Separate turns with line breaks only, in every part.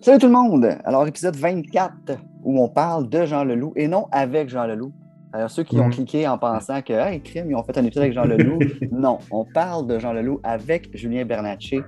Salut tout le monde! Alors, épisode 24, où on parle de Jean Leloup et non avec Jean Leloup. Alors, ceux qui ont
Mhm.
cliqué en pensant que, hey, crime, ils ont fait un épisode avec Jean Leloup. non, on parle de Jean Leloup avec Julien Bernatchez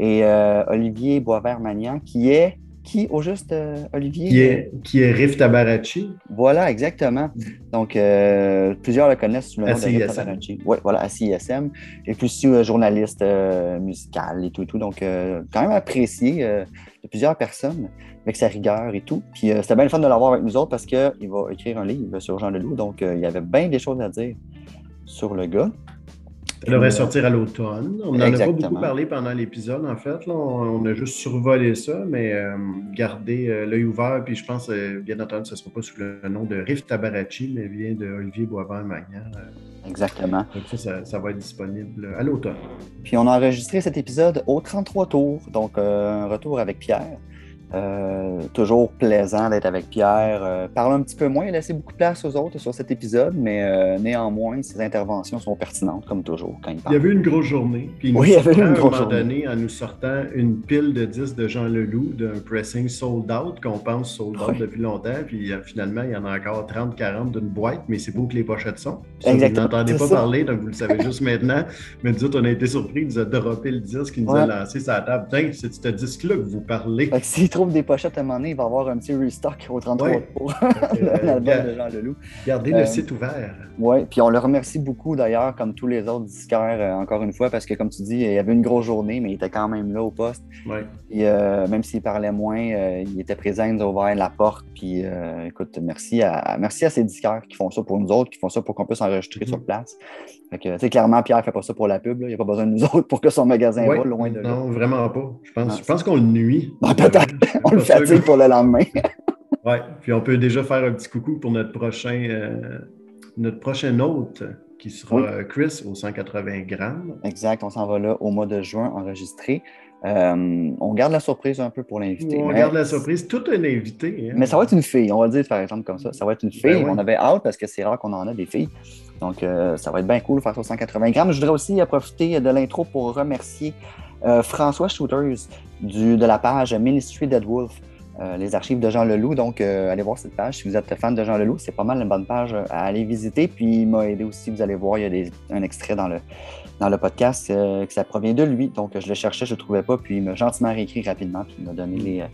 et euh, Olivier Boisvert-Magnan, qui est. Qui, au juste, euh, Olivier?
qui est, qui est Riff Tabarachi.
Voilà, exactement. Donc, euh, plusieurs le connaissent sous le nom
À CISM.
de Oui, voilà, à CISM. Et puis aussi euh, journaliste euh, musical et tout et tout. Donc, euh, quand même apprécié euh, de plusieurs personnes avec sa rigueur et tout. Puis euh, c'était bien le fun de l'avoir avec nous autres parce qu'il va écrire un livre sur Jean Leloup. Donc, euh, il y avait bien des choses à dire sur le gars.
Elle devrait
Euh,
sortir à l'automne. On n'en a pas
exactement.
beaucoup parlé pendant l'épisode, en fait. là. On, on a juste survolé ça, mais euh, gardez euh, l'œil ouvert. Puis je pense, euh, bien entendu, ce ne sera pas sous le nom de Riff Tabarachi, mais vient de Olivier Boisvert-Magnan. Euh,
Exactement.
donc ça, ça, ça va être disponible à l'automne.
Puis on a enregistré cet épisode au 33 tours, donc euh, un retour avec Pierre. Euh, toujours plaisant d'être avec Pierre. Euh, parle un petit peu moins, il a laissé beaucoup de place aux autres sur cet épisode, mais euh, néanmoins, ses interventions sont pertinentes, comme toujours, quand il
Il y
parle.
avait une grosse journée. Puis il nous
Oui, il y avait
sortait
une
à un
grosse
moment
journée.
donné, en nous sortant une pile de 10 de Jean Leloup, d'un pressing sold out, qu'on pense sold out
Oui.
depuis longtemps. Puis euh, finalement, il y en a encore 30, 40 d'une boîte, mais c'est beau que les pochettes sont. Ça,
Exactement,
Vous n'entendez
c'est
pas
ça.
parler, donc vous le savez juste maintenant. Mais nous autres, on a été surpris. Il nous a droppé le disque, il nous
Ouais.
a lancé sa table. Tiens, c'est de ce disque-là que vous parlez.
Fait que s'il trouve des pochettes à un moment donné, il va avoir un petit restock au 33
Ouais.
tours,
Donc, euh,
l'album de
ga-
Jean Leloup.
Gardez
Euh,
le site ouvert.
Oui, puis on le remercie beaucoup d'ailleurs, comme tous les autres disquaires, euh, encore une fois, parce que comme tu dis, il y avait une grosse journée, mais il était quand même là au poste.
Ouais.
Puis, euh, même s'il parlait moins, euh, il était présent, il nous a ouvert la porte. Puis, euh, écoute, merci à, à- merci à ces disquaires qui font ça pour nous autres, qui font ça pour qu'on puisse enregistrer
Mhm.
sur place. Fait que, tu sais, clairement, Pierre fait pas ça pour la pub. là. Il n'y a pas besoin de nous autres pour que son magasin
Ouais.
va loin de là.
Non, vraiment pas. Je pense,
Ah.
je pense qu'on le nuit.
Ah, peut-être.
Je suis
On le
pas sûr que-
fatigue pour le lendemain.
Oui, puis on peut déjà faire un petit coucou pour notre prochain, euh, notre prochain hôte qui sera
Oui.
euh, Chris au 180 grammes.
exact, on s'en va là au mois de juin enregistrer. Euh, on garde la surprise un peu pour l'inviter.
On
mais-
regarde la surprise, tout un invité. hein.
Mais ça va être une fille, on va le dire par exemple comme ça. Ça va être une fille.
ouais.
On avait hâte parce que c'est rare qu'on en a des filles. Donc, euh, ça va être bien cool de faire ça aux 180 grammes. Je voudrais aussi euh, profiter de l'intro pour remercier euh, François Shooters du, de la page Ministry Dead Wolf, euh, les archives de Jean Leloup. Donc, euh, allez voir cette page si vous êtes fan de Jean Leloup. C'est pas mal une bonne page euh, à aller visiter. Puis, il m'a aidé aussi. Vous allez voir, il y a des- un extrait dans le, dans le podcast euh, que ça provient de lui. Donc, euh, je le cherchais, je le trouvais pas. Puis, il m'a gentiment réécrit rapidement. Puis, il m'a donné les, euh,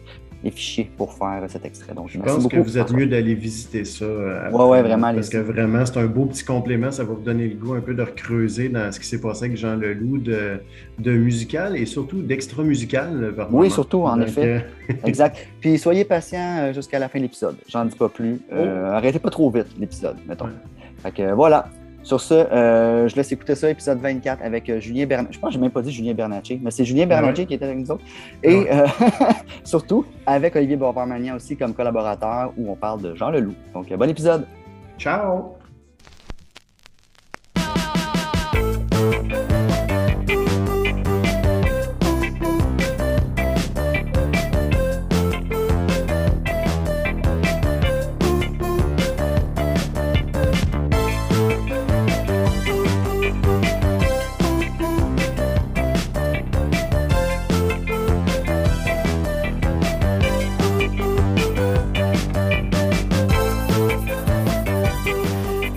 les fichiers pour faire euh, cet extrait. Donc,
Mm. Je
merci
pense
beaucoup,
que vous êtes
François.
mieux d'aller visiter ça. euh, après,
Ouais, ouais, vraiment,
Parce que
allez-y.
vraiment, c'est un beau petit complément. Ça va vous donner le goût un peu de recreuser dans ce qui s'est passé avec Jean Leloup de, de musical et surtout d'extra-musical. euh, par
Oui,
moment.
surtout, en
Donc,
effet.
euh,
Exact. Puis soyez patient euh, jusqu'à la fin de l'épisode. J'en dis pas plus. Euh, Arrêtez pas trop vite l'épisode, mettons.
Ouais.
Fait que euh, voilà. Sur ce, euh, je laisse écouter ça, épisode 24, avec euh, Julien Bernatchez. Je pense que j'ai même pas dit Julien Bernatchez, mais c'est Julien Bernatchez qui était avec nous autres. Et
Ouais.
euh, surtout avec Olivier Boisvert-Magnan aussi comme collaborateur, où on parle de Jean Leloup. Donc, euh, bon épisode.
ciao!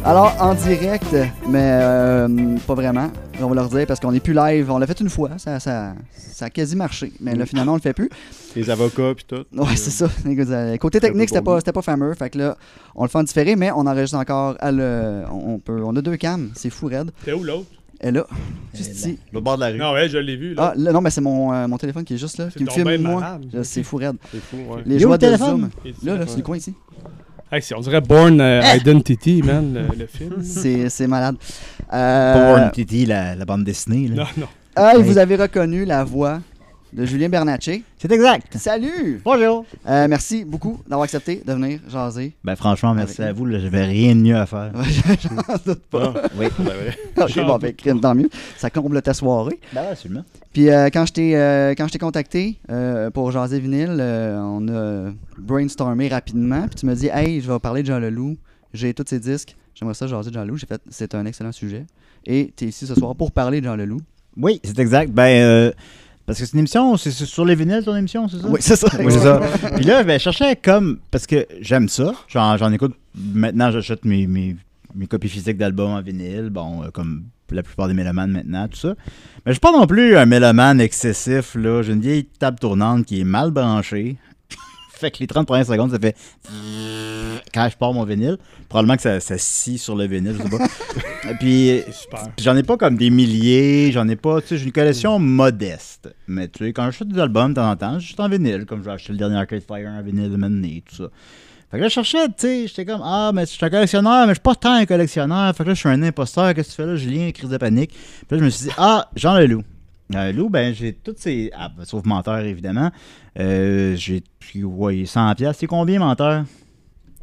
Alors, en direct, mais euh, pas vraiment. On va leur dire parce qu'on n'est plus live. On l'a fait une fois. Ça, ça, ça a quasi marché. Mais là, finalement, on le fait plus.
Les avocats puis tout.
Ouais, c'est ça. Écoute, euh, Côté technique, c'était pas, c'était pas fameux. Fait que là, on le fait en différé, mais on enregistre encore à le. On, on peut, on a deux cams. C'est fou, Red.
T'es où l'autre?
Et là, juste ici.
L'autre bord de la rue. Non, ouais, je l'ai vu.
Ah,
Là.
là, non, mais c'est mon, euh, mon téléphone qui est juste là,
C'est
qui me
donc
filme,
ben
moi.
malade.
Là, C'est fou, Red.
Ah. C'est fou, ouais.
Les
Il est où
joies
le
de
téléphone?
Zoom.
Et tu-
Là, là, c'est le coin ici.
Hey, c'est- on dirait Born euh, Identity, man, le, le film.
C'est c'est malade. Euh,
Porn Kitty, la, la bande dessinée.
Non,
Là.
non.
ah, et vous avez reconnu la voix de Julien Bernatchez.
C'est exact.
Salut!
Bonjour.
Euh, merci beaucoup d'avoir accepté de venir jaser.
Ben franchement, merci à vous. là. J'avais rien de mieux à faire. Ah,
J'en doute pas.
Oui.
Ok, bon, ben, crime, tant mieux. Ça comble ta soirée.
ben ouais, absolument.
Puis euh, quand je t'ai euh, quand je t'ai contacté euh, pour jaser vinyle, euh, on a brainstormé rapidement. Puis tu me dis hey, je vais parler de Jean Leloup. J'ai tous ses disques. J'aimerais ça jaser de Jean Leloup. J'ai fait c'est un excellent sujet. Et tu es ici ce soir pour parler de Jean Leloup.
Oui, c'est exact. Ben euh, Parce que c'est une émission, c'est c'est sur les vinyles ton émission, c'est ça?
Oui, c'est ça.
Ah. Oui, c'est ça. Puis là, ben, je cherchais comme. Parce que j'aime ça. J'en, j'en écoute. Maintenant, j'achète mes, mes, mes copies physiques d'albums en vinyle. Bon, euh, comme la plupart des mélomanes maintenant, tout ça. Mais je suis pas non plus un mélomane excessif, là. J'ai une vieille table tournante qui est mal branchée. fait que les 30 premières secondes, ça fait. Quand je pars mon vinyle, probablement que ça, ça scie sur le vinyle, je sais pas. Puis
Super.
puis J'en ai pas comme des milliers, j'en ai pas, tu sais, j'ai une collection modeste. Mais tu sais, quand j'achète des albums de temps en temps, je suis en vinyle, comme j'ai acheté le dernier Arcade Fire en vinyle de Mané, tout ça. Fait que là, je cherchais, tu sais, j'étais comme, ah, mais je suis un collectionneur, mais je suis pas tant un collectionneur. Fait que là, je suis un imposteur, qu'est-ce que tu fais là, Julien, crise de panique. Puis là, je me suis dit, ah, Jean Leloup. Euh, Lou, ben, j'ai toutes ces. Ah, ben, sauf menteur, évidemment. Euh, j'ai, puis, ouais, 100$. piastres. C'est combien, menteur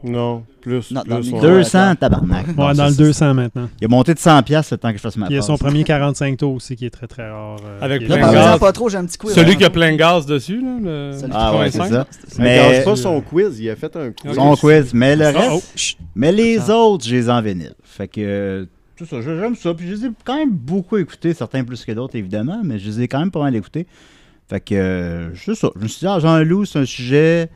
Non, plus.
Non, dans
plus
le
ouais.
deux.
200 tabarnak.
Ouais,
Non,
dans
ça,
le
c'est-
200 maintenant.
Il a monté de 100$ piastres le temps que je fasse ma
Puis il y a son
passe.
premier 45 tours aussi qui est très très rare. euh,
Avec
qui est-
Là,
plein
Ouais.
parlez-en
gaz.
Ah, pas trop, j'ai un petit quiz. hein.
Celui qui a plein de gaz dessus, là. Le...
Celui-
Ah, ouais, c'est
85.
ça.
Mais...
Mais-
pas son quiz, il a fait un quiz.
Son quiz, mais le
Oh,
reste,
oh.
chut, mais les autres, je les ai en vinyle. Fait que euh, tout ça, je- j'aime ça. Puis je les ai quand même beaucoup écoutés, certains plus que d'autres évidemment, mais je les ai quand même pas mal écoutés. Fait que euh, c'est ça. Je me suis dit, ah, Jean-Loup, c'est un sujet.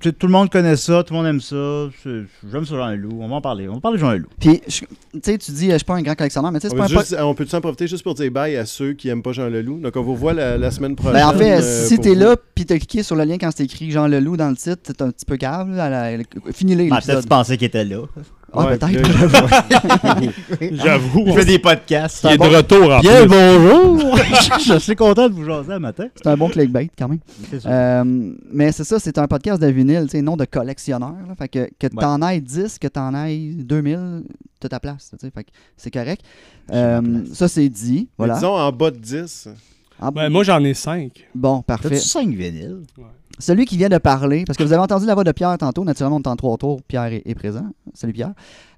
tu sais, tout le monde connaît ça, tout le monde aime ça. C'est- J'aime ça, Jean-Loup. On va en parler. On va parler de Jean-Loup.
Puis, je- tu sais, tu dis, euh, je suis pas un grand collectionneur, mais tu sais,
On
c'est pas
peut,
un. po-
juste, on peut en profiter juste pour dire bye à ceux qui aiment pas Jean Leloup. Donc, on vous voit la, la semaine prochaine.
Ben, en fait,
euh,
si
pour
t'es
vous.
là, puis t'as cliqué sur le lien quand c'est écrit Jean Leloup dans le titre, c'est un petit peu cave. là, à la- le- Finis-les.
Ah, Peut-être
l'épisode.
tu pensais qu'il était là.
Ah,
Ouais,
peut-être.
J'avoue.
Il fait des podcasts.
Il est
c'est un bon-
de retour en
Bien
plus.
bonjour! je suis content de vous jaser le matin.
C'est un bon clickbait quand même.
C'est ça.
Euh, mais c'est ça, c'est un podcast de vinyle, tu sais, non de collectionneur. là. fait que que t'en ailles 10, que t'en ailles 2000, t'as ta place. tu sais. fait que c'est correct. Euh, ça, c'est dit.
Mais
Voilà.
Disons en bas de 10.
Ah,
Ouais, Ben, moi, j'en ai 5.
bon,
T'as-tu
parfait.
5 vinyles?
Celui qui vient de parler, parce que vous avez entendu la voix de Pierre tantôt, naturellement, on est en trois tours. Pierre est, est présent. Salut Pierre.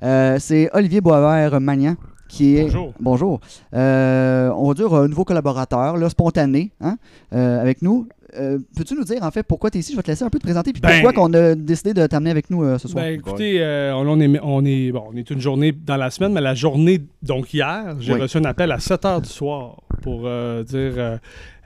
Euh, c'est Olivier Boisvert Magnan qui est.
Bonjour.
Bonjour. Euh, on va dire un nouveau collaborateur, là, spontané, hein, euh, avec nous. Euh, Peux-tu nous dire en fait pourquoi tu es ici Je vais te laisser un peu te présenter, puis
Ben-
pourquoi qu'on a décidé de t'amener avec nous euh, ce soir.
Ben, écoutez, euh, on, on est, on, est, bon, on est une journée dans la semaine, mais la journée, donc hier, j'ai
Oui.
reçu un appel à 7 h du soir pour euh, dire euh,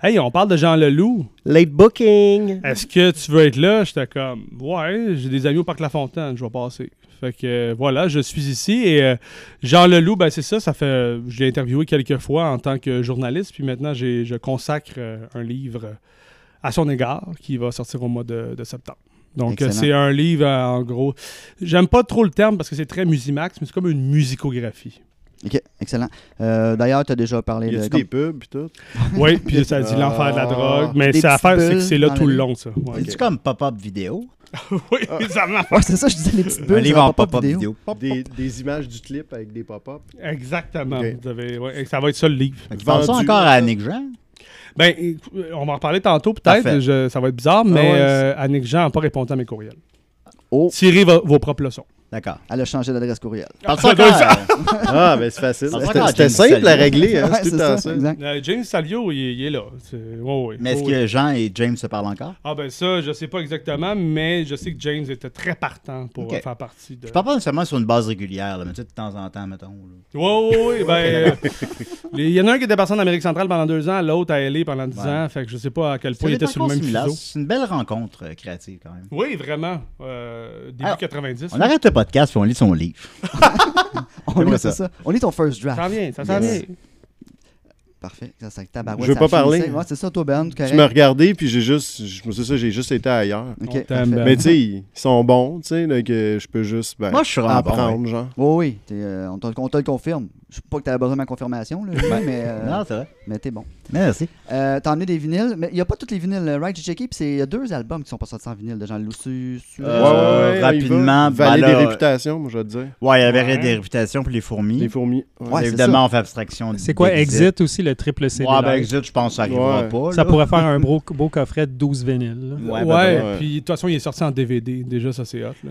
Hey, on parle de Jean Leloup.
Late booking.
Est-ce que tu veux être là? J'étais comme, ouais, j'ai des amis au Parc La Fontaine, je vais passer. Fait que euh, voilà, je suis ici et euh, Jean Leloup, ben c'est ça, ça fait, euh, je l'ai interviewé quelques fois en tant que journaliste, puis maintenant j'ai- je consacre euh, un livre euh, à son égard qui va sortir au mois de, de septembre. Donc euh,
Excellent.
c'est un livre euh, en gros, j'aime pas trop le terme parce que c'est très Musimax, mais c'est comme une musicographie.
Ok, excellent. Euh, D'ailleurs, tu as déjà parlé
Y
de.
a-tu des pubs pis tout?
Oui, puis ça dit l'enfer de la
Ah.
drogue, mais
Des
c'est l'affaire,
petites
c'est que c'est là
bulles
tout
dans
le
la
long, ça. Ouais.
C'est-tu comme pop-up vidéo?
Ah.
oui, ça marche.
Ouais, c'est ça, je disais les petites bulles.
un livre
ça
en
va pas
pop-up
vidéo.
vidéo.
Des, des images du clip avec des pop-up.
Exactement.
Ok.
Vous avez- ouais, ça va être ça le livre.
Fait qu'ils vendent ça
Vendu.
encore à Nick Jean?
Ben, écou- euh, on va en reparler tantôt
Parfait. Ah
peut-être. Je- Ça va être bizarre, mais
ouais,
euh, Annick Jean n'a pas répondu à mes courriels.
Oh.
Tirez vo- vos propres leçons.
D'accord.
Elle a changé d'adresse courriel.
Parle ça
Ah,
encore.
donc ça-
euh,
Ah, ben c'est facile.
Ah,
C'était
quand
c'était
James
simple à
Salio.
régler,
Ouais,
hein, c'est tout le temps ça.
exact.
Euh, James Salio, il, est- il est là. C'est- ouais, ouais,
Mais est-ce
ouais, ouais.
que Jean et James se parlent encore?
Ah ben ça, je sais pas exactement, mais je sais que James était très partant pour
Ok.
euh, faire partie de...
Je parle pas nécessairement sur une base régulière, là, mais tu sais, de temps en temps, mettons. là.
Ouais, ouais, ouais, ben... euh, les- Il y en a un qui était parti en Amérique centrale pendant deux ans, l'autre à LA pendant dix
Ouais.
ans, fait que je sais pas à quel
Ça
point il était
dépend
sur le
encore
même
si Milas,
fuseau.
C'est une belle rencontre euh, créative, quand même.
Oui, vraiment. Euh, début
Alors,
90.
On arrête le podcast et on lit son livre.
On
J'aimerais
est, ça.
ça.
On est ton first
Ça
draft.
s'en vient, ça s'en
Yes.
vient.
Parfait. Ça, ça, tabarouette,
Je veux
ça
pas
finissait.
parler.
Ouais, c'est ça, toi, Ben.
Tu me regardais, puis j'ai juste, je me suis ça, j'ai juste été ailleurs.
Ok,
On t'aime,
parfait.
Ben.
Mais tu sais, ils sont bons, tu sais, donc euh, je peux juste ben,
Moi, je suis vraiment
en
bon,
prendre,
ouais.
genre.
Oui, oui, t'es, euh, on, te, on te le confirme. Je sais pas que tu besoin de ma confirmation, là, mais, euh,
Non, c'est vrai.
mais t'es bon.
Merci.
Euh, T'as emmené des vinyles, mais il n'y a pas toutes les vinyles, euh, right? J'ai checké, puis c'est- il y a deux albums qui sont pas sortis en vinyle de Jean Loussu. Su-
Euh, rapidement, ben
Valer
là,
des réputations, moi, je vais te dire.
Ouais, il y avait
Ouais.
des réputations pour les fourmis.
Les fourmis. ouais.
Ouais, c'est
évidemment, on fait abstraction.
C'est quoi
d'Exit.
Exit aussi, le triple CD?
Ouais, ben
live?
Exit, je pense que ça arrivera
Ouais.
pas.
ça
là.
pourrait faire un beau, beau coffret de 12 vinyles. là.
Ouais,
Ouais,
ben,
ouais.
puis de toute façon, il est sorti en DVD. Déjà, ça, c'est hot. Là.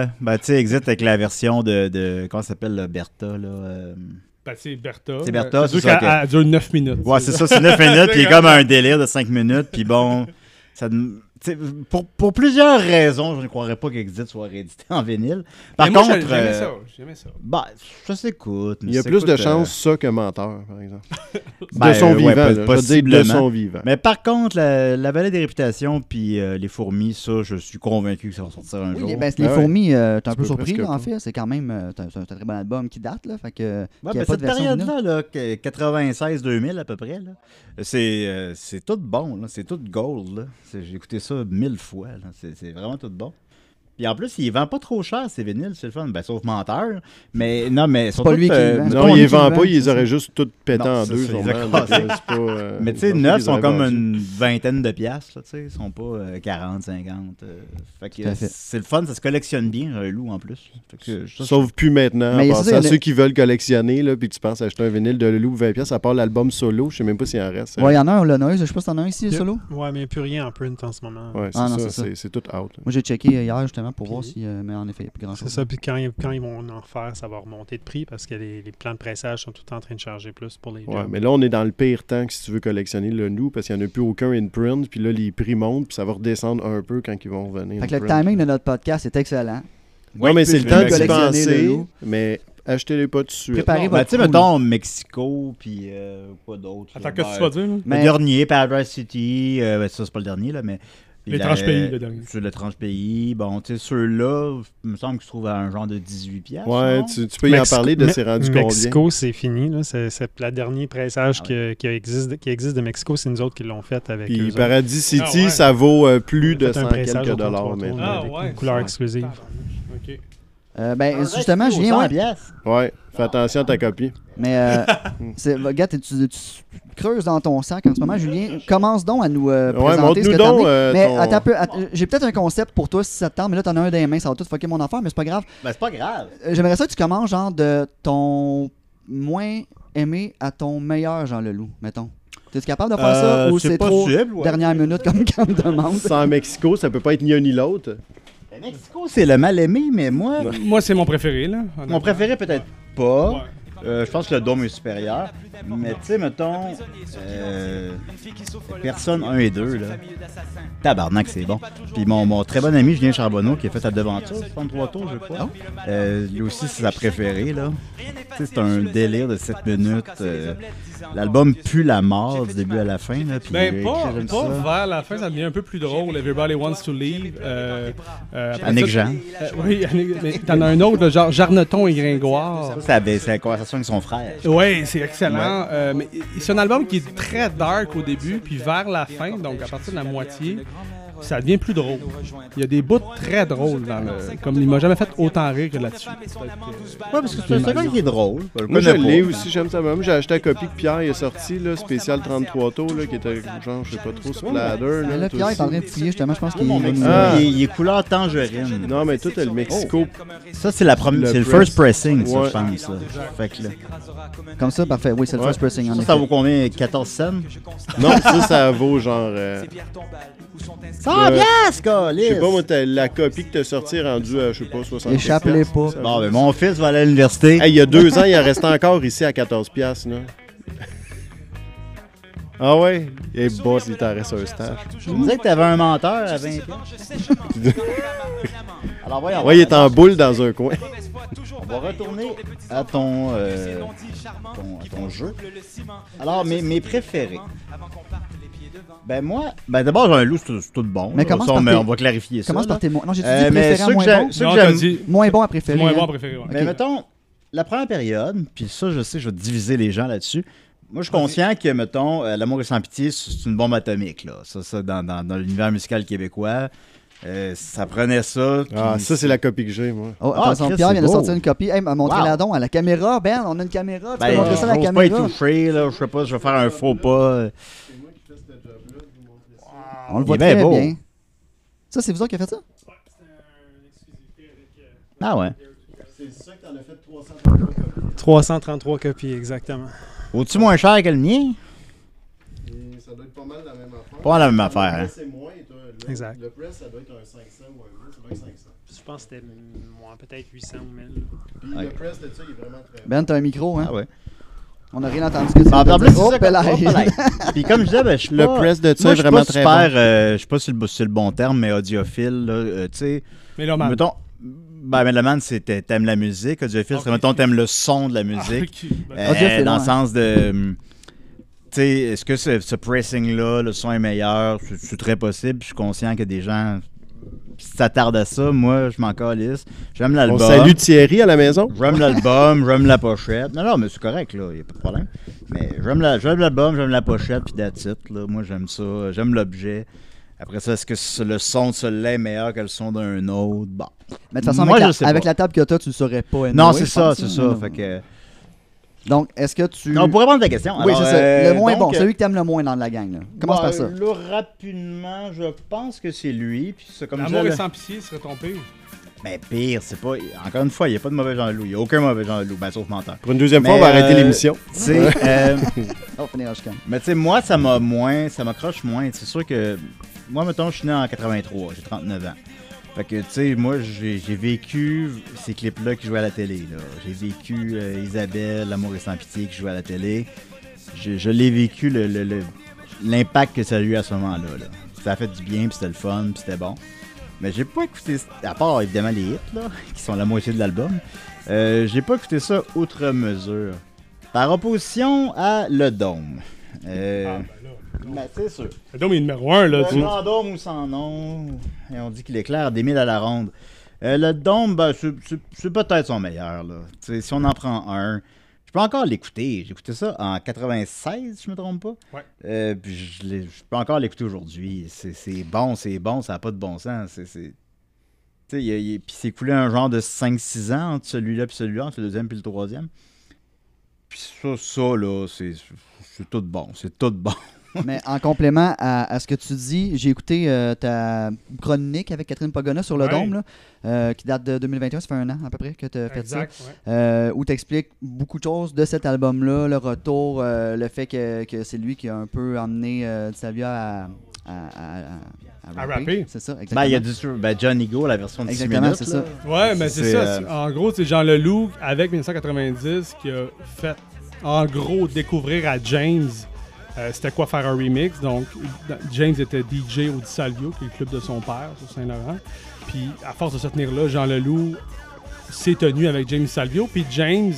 Ouais, ben tu sais, Exit avec la version de, de comment ça s'appelle, là, Bertha, là. euh,
Ben, c'est Bertha.
C'est Bertha, c'est
c'est
ça,
Euh, ça.
ok.
Elle dure 9 minutes.
Ouais, c'est ça, c'est 9 minutes, puis il y a comme un délire de 5 minutes, puis bon, ça, dem- t'sais, pour, pour plusieurs raisons, je ne croirais pas qu'Exit soit réédité en vinyle. Par
Mais moi,
contre,
j'ai- j'aimais
euh,
ça, j'aimais ça.
bah, ça s'écoute. mais euh,
Il y a
ça
plus de
s'écoute,
chances ça que menteur, par exemple.
euh, ben,
de son
ouais,
vivant,
pas-
là, je veux dire de
possiblement.
son vivant.
Mais par contre, la, la vallée des réputations puis euh, les fourmis, ça, je suis convaincu que ça va sortir un
Oui,
jour.
les, ben, les
Ah ouais.
fourmis, euh, t'es un
Tu
peu
peux
surpris,
presque
là, en
pas.
fait. C'est quand même euh, c'est un, c'est un très bon album qui date, là. Fait que,
Ouais,
qu'il y a
ben,
pas
cette
de version vinyle.
période-là, là, que- 96-2000 à peu près, là, c'est euh, c'est tout bon, là, c'est tout gold. là. C'est- J'ai écouté ça mille fois, là, c'est c'est vraiment tout bon. Puis en plus, il vend pas trop cher ces vinyles, c'est le fun. Ben, sauf menteur. Mais non, mais
pas lui qui le vend.
euh,
C'est
Non,
pas
ils
lui
les
qui le
vendent
vend,
pas, ils
c'est
les
ça.
auraient juste toutes pété
Non,
en
ça,
deux.
c'est
sûrement,
les
là,
cassés.
c'est pas, euh,
Mais tu sais,
je pense
neuf
qu'ils auraient
sont comme
vendu.
une vingtaine de piastres, là, tu sais, ils sont pas euh, 40, 50. euh, fait que
Tout à
euh,
fait.
c'est le fun, ça se collectionne bien, un loup en plus. Fait que, ça,
Sauf plus maintenant.
Mais
en
c'est ça,
passant,
il y en a-
ceux qui veulent collectionner, là, puis tu penses acheter un vinyle de Leloup 20 pièces, à part l'album solo, je sais même pas s'il en reste.
Ouais, il y en a un, le Noise. Je sais pas si t'en as un ici, le
Yep.
solo.
Ouais, mais il n'y a plus rien en print en ce moment.
Ouais, c'est
Ah, non,
ça,
c'est ça.
c'est- c'est tout out.
Moi, j'ai checké euh, hier, justement, pour voir
Puis-
si. euh, mais en effet, il n'y a plus grand
C'est
chose.
ça, puis quand, ils- quand ils vont en refaire, ça va remonter de prix parce que les, les plans de pressage sont tout le temps en train de charger plus pour les
Ouais,
jobs.
mais là, on est dans le pire temps que si tu veux collectionner le nous, parce qu'il n'y en a plus aucun in-print, puis là, les prix montent, puis ça va redescendre un peu quand ils vont revenir.
Fait que le
in-print.
timing de notre podcast est excellent.
Ouais, mais c'est le
plus
temps
de
d'y
collectionner le
penser,
loup.
mais achetez-les pas tout de suite.
Préparez
Ben,
votre.
tu sais,
coup, là.
mettons Mexico, puis euh, quoi d'autre.
Attends,
là,
qu'est-ce que tu
ben,
vas dire, là?
Le
Mais-
dernier, Paradise City, euh, ben, ça, c'est pas le dernier, là, mais. puis
L'étrange
la-
pays, le dernier.
Sur l'étrange pays, bon, tu sais, ceux-là, il me semble qu'ils se trouvent à un genre de 18 piastres.
Ouais,
non?
tu, tu peux y en parler de
Me-
ces rendus combien.
Mexico, c'est fini. là. C'est c'est la dernière pressage
Ah
que- qui, existe, qui existe de Mexico. C'est nous autres qui l'ont faite avec eux
Puis
autres.
Paradis City,
Ah ouais.
ça vaut euh, plus
On a
de
fait un
100
pressage
quelques
au
dollars
33
maintenant.
Ah, ouais, avec- couleur exclusive.
Ok.
Euh, ben,
Paradise
justement,
City
je
aux
viens.
100
ouais.
piastres.
Ouais, fais attention à ta copie.
Mais, euh, c'est- bah, gars, t'es- tu, tu creuses dans ton sac en ce moment. Julien, commence donc à nous euh,
Ouais,
présenter ce que
montre-nous
t'as
donc,
amené.
euh,
mais
ton-
attends un peu, att- j'ai peut-être un concept pour toi si ça te tente, mais là, t'en as un dans les mains, ça va tout fucker mon affaire, mais c'est pas grave.
Ben, c'est pas grave.
Euh, J'aimerais ça que tu commences, genre, de ton moins aimé à ton meilleur, Jean Leloup, mettons. T'es capable de faire ça
Euh,
ou c'est trop
possible, ouais.
dernière minute comme quand me demande?
Sans Mexico, ça peut pas être ni un ni l'autre.
Ben, Mexico, c'est le mal aimé, mais moi,
Moi, c'est mon préféré, là. honnêtement.
mon préféré, peut-être pas.
Ouais.
Euh, je pense que le dôme est supérieur. Mais tu sais, mettons, euh, personne 1 et 2, là. Tabarnak, c'est bon. Puis mon, mon très bon ami Julien Charbonneau, qui a fait Adventure, 63 tours, je
Ah
crois. Euh, lui aussi, c'est sa préférée, là. Tu sais, c'est un délire de 7 minutes. euh, L'album pue la mort du début à la fin, là. Puis
Ben,
euh,
pas,
j'aime
pas
ça.
vers la fin, ça devient un peu plus drôle. Everybody Wants to Leave. Euh, euh, après
Annick
ça-
Jean.
Euh, oui, Annick- mais t'en as un autre, là, genre Jarneton et Gringoire.
Ça, avait- C'est la conversation avec son frère.
Oui, c'est excellent. Euh, mais c'est un album qui est très dark au début, puis vers la fin, donc à partir de la moitié, ça devient plus drôle. Il y a des bouts très drôles dans le. Comme il m'a jamais fait autant rire que là-dessus.
Ouais, parce que c'est un gars qui est drôle. Je le
Moi, je
connais
l'ai
pas.
aussi, j'aime ça. Même, j'ai acheté la copie que Pierre est sorti, là, spécial 33 taux, là, qui était, genre, je sais pas trop, sur ladder.
Mais
Là,
là,
tout
Pierre est en
aussi.
train de fouiller, justement, je pense qu'il
Mon
va nous- euh,
Mexico,
Ah.
il, est- il est couleur tangerine.
Non, mais tout est le Mexico.
Ça, c'est la première.
Le
C'est le
press.
first pressing, ça,
Ouais.
je pense. là. Fait que là,
Comme ça, parfait. Oui, c'est le
Ouais.
first pressing, en
ça,
effet.
ça vaut combien 14 cents
Non, ça, ça vaut genre. euh,
100 piastres,
je sais
câlisse!
pas, moi, t'as la copie que t'as sortie rendue à, je sais pas, 60
Échappe-les pas.
Bon, ben, mon fils va aller à l'université.
Hey, il y a deux ans, il en restait encore ici à 14 piastres, là. Ah ouais? Et boss, il t'en reste un stage.
Tu me disais que t'avais un menteur à 20 Alors, voyons.
Ouais, il est en boule dans un coin.
On va retourner à ton, euh, ton, à ton jeu. Alors, mes, mes préférés. Ben, moi, ben d'abord, j'ai un loup, c'est tout- c'est tout bon.
Mais
là.
commence
Ça, on,
par tes-
on va clarifier ça.
Commence par
là.
tes mots. Non, j'ai dit
Euh, mais
préféré à
ceux que
moins
j'aime.
bon.
ceux que
Non, t'as
j'aime-
dit,
Moins bon à préférer.
c'est mon bon
hein.
préféré. ouais.
Mais mettons, la première période, puis ça, je sais, je vais diviser les gens là-dessus. Moi, je suis conscient que, mettons, euh, L'amour est sans pitié, c'est une bombe atomique, là. Ça, ça dans, dans- dans l'univers musical québécois, euh, ça prenait ça. puis-
Ah, ça, c'est la copie que j'ai, moi.
Oh,
Ah,
attention,
Chris,
Pierre
c'est
vient de
beau.
sortir une copie. Hey, montrez
Wow.
la don à la caméra, Ben. On a une caméra. Tu
Ben,
peux montrer ça à la
j'ose pas y
caméra.
toucher, là. Je sais pas, je vais faire un faux pas.
On le voit
Il est bien
très
beau.
bien. Ça, c'est vous autres qui avez fait ça?
Ah ouais.
333 copies, exactement.
Au-dessus moins cher que le mien?
Ça doit être pas mal la même affaire.
Pas la même affaire, hein.
C'est moins, le,
Exact.
le press, ça doit être un 500 ou un 1000, ça doit être 500.
Je pense que c'était peut-être 800 ou 1000.
Puis
Ouais.
le press, là-dessus, il est vraiment très.
Ben, t'as un micro, hein?
Ah ouais. Ben,
On n'a rien entendu que ça.
En plus, c'est ça,
ben,
Hop là.
hop là. Puis comme je disais, ben, je suis
Le
pas-
press de
Moi,
ça est
je suis
vraiment
pas
très
super,
bon.
euh, je sais pas si le, si le bon terme, mais audiophile, là, euh, tu sais,
Mais là, man.
mettons, ben, Meloman, c'est t'a- t'aimes la musique, audiophile, c'est
Ok.
mettons, t'aimes le son de la
Ah,
musique,
ok, ben,
Euh,
Audiophile,
dans le
ouais.
sens de, hum, tu sais, est-ce que ce, ce pressing-là, le son est meilleur, c'est c'est très possible, je suis conscient que des gens s'attardent à ça, moi, je m'en calisse, j'aime
On
l'album.
salue Thierry à la maison.
J'aime l'album, j'aime la pochette. Non, non, mais c'est correct, là, y a pas de problème. Mais j'aime la- j'aime l'album, j'aime la pochette, puis that's it, là. Moi, j'aime ça, j'aime l'objet. Après ça, est-ce que ce- le son de celui-là est meilleur que le son d'un autre? Bon.
Mais de toute façon,
Moi,
avec,
je sais
la, avec
pas.
la table que t'as, tu le saurais pas. anyway,
non,
je
c'est ça,
pense,
c'est
hein.
ça. Fait que...
Donc, est-ce que tu.
Non, pour répondre à ta question.
Oui,
alors,
c'est ça.
euh,
le moins
donc,
bon, celui que t'aimes le moins dans la gang. Là. Commence
bah,
par ça.
Là, rapidement, je pense que c'est lui. Puis c'est comme Euh, je
L'amour
disais,
est
là-
sans pitié serait ton pire.
Mais pire, c'est pas. Encore une fois, il n'y a pas de mauvais Jean-Loup. Il n'y a aucun mauvais Jean-Loup, ben, sauf menteur.
Pour une deuxième fois,
Mais,
on va arrêter
euh,
l'émission.
Tu sais, euh,
Oh,
On va finir à chicane.
Mais tu sais, moi, ça m'a moins, ça m'accroche moins. C'est sûr que, moi, mettons, je suis né en 83, j'ai 39 ans. Fait que, tu sais, moi, j'ai j'ai vécu ces clips-là qui jouaient à la télé. là. J'ai vécu euh, Isabelle, L'amour et sans pitié qui jouait à la télé. Je, je l'ai vécu, le- le- le- l'impact que ça a eu à ce moment-là. là. Ça a fait du bien, puis c'était le fun, puis c'était bon. Mais j'ai pas écouté, à part évidemment les hits, là, qui sont la moitié de l'album, euh, j'ai pas écouté ça outre mesure. Par opposition à Le Dôme. Euh,
Ah, ben là.
mais c'est sûr.
Le dôme est numéro 1, là.
Le
tu-
dôme ou sans nom, et on dit qu'il éclaire des mille à la ronde. Euh, le dôme, ben, c'est- c'est c'est peut-être son meilleur. Là. Tu sais, Si on en prend un, je peux encore l'écouter. J'ai écouté ça en 96, si je me trompe pas.
Ouais.
Euh, puis je, l'ai- je peux encore l'écouter aujourd'hui. C'est c'est bon, c'est bon, ça n'a pas de bon sens. C'est- c'est- tu sais, il y a- il y a- Puis c'est coulé un genre de 5-6 ans entre celui-là et celui-là, entre le deuxième puis le troisième. Puis ça, ça là, c'est c'est tout bon. C'est tout bon.
Mais en complément à, à ce que tu dis, j'ai écouté euh, ta chronique avec Catherine Pagona sur le
Ouais.
Dôme, là, euh, qui date de 2021, ça fait un an à peu près que tu as fait ça.
Exact, ouais.
euh, où tu expliques beaucoup de choses de cet album-là, le retour, euh, le fait que, que c'est lui qui a un peu emmené euh, Di Salvia à, à, à,
À rapper.
C'est ça,
Ben,
exactement.
il y a du ben, Johnny Go, la version de 6
Exactement,
minutes.
c'est
là.
ça.
Ouais, mais c'est
C'est,
ça.
euh,
c'est- En gros, c'est Jean Leloup avec 1990 qui a fait, en gros, découvrir à James euh, c'était quoi faire un remix. Donc, dans- James était DJ au Di Salvio, qui est le club de son père sur Saint-Laurent. Puis, à force de se tenir là, Jean Leloup s'est tenu avec James Salvio. Puis, James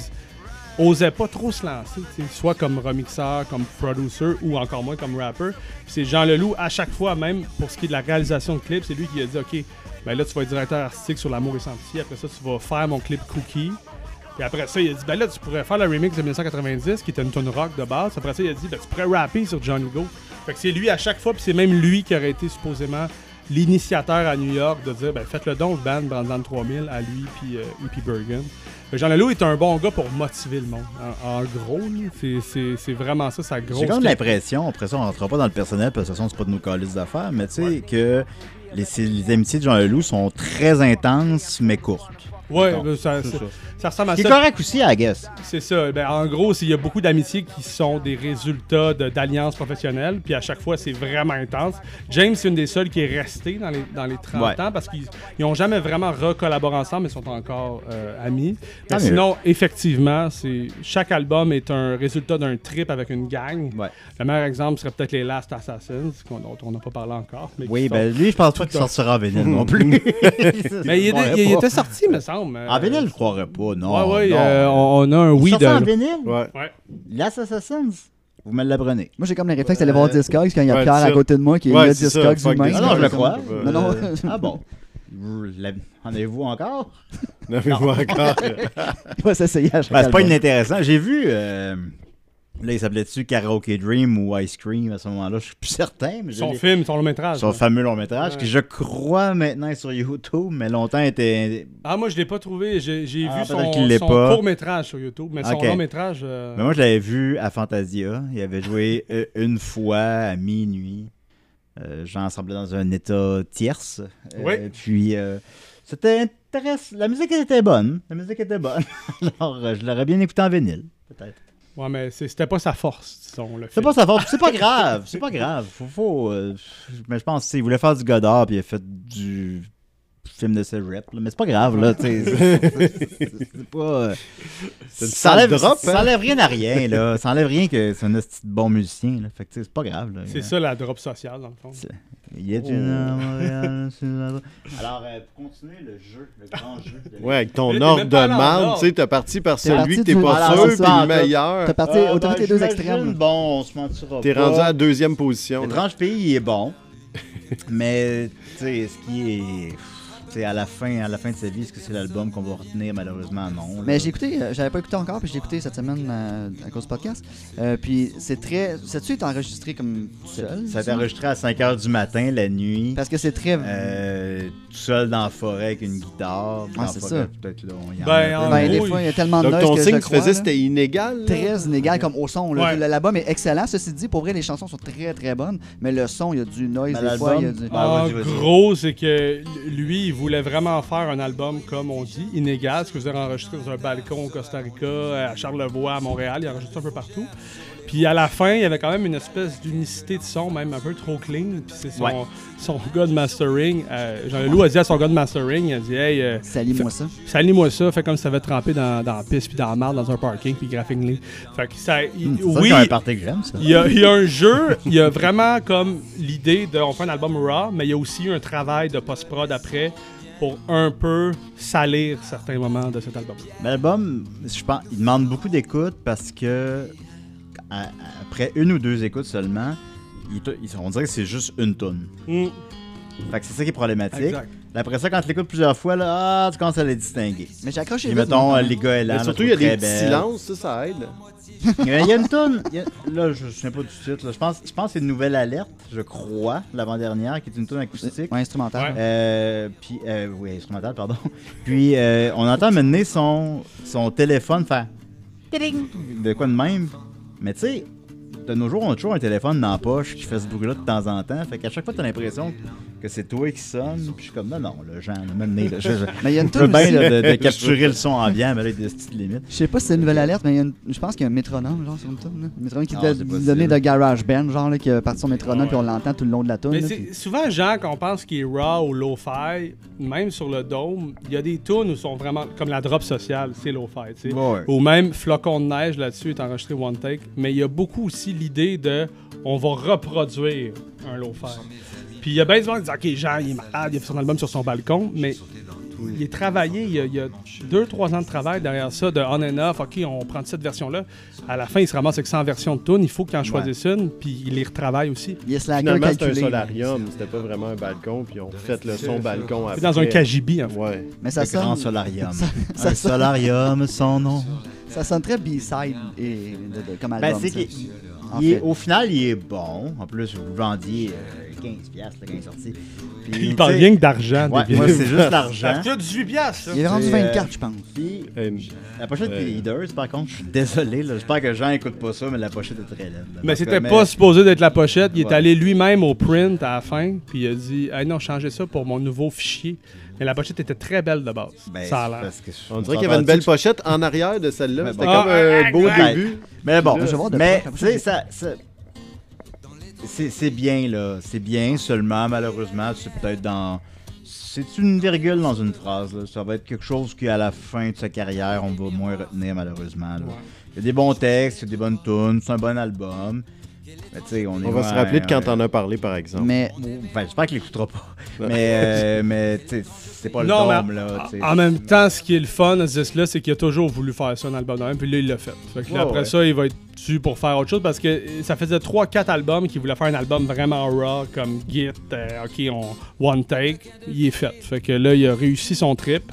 osait pas trop se lancer, tu sais, soit comme remixeur, comme producer ou encore moins comme rapper. Puis c'est Jean Leloup, à chaque fois, même pour ce qui est de la réalisation de clips, c'est lui qui a dit Ok, ben là, tu vas être directeur artistique sur L'amour et sans pitié. Après ça, tu vas faire mon clip Cookie. Puis après ça, il a dit Ben là, tu pourrais faire le remix de 1990, qui était une tune rock de base. Après ça, il a dit Ben tu pourrais rapper sur Johnny Go. Fait que c'est lui à chaque fois, puis c'est même lui qui aurait été supposément l'initiateur à New York de dire ben faites le don le band Brandon 3000 à lui puis euh, E.P. Bergen. Fait que Jean Leloup est un bon gars pour motiver le monde. En, en gros, là, c'est- c'est c'est vraiment ça sa grosse.
J'ai comme l'impression, après ça, on rentrera pas dans le personnel parce que de toute façon, c'est pas de nos calices d'affaires, mais tu sais, que les, c'est- les amitiés de Jean Leloup sont très intenses mais courtes.
Ouais,
mettons.
ben, ça, ça-
ça.
ça ressemble à
C'est
ça.
correct aussi, I guess.
C'est ça. Ben, en gros, c'est- il y a beaucoup d'amitiés qui sont des résultats de- d'alliances professionnelles, puis à chaque fois, c'est vraiment intense. James, c'est une des seules qui est restée dans les, dans les 30
Ouais.
ans parce qu'ils n'ont jamais vraiment recollaboré ensemble, mais sont encore euh, amis. Mais
Tant mieux.
sinon, effectivement, c'est chaque album est un résultat d'un trip avec une gang.
Ouais.
Le meilleur exemple serait peut-être les Last Assassins, qu'on- dont on n'a pas parlé encore. mais qui
Oui,
sont-
ben lui, je pense pas qu'il sortira en vinyle non plus.
Mais il, était- il était sorti, me semble.
En vinyle, je
Euh,
le croirais pas, non.
Ouais, ouais,
non.
euh, on, on a un
Il
oui
sortait
de.
en vinyle?
Ouais.
Last Assassins? Vous me l'apprenez.
Moi, j'ai comme le réflexe d'aller voir Discogs quand il y a
Ouais,
Pierre à
c'est-
côté de moi qui est
Ouais,
le
c'est ça,
Discogs
fuck
lui-même.
Ah
Discogs.
non, je le crois.
Non, non.
Euh, ah bon. La- En avez-vous encore?
Non, mais moi encore.
Il va s'essayer à chaque
Ben, c'est pas
album.
inintéressant. J'ai vu. euh, là, il s'appelait-tu Karaoke Dream ou Ice Cream à ce moment-là Je suis plus certain. Mais je
Son
l'ai-
film, son long métrage.
Son fameux long métrage, qui je crois maintenant est sur YouTube, mais longtemps était.
Ah, moi, je l'ai pas trouvé. J'ai j'ai
Ah,
vu
peut-être
son,
qu'il l'est
son
pas.
court-métrage sur YouTube, mais son
Ok.
long-métrage... euh,
Mais moi, je l'avais vu à Fantasia. Il avait joué euh, une fois à minuit. Euh, J'en semblais dans un état tierce. Euh,
Oui.
Puis, euh, c'était intéressant. La musique était bonne. La musique était bonne. Alors, euh, je l'aurais bien écouté en vinyle, peut-être.
Ouais, mais c'est- c'était pas sa force, disons, le
C'est
film.
pas sa faute, c'est pas grave, c'est pas grave. Faut, faut, euh, mais je pense, tu sais, il voulait faire du Godard, puis il a fait du film de Cégep, là. mais c'est pas grave, là, tu sais. C'est- c'est- C'est pas... euh,
C'est une
Ça enlève,
sale drop,
ça
hein?
enlève rien à rien, là. Ça enlève rien que c'est un esti de bon musicien, là. Fait que, tu sais, c'est Oh. pas grave, là.
C'est ça la drop sociale, dans le fond.
Il est une heure à Montréal, c'est là-bas. Alors, euh, pour continuer le jeu, le grand jeu. de-
Ouais, avec ton
Mais t'es
ordre
même
de
pas allé en
marde,
ordre.
tu sais, t'es parti par
T'es
celui
parti
que
du-
t'es pas
voilà,
sûr,
c'est
puis
ça,
le
là.
meilleur.
T'as parti,
Ah,
autant
ben,
tes deux
j'imagine,
extrêmes.
Bon, on se mentira
T'es
pas.
rendu à la deuxième position. là.
Étrange pays, il est bon. Mais, tu sais, ce qui est. Tu sais, à la fin, à la fin de sa vie, est-ce que c'est l'album qu'on va retenir Malheureusement, non. là.
Mais j'ai écouté, euh, j'avais pas écouté encore, puis j'ai écouté cette semaine euh, à cause du podcast. Euh, puis c'est très. Sais-tu est enregistré comme tout seul?
Ça a été enregistré à 5 h du matin, la nuit.
Parce que c'est très.
euh, tout seul dans la forêt avec une guitare. Dans la
Ah, c'est
forêt,
ça.
Peut-être là, on y en
Ben,
a un peu,
en
mais-
ben, des
gros,
fois, il y a
il-
tellement de
Donc,
noise
ton
que
signe
je
que tu
crois,
faisais,
là,
c'était inégal. là?
Très inégal comme au son. là.
Ouais.
Le- L'album est excellent. Ceci dit, pour vrai, les chansons sont très très bonnes, mais le son, il y a du noise
Ben,
des fois. Il y a
l'album-
du...
Ben,
en
vas-y, vas-y.
gros, c'est que lui, il voulait vraiment faire un album, comme on dit, inégal, ce que vous avez enregistré dans un balcon au Costa Rica, euh, à Charlevoix, à Montréal, il a enregistré un peu partout. Puis à la fin, il y avait quand même une espèce d'unicité de son, même un peu trop clean. Puis c'est son,
Ouais.
son gars de mastering. euh, Jean-Leloup a dit à son gars de mastering, il a dit Hey, euh,
Salis-moi ça.
Salis-moi ça, fait comme si t'avais trempé dans, dans la piste, puis dans la marde, dans un parking, puis graphing Fait que ça. il-
Hmm, C'est ça,
oui,
c'est un party que j'aime, ça.
il y, a, il y a un jeu, il y a vraiment comme l'idée de on fait un album raw, mais il y a aussi eu un travail de post-prod après pour un peu salir certains moments de cet album.
Mais L'album, je pense, il demande beaucoup d'écoute parce que à- après une ou deux écoutes seulement, il te- il- on dirait que c'est juste une tonne. Fait que c'est ça qui est problématique.
Exact.
Après ça, quand tu l'écoutes plusieurs fois, là, ah, tu commences à les distinguer.
Mais j'ai accroché.
Puis
vite,
mettons,
moi,
euh, les gars
Mais
Elan,
surtout, il y a des petits
silences.
silences, ça, ça aide.
Il y a- il y a une tonne. il y a- Là, je ne sais pas du titre. là. Je pense, je pense que c'est une nouvelle alerte, je crois, l'avant-dernière, qui est une tonne acoustique.
Ouais, instrumental.
Euh, puis, euh, oui, instrumental, pardon. Puis, euh, on entend mener son, son téléphone faire Tiding de quoi de même. Mais tu sais, de nos jours, on a toujours un téléphone dans la poche qui fait ce bruit-là de temps en temps. Fait qu'à chaque fois, t'as l'impression que c'est toi qui sonne. Puis je suis comme, non, non, là, Jean, là, mener, là, je, je-
Mais il y a une
je veux
tune
bien
aussi-
là, de, de capturer le son ambiant, mais là, il y a des petites limites.
Je sais pas si c'est une nouvelle alerte, mais il y a une- je pense qu'il y a un métronome, genre, sur une tune. là. Un métronome qui
Ah,
devait
c'est
donner
possible.
donné de garage band, genre, là, qui a parti son métronome,
Ouais.
puis on l'entend tout le long de la tune.
Mais
là,
c'est-
puis-
souvent, gens, quand on pense qu'il est raw ou low-fi, même sur le dôme, il y a des tunes où sont vraiment comme la drop sociale, c'est low-fi, tu sais.
Ouais.
Ou même Flocon de neige là-dessus est enregistré one take, mais il y a beaucoup aussi l'idée de on va reproduire un low-fi. Puis il y a bien des gens qui disent OK, Jean, il est malade, il a fait son album sur son balcon, mais il est travaillé, il y a, il y a deux, trois ans de travail derrière ça, de on and off, OK, on prend cette version-là. À la fin, il se ramasse avec 100 versions de tunes, il faut qu'il en choisisse une, puis il les retravaille aussi.
Il est slacker
Finalement, c'était un
calculé.
solarium, c'était pas vraiment un balcon, puis on fait le son balcon après.
C'est dans un hein. cagibi, en fait.
Ouais.
Mais ça
Le grand
sonne,
solarium.
ça
un
sonne-
solarium, son nom.
ça sonne très B-side et de- de- comme
Ben,
album.
c'est
tu sais.
qu'il-
En
il est-
fait.
au final, il est bon. En plus, vous le vendiez euh, 15$ piastres, là, quand il est sorti. Puis,
Il parle
tu sais,
rien que d'argent.
Ouais,
débile.
moi, c'est juste l'argent.
Ça coûte 18 piastres, ça.
Il est rendu
C'est, euh,
24, je pense.
Puis,
Euh,
la pochette
Ouais.
des Leaders, par contre, je suis désolé. là, J'espère que Jean écoute pas ça, mais la pochette est très laide. là.
Mais
Parce que-
c'était pas supposé d'être la pochette. Il est
Ouais.
allé lui-même au print à la fin, puis il a dit Hey non, changez ça pour mon nouveau fichier. Mais la pochette était très belle de base.
Ben,
ça a
c'est
l'air.
parce que je-
On dirait qu'il y avait une belle pochette en arrière de
Mais
celle-là. C'était
bon.
comme un beau
Ah, ouais.
début.
Mais bon,
Je vais voir de
mais
proche, la
tu
pochette
sais,
est-
ça. ça- C'est c'est bien, là. C'est bien, seulement, malheureusement, c'est peut-être dans. C'est une virgule dans une phrase. là. Ça va être quelque chose qui, à la fin de sa carrière, on va moins retenir, malheureusement. là. Il y a des bons textes, il y a des bonnes tunes, c'est un bon album. Mais tu sais, on est
On va se
loin,
rappeler de
hein,
quand t'en as parlé, par exemple.
Mais
Enfin, j'espère qu'il l'écoutera pas. Mais, euh, mais tu sais, c'est pas le
Non, mais
dôme, là. tu sais.
En même temps, ce qui est le fun à ce là c'est qu'il a toujours voulu faire ça, un album de même, puis là, il l'a fait. Fait que là,
Ouais,
après
ouais.
ça, il va être dessus pour faire autre chose parce que euh, ça faisait 3-4 albums qu'il voulait faire un album vraiment raw, comme Git, euh, OK, on one take. Il est fait. Fait que là, il a réussi son trip.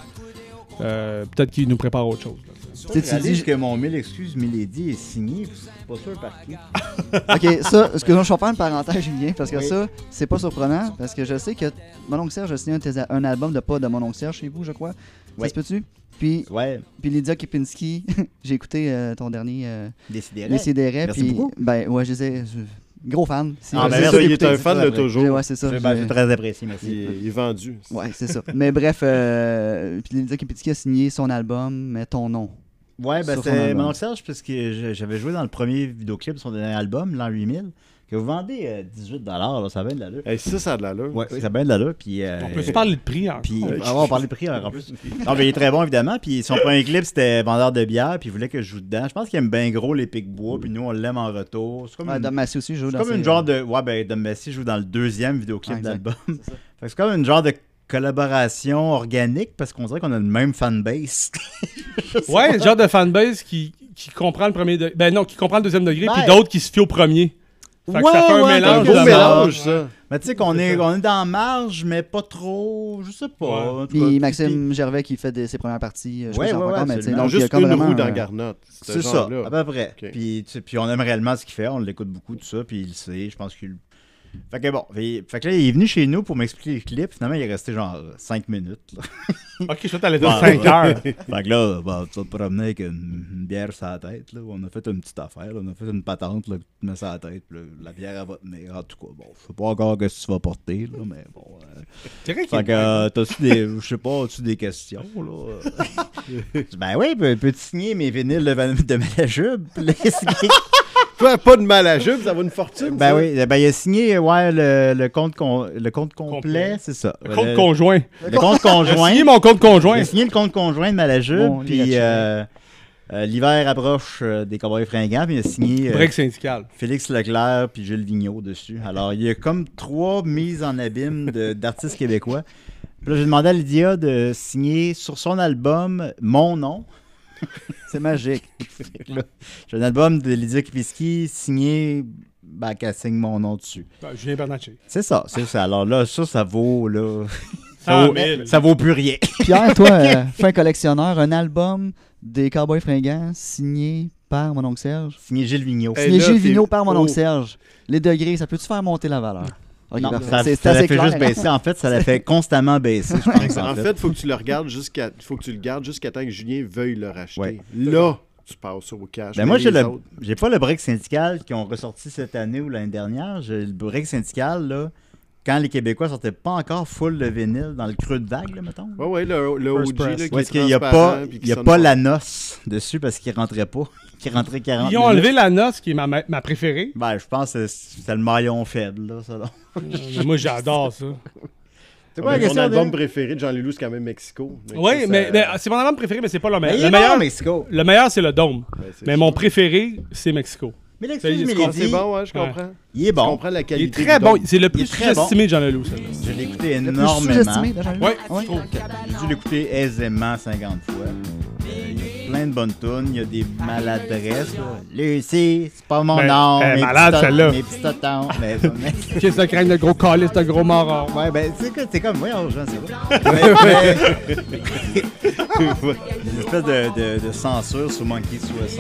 Euh, Peut-être qu'il nous prépare autre chose. là.
Tu
tu
sais, tu
dis.
dis que mon mille excuses, Milady est signé, puis c'est pas sûr par qui.
Ok, ça, excuse-moi, je vais faire une parenthèse, Julien, parce que
Oui.
ça, c'est pas surprenant, parce que je sais que Mon Oncle Serge a signé un, de tes- un album de pas de Mon Oncle Serge chez vous, je crois. Ça
Oui.
se peut-tu? Puis,
Ouais,
puis Lydia Kipinski, j'ai écouté euh, ton dernier. euh,
décidé.
Les CDR,
Merci
puis
beaucoup.
ben ouais, je sais, je- gros fan. Si-
Ah,
j'ai
ben,
ça
merci,
il est
écouté,
un
c'est
fan
ça,
de
après.
toujours.
Ouais, c'est ça.
C'est
je-
très apprécié,
Il
merci.
est, il est vendu.
Ouais, c'est ça. Mais bref, euh, puis Linda Kipinski a signé son album, mais ton nom.
Ouais, ben
Sur son
c'est
album.
mon oncle Serge, parce que je- j'avais joué dans le premier vidéoclip de son dernier album, l'an 8000, que vous vendez euh, 18 là, ça a bien de l'allure.
Hey, ça, ça a de l'allure.
Ouais, ça a bien de l'allure. Puis, euh,
On peut se parler de prix hein. encore.
Puis, ah ouais, on parlait de prix en plus. Non, mais il est très bon, évidemment. Puis, son premier clip, c'était vendeur de bière. Puis, il voulait que je joue dedans. Je pense qu'il aime bien gros les pics bois. Puis, nous, on l'aime en retour. C'est comme,
Ouais,
une,
Ah, Dom Massy aussi joue
c'est
dans
comme
ses-
une genre de. Ouais, ben, Dom Messi joue dans le deuxième vidéoclip
Ouais,
de
exact.
l'album. Fait que c'est comme une genre de collaboration organique parce qu'on dirait qu'on a le même fanbase.
Ouais, le genre de fanbase qui, qui comprend le premier degré. Ben non, qui comprend le deuxième degré,
Ben-
puis d'autres qui se fient au premier. Fait que ça fait un
ouais,
mélange. de
t'as un beau
marge.
mélange,
ça.
mais tu sais qu'on est, on est dans la marge, mais pas trop. Je sais pas. En tout cas,
euh, Puis Maxime Gervais qui fait des- ses premières parties. euh, Je
Ouais,
sais pas
ouais,
encore,
ouais,
mais tu sais,
absolument.
donc, il y a
juste
comme
une
vraiment,
roue
euh,
dans Garnotte.
C'est ça, à peu près.
Ok.
Puis, tu sais, puis on aime réellement ce qu'il fait, on l'écoute beaucoup, tout ça, puis il le sait, je pense qu'il... Fait que bon, fait, fait que là, il est venu chez nous pour m'expliquer le clip, finalement, il est resté genre 5 minutes. là.
Ok, je t'allais
Ouais,
dire 5
ouais.
heures.
fait que là, bah, tu vas te promener avec une, une bière sur la tête, là, on a fait une petite affaire, là, on a fait une patente, là, que tu te mets sur la tête, puis là, la bière, elle va tenir, en tout cas, bon, je sais pas encore ce que tu vas porter, là, mais bon... euh,
C'est vrai qu'il
fait que euh, t'as-tu des, je sais pas, as-tu des questions, là? Je dis, ben oui, peux- peux-tu signer mes vinyles de, Van- de Malajube? Puis là, il a signé-
Toi, pas de mal à jupe, ça vaut une fortune.
ben
ça.
oui, ben il a signé, ouais, le, le compte, con- le compte complet,
Complet.
c'est ça.
Le compte conjoint.
le compte conjoint.
Signé mon compte
Il
conjoint.
a signé le compte conjoint de Malajube,
Bon,
puis
l'irrationnel.
euh, euh, l'hiver approche euh, des Cowboys fringants, puis il a signé... euh,
Break syndical.
Félix Leclerc puis Gilles Vigneault dessus. Alors, il y a comme trois mises en abîme de- d'artistes québécois. Puis là, j'ai demandé à Lydia de signer sur son album mon nom.
C'est magique.
Fait que là, J'ai un album de Lydia Kipiski signé, ben, qu'elle signe mon nom dessus.
Ben, Julien Bernatchez.
C'est ça, c'est ça. Alors là, ça, ça vaut, là, ça,
Ah,
vaut,
mais-
ça vaut plus rien.
Pierre, toi, euh, fin collectionneur, un album des Cowboys fringants signé par mon oncle Serge.
Signé Gilles Vigneault.
Hey,
Signé
là,
Gilles
t'es
Vigneault par mon
pauvre.
oncle Serge. Les degrés, ça peut-tu faire monter la valeur? Ok,
Non,
parfait.
ça,
C'est-
ça
c'est
la
assez
fait
clair.
juste baisser. En fait, ça la fait constamment baisser, je pense, en
En
fait.
fait, faut que tu le regardes jusqu'à faut que tu le gardes jusqu'à temps que Julien veuille le racheter.
Ouais.
Là, tu passes au cash.
Ben
Mais
moi, j'ai
les
le,
autres,
j'ai pas le break syndical qui ont ressorti cette année ou l'année dernière. J'ai le break syndical, là, quand les Québécois sortaient pas encore full de vinyle dans le creux de vague, là, mettons.
Ouais, ouais, le, le
First
OG,
press.
là, qui
Ouais,
est
parce qu'il n'y a
transparent,
pas,
puis qui
il y a
sonne
pas
fort.
la noce dessus parce qu'il rentrait pas. qu'il rentrait 40
Ils ont enlevé la noce, qui est ma, ma ma préférée.
Ben, je pense que c'est c'est le maillon faible, là, ça. là.
Euh, moi, j'adore ça.
C'est
quoi la
Mon
question,
album
Dave?
préféré de Jean-Leloup, c'est quand même Mexico. Donc,
Oui,
ça,
mais
ça-
ben, c'est mon album préféré, mais c'est pas le meilleur.
il
Le
est bon,
meilleur,
Mexico.
le meilleur, c'est le Dôme.
ben, c'est
Mais
ça.
mon préféré, c'est Mexico.
Mais
Ça, il
l'excuse
est
Ah,
Mélodie,
C'est bon, ouais, je comprends.
il est
Je
bon.
comprends la
Il
qualité.
est très
du
bon.
don.
C'est le
Il
plus
est très bon.
sous-estimé de Jean Leloup, ça.
Je l'ai écouté
Plus
énormément.
sous-estimé, déjà.
Ouais,
Ouais.
J'ai dû l'écouter aisément 50 fois. Euh, Il y a plein de bonnes tunes, il y a des maladresses. là. Lucie, c'est pas mon
Ben,
nom.
elle est
mes
malade,
petits tot-
celle-là.
Mes petits tontons, mais- mais-
Qu'est-ce que ça craint de gros calice, de gros mort
Ouais, ben, tu sais quoi, t'es comme, voyons, Jean, c'est vrai. Mais- mais- Une espèce de, de- de censure sur Monkey Suicide.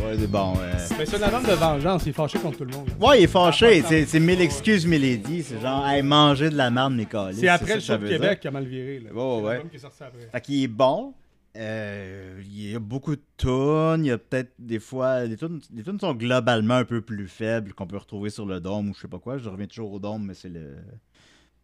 Ouais, c'est bon. euh,
Mais c'est un album de vengeance, il est fâché contre tout le monde.
Ouais, il est fâché. C'est c'est mille excuses, Milady. C'est genre, hey, manger de la merde, mes calices.
C'est après
ça
le
que ça
show de
veut dire.
Québec qui a mal viré. là.
Ouais,
C'est
ouais.
l'album qui est sorti après.
Fait qu'il est bon. Euh, il y a beaucoup de tunes. Il y a peut-être des fois. Les tunes, les tunes sont globalement un peu plus faibles qu'on peut retrouver sur le Dôme ou je sais pas quoi. Je reviens toujours au Dôme, mais c'est le.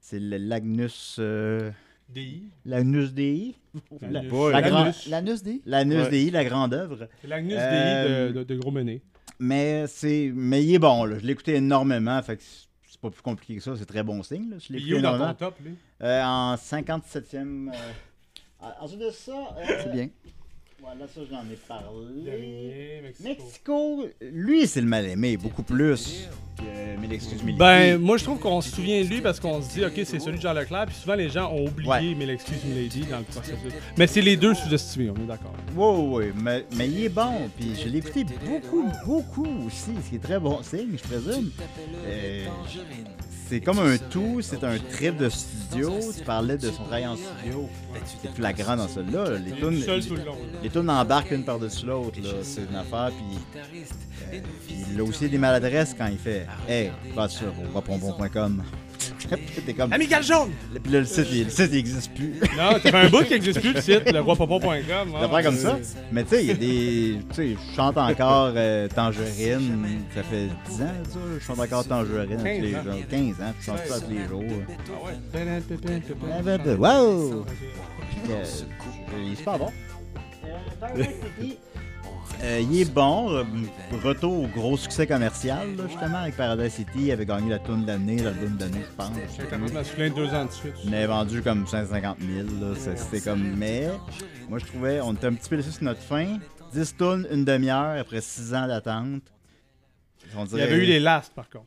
C'est le Lagnus. euh,
DI.
Lagnus DI La-
Boy.
la grand-
Lagnus.
L'anus des.
Lagnus
Ouais.
DI, la grande œuvre.
C'est l'Agnus
Euh,
DI de- de- de Gros Mené.
Mais c'est. Mais il est bon, là. Je l'ai écouté énormément. Fait que c'est- c'est pas plus compliqué que ça. C'est très bon signe, là. Je l'ai
Il
écouté
est où dans ton
énormément.
top, lui
Euh, en 57e. euh, en- Ensuite de ça. euh,
C'est bien.
Voilà, ça, j'en ai parlé.
Dernier, Mexico.
Mexico, lui, c'est le mal-aimé, beaucoup plus. que mille excuses, mille
Ben,
excuses.
moi, je trouve qu'on se souvient de lui parce qu'on se dit, OK, c'est celui de Jean Leclerc. Puis souvent, les gens ont oublié
Ouais.
Mille Excuses, Mille Lady dans le processus. Mais c'est les deux sous-estimés, on est d'accord.
Wow, ouais, mais, mais il est bon, puis je l'ai écouté beaucoup, beaucoup aussi, ce qui est très bon signe, je présume. Euh, c'est comme un tout, c'est un trip de studio. Tu parlais de son travail en studio. C'est flagrant dans celui-là. Les
Tout seul tout
tunes,
le long. là.
les tunes embarquent une par-dessus l'autre, là. C'est une affaire, puis. euh, puis il a aussi des maladresses quand il fait Hey, va sur bonbon.com. T'es comme.
Amical jaune!
Là, Puis là, le site, il, le site, il existe plus.
Non, t'as fait un bout qui n'existe plus, le site, le roipapa.com.
Des affaires comme ça. Mais tu sais, il y a des. Tu sais, je chante encore euh, Tangerine. Ça fait 10 ans, ça. Je chante encore Tangerine.
15
les
ans.
jours. 15 ans. puis Je chante ça tous les jours.
Ah ouais.
euh, Wow! Euh, Il est super bon. Euh, il est bon. euh, retour au gros succès commercial, là, justement, avec Paradise City. Il avait gagné la tourne de l'année, l'album de l'année, je pense.
Internet masculin deux ans de suite.
On avait vendu comme 150 000, là, ça, c'était comme... Mais moi, je trouvais, on était un petit peu laissé sur notre fin. 10 tournes, une demi-heure, après 6 ans d'attente.
Il
On
y
dirait-
avait eu les last, par contre.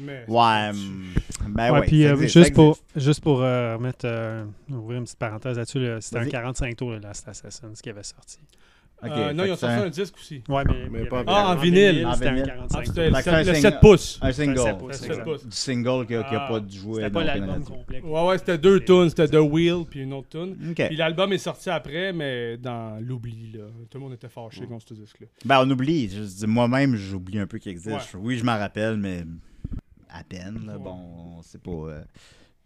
Mais...
Ouais, hum, ben
Ouais,
ouais.
puis
ça
euh,
existe, ça
juste, pour,
existe.
juste pour euh, remettre, euh, ouvrir une petite parenthèse là-dessus, là, c'était un
Vas-y.
45 tours, le Last Assassin, ce qui avait sorti.
Ok,
Euh, non,
fait
ils ont
que c'est
sorti
un-
un disque aussi.
Ouais, mais,
Mais
il y
pas
avait-
en vinyle.
En
C'était un
vinyle.
Ah,
45 tours.
c'était le
Fait que c'est un
7, le
single.
7 pouces.
un single.
Ouais,
Un
c'est
single,
ça.
Du single qui a, qui a
Ah,
pas de jouet.
C'était pas
non
l'album
canadien.
complet.
Ouais, ouais, c'était deux tunes. C'était The Wheel puis une autre tune.
Ok.
Puis l'album est sorti après, mais dans l'oubli, là. Tout le monde était fâché contre ce disque-là.
Ben, on oublie. Je dis, Moi-même, j'oublie un peu qu'il existe.
Ouais.
Je- Oui, je m'en rappelle, mais à peine. là.
Ouais.
Bon, c'est pas. euh,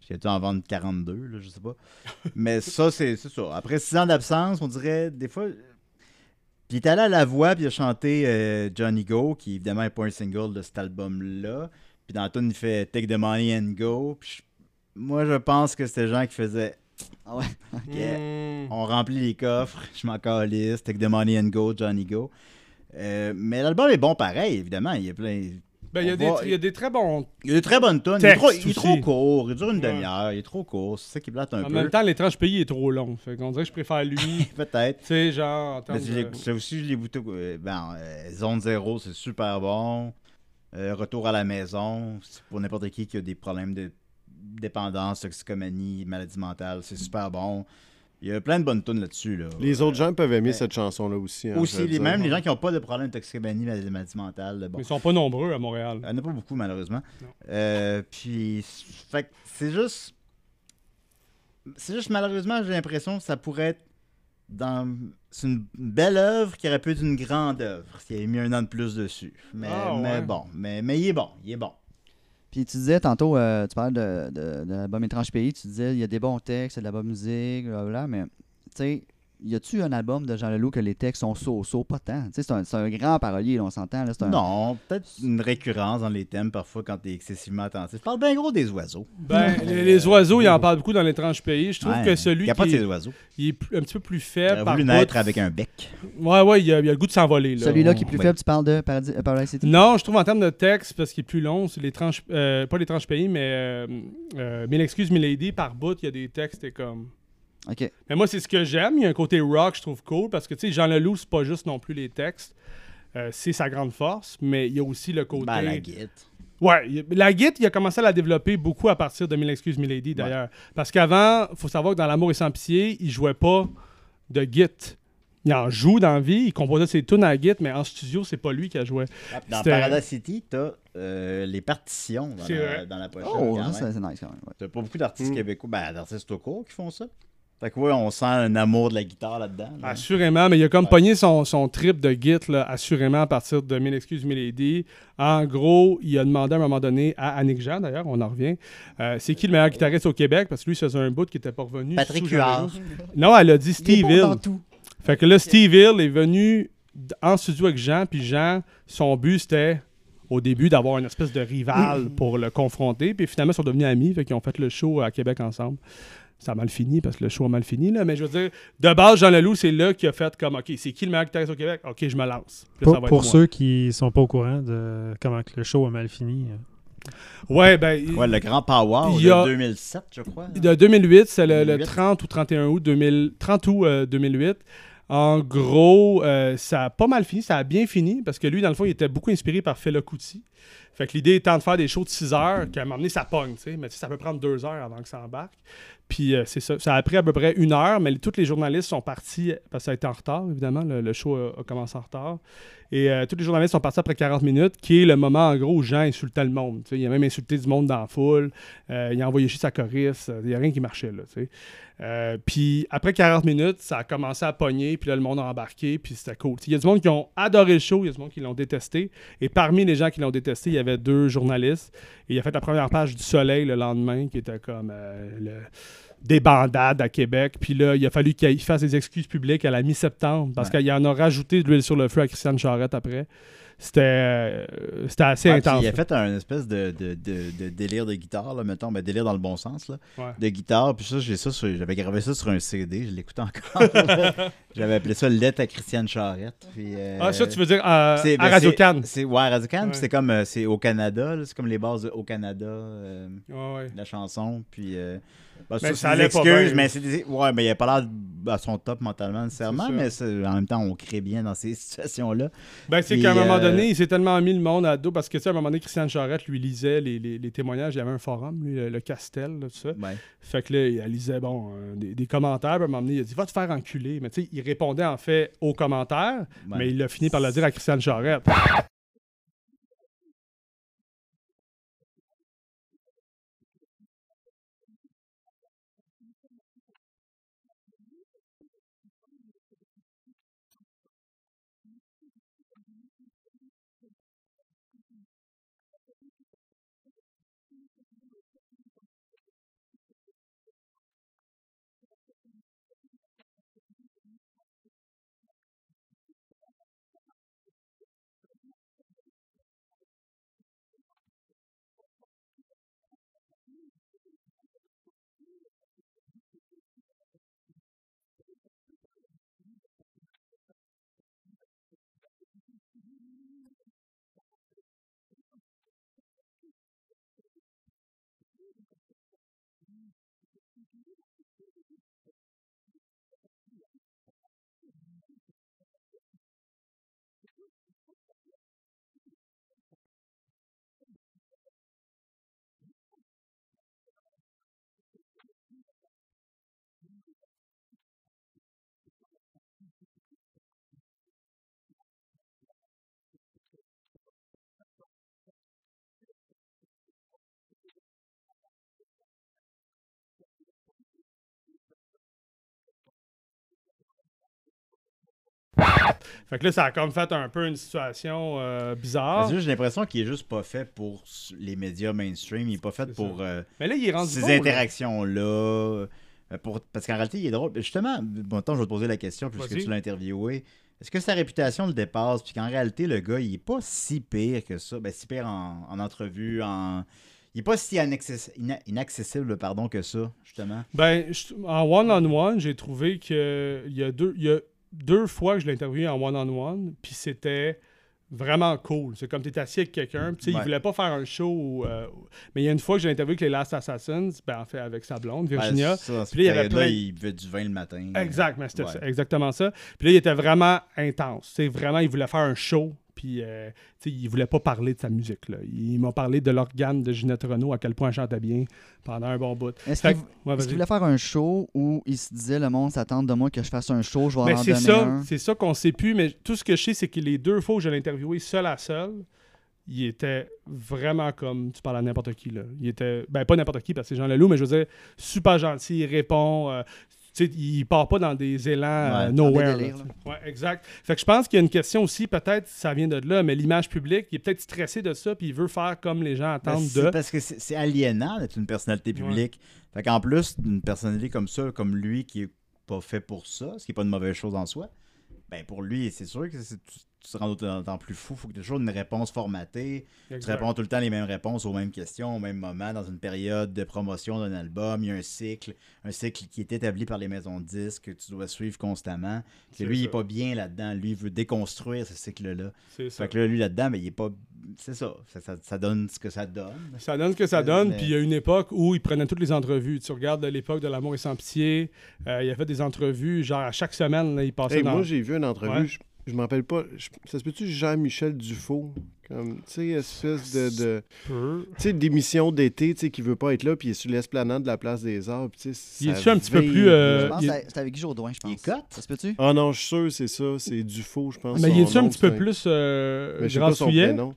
J'ai dû en vendre 42, là, je sais pas. mais ça, c'est c'est ça. Après six ans d'absence, on dirait, des fois. Puis il est allé à la voix, puis il a chanté euh, Johnny Go, qui évidemment n'est pas un single de cet album-là. Puis dans la tune, il fait Take the Money and Go. Puis je- moi, je pense que c'était gens qui faisaient. Ah ouais, ok.
Mm.
On remplit les coffres, je m'en calisse, Take the Money and Go, Johnny Go. Euh, mais l'album est bon pareil, évidemment. Il y a plein.
Ben, il y, a
on
des,
va-
il y a des très bons.
Il y a de très bonnes tonnes. Il est,
Texte
trop, il est
aussi.
trop court. Il dure une
Ouais.
demi-heure. Il est trop court. C'est ça qui plate un
En
peu.
même temps, L'étrange pays est trop long. Fait qu'on dirait que je préfère lui.
Peut-être.
tu sais, genre, en termes
Mais je l'ai-
de-
ça aussi, je l'ai goûté. euh, Ben, euh, Zone Zéro, c'est super bon. Euh, retour à la maison, c'est pour n'importe qui qui a des problèmes de dépendance, toxicomanie, maladie mentale, c'est super bon. Il y a plein de bonnes tunes là-dessus. Là.
Les autres gens peuvent aimer
Ouais.
cette chanson-là aussi. hein, je
Aussi,
veux
les,
dire.
même les gens qui n'ont pas de problème de toxicomanie, maladie maladie mentale, bon.
Mais ils sont pas nombreux à Montréal.
Il n'y en a pas beaucoup, malheureusement.
Non.
Euh, puis, s- fait que c'est juste. C'est juste, malheureusement, j'ai l'impression que ça pourrait être dans. C'est une belle œuvre qui aurait pu être une grande œuvre s'il y avait mis un an de plus dessus. Mais,
Ah,
mais
ouais.
bon, mais, mais il est bon, il est bon.
Puis tu disais tantôt, euh, tu parlais de, de, de l'album Étrange Pays, tu disais il y a des bons textes, il y a de la bonne musique, blablabla, mais tu sais, y a-tu un album de Jean Leloup que les textes sont so-so, pas tant? Tu sais, c'est un, c'est un grand parolier, là, on s'entend. là, c'est un-
Non, peut-être une récurrence dans les thèmes parfois quand tu es excessivement attentif. Je parle bien gros des oiseaux.
Ben, les, les oiseaux, ils en parlent beaucoup dans l'étrange pays. Je trouve
Ouais.
que
Il
celui
n'y a pas de
qui
ces
est,
oiseaux.
il est plus- un petit peu plus
Il
faible.
aurait
par
voulu
bout-
naître avec un bec.
Ouais, ouais, il a, il a le goût de s'envoler. là.
Celui-là
On-
qui est plus
Ouais.
faible, tu parles de Paradis, euh, Paradise City?
Non, je trouve en termes de texte, parce qu'il est plus long, c'est l'étrange. euh, pas l'étrange pays, mais. Euh, euh, mille excuses, mille lady, par bout, il y a des textes et comme.
Ok.
Mais moi, c'est ce que j'aime. Il y a un côté rock, je trouve cool, parce que, tu sais, Jean Leloup, c'est pas juste non plus les textes. Euh, c'est sa grande force, mais il y a aussi le côté.
Ben, la guette.
Ouais, il- la guide, il a commencé à la développer beaucoup à partir de Mille Excuses Milady, d'ailleurs. Parce qu'avant, faut savoir que dans L'amour et sans pitié, il jouait pas de guide. Il en joue dans la vie, il composait ses tunes à la guide, mais en studio, c'est pas lui qui a joué.
Dans
C'était-
Paradise City, t'as euh, les partitions dans
C'est
la,
vrai.
dans la pochette.
Oh, ça, Hmm.
quand même.
c'est c'est nice quand même. ouais.
T'as pas beaucoup d'artistes
Mm.
québécois, ben d'artistes au cours qui font ça. Fait que ouais, on sent un amour de la guitare là-dedans.
Ah,
là.
Assurément, mais il a comme
Ouais.
pogné son, son trip de git, là, assurément, à partir de Mille Excuses Milady. En gros, il a demandé à un moment donné à Annick Jean, d'ailleurs, on en revient, euh, c'est qui le meilleur guitariste au Québec? Parce que lui, ça faisait un bout qui était pas revenu.
Patrick
sous Jean
Huard.
Leloup. Non, elle a dit
Il est
Steve
bon
Hill.
dans tout.
Fait que là, Steve Hill est venu d- en studio avec Jean, puis Jean, son but, c'était au début d'avoir une espèce de
Mm.
rival pour le confronter, puis finalement, ils sont devenus amis, fait qu'ils ont fait le show à Québec ensemble. Ça a mal fini, parce que le show a mal fini, là, mais je veux dire, de base, Jean Leloup, c'est là qui a fait comme, OK, c'est qui le meilleur guitariste au Québec? OK, je me lance. Puis là, ça
Pour,
va être
pour
moi.
ceux qui sont pas au courant de comment que le show a mal fini, euh,
Ouais, ben, il-
Ouais, le grand power
Il y a-
de 2007, je crois. là.
de 2008, c'est le, le
2008.
30 ou 31 août, 2000, 30 août euh, 2008. En gros, euh, ça a pas mal fini, ça a bien fini, parce que lui, dans le fond, il était beaucoup inspiré par Fela Kuti. Fait que l'idée étant de faire des shows de 6 heures, qu'à un moment donné, ça pogne, tu sais. Mais tu sais, ça peut prendre 2 heures avant que ça embarque. Puis euh, c'est ça. Ça a pris à peu près une heure, mais tous les journalistes sont partis, euh, parce que ça a été en retard, évidemment. Le, le show euh, a, a commencé en retard. Et euh, tous les journalistes sont partis après 40 minutes, qui est le moment, en gros, où Jean insultait le monde. tu sais. Il a même insulté du monde dans la foule. Euh, il a envoyé chez sa choriste. euh, Il n'y a rien qui marchait, là, tu sais. Euh, puis après 40 minutes, ça a commencé à pogner, puis là, le monde a embarqué, puis c'était cool. Il y a du monde qui ont adoré le show, il y a du monde qui l'ont détesté. Et parmi les gens qui l'ont détesté, il y avait deux journalistes. Et il a fait la première page du Soleil le lendemain, qui était comme euh, le- des bandades à Québec. Puis là, il a fallu qu'il fasse des excuses publiques à la mi-septembre, parce qu'il en a rajouté de l'huile sur le feu à Christiane Charette après. c'était euh, c'était assez
Ouais, puis
intense.
Il a fait un espèce de, de- de- de délire de guitare, là, mettons, ben, délire dans le bon sens, là,
Ouais.
de guitare. Puis ça, j'ai ça sur- j'avais gravé ça sur un CD, je l'écoute encore. j'avais appelé ça Lettre à Christiane Charrette. puis, euh,
Ah, ça, tu veux dire euh,
c'est-
à
ben,
Radio
c'est-
Cannes.
C'est, ouais, à Radio Cannes, puis
Ouais.
c'est comme euh, c'est au Canada, là, c'est comme les bases de au Canada, euh,
Ouais, ouais.
de la chanson. Puis, euh, ben,
Mais
ça,
ça
c'est des
allait pas
excuses,
bien.
mais c'est des- ouais, mais il a pas l'air à son top mentalement nécessairement,
C'est ça.
mais c'est- en même temps, on crée bien dans ces situations-là.
Ben, c'est
Puis,
qu'à un moment
euh,
donné, il s'est tellement mis le monde à dos parce que, tu sais, à un moment donné, Christiane Charette lui lisait les, les- les témoignages. Il y avait un forum, lui, le, le Castel, là, tout ça.
Ouais.
Fait que là, elle lisait, bon, euh, des, des commentaires. Puis à un moment donné, il a dit, va te faire enculer. Mais tu sais, il répondait en fait aux commentaires,
Ouais.
mais il a fini par le dire à Christiane Charette. Fait que là, ça a comme fait un peu une situation euh,
Mais
bizarre.
c'est juste, J'ai l'impression qu'il est juste pas fait pour s- les médias mainstream. Il est pas fait
C'est
pour euh,
Mais là, il est rendu
ces
beau, là.
interactions-là. euh, Pour... Parce qu'en réalité, il est drôle. Justement, bon, attends, je vais te poser la question puisque
Vas-y.
tu l'as interviewé. Est-ce que sa réputation le dépasse? Puis qu'en réalité, le gars, il est pas si pire que ça. Ben, si pire en, en entrevue, en. Il est pas si inaccess- ina- inaccessible pardon, que ça, justement.
Ben, je- en one-on-one, j'ai trouvé que il y, a deux, il y a deux fois que je l'ai interviewé en one-on-one, puis c'était vraiment cool. C'est comme tu assis avec quelqu'un, puis tu sais, il
Ouais.
voulait pas faire un show. où, euh, où- mais il y a une fois que j'ai interviewé avec les Last Assassins, ben, en fait, avec sa blonde, Virginia.
Ben, ça, dans cette
Puis là, il y avait
période-là,
plein-
il veut du vin le matin.
Exact, mais c'était
Ouais.
ça- exactement ça. Puis là, il était vraiment intense. C'est vraiment, il voulait faire un show. Puis, euh, tu sais, il voulait pas parler de sa musique. Là. Ils m'ont parlé de l'organe de Ginette Renault, à quel point elle chantait bien pendant un bon bout.
Est-ce
Fait
qu'il
que- Ouais,
est-ce
vas-y.
qu'il voulait faire un show où il se disait le monde s'attend de moi que je fasse un show, je vais
Mais
en
Ben, c'est
donner
ça,
un?
c'est ça qu'on sait plus, mais tout ce que je sais, c'est que les deux fois où je l'ai interviewé seul à seul, il était vraiment comme tu parles à n'importe qui. Là. Il était, ben pas n'importe qui parce que c'est Jean Leloup, mais je veux dire, super gentil, il répond. euh, tu sais, il part pas dans des élans euh,
Ouais,
nowhere.
dans des
là,
délires,
tu sais. Ouais, exact. Fait que je pense qu'il y a une question aussi, peut-être, ça vient de là, mais l'image publique, il est peut-être stressé de ça, puis il veut faire comme les gens
Ben,
attendent
c'est
de.
Parce que c'est c'est aliénant d'être une personnalité
Ouais.
publique. Fait qu'en plus, une personnalité comme ça, comme lui, qui est pas fait pour ça, ce qui est pas une mauvaise chose en soi, ben pour lui, c'est sûr que c'est- tu, tu te rends d'autant d'autant plus fou. Faut que tu aies toujours une réponse formatée. Tu
Exact.
réponds tout le temps les mêmes réponses aux mêmes questions, au même moment, dans une période de promotion d'un album. Il y a un cycle, un cycle qui est établi par les maisons de disques que tu dois suivre constamment. Que
C'est
lui, il est
ça.
pas bien là-dedans. Lui, il veut déconstruire ce cycle-là.
C'est ça.
Fait que là, lui, là-dedans, ben, il est pas. C'est ça. Ça- ça. Ça donne ce que ça donne.
Ça donne ce que ça
Mais-
donne.
mais-
Puis il y a une époque où il prenait toutes les entrevues. Tu regardes l'époque de L'amour et sans pitié. euh, il a fait des entrevues, genre à chaque semaine, là, il passait
Hey,
dans.
moi, j'ai vu une entrevue,
Ouais.
je, je m'en rappelle pas. je- ça se peut-tu Jean-Michel Dufault? Comme, tu sais, espèce de. de
Peu.
tu sais, d'émission d'été, tu sais, qui veut pas être là, puis il est sur l'esplanade de la place des Arts, puis tu sais.
Il est-tu
ça
un petit peu
vire,
plus, euh,
Je
là.
pense
il-
que c'était avec Guy Jourdouin, je pense.
Il cote?
Ça se peut-tu?
Ah non, je suis sûr, c'est ça. C'est Dufault, je pense.
Mais il
son
est-tu un
nom,
petit peu
c'est
plus euh,
Mais je sais
grand
pas son
souillet?
prénom.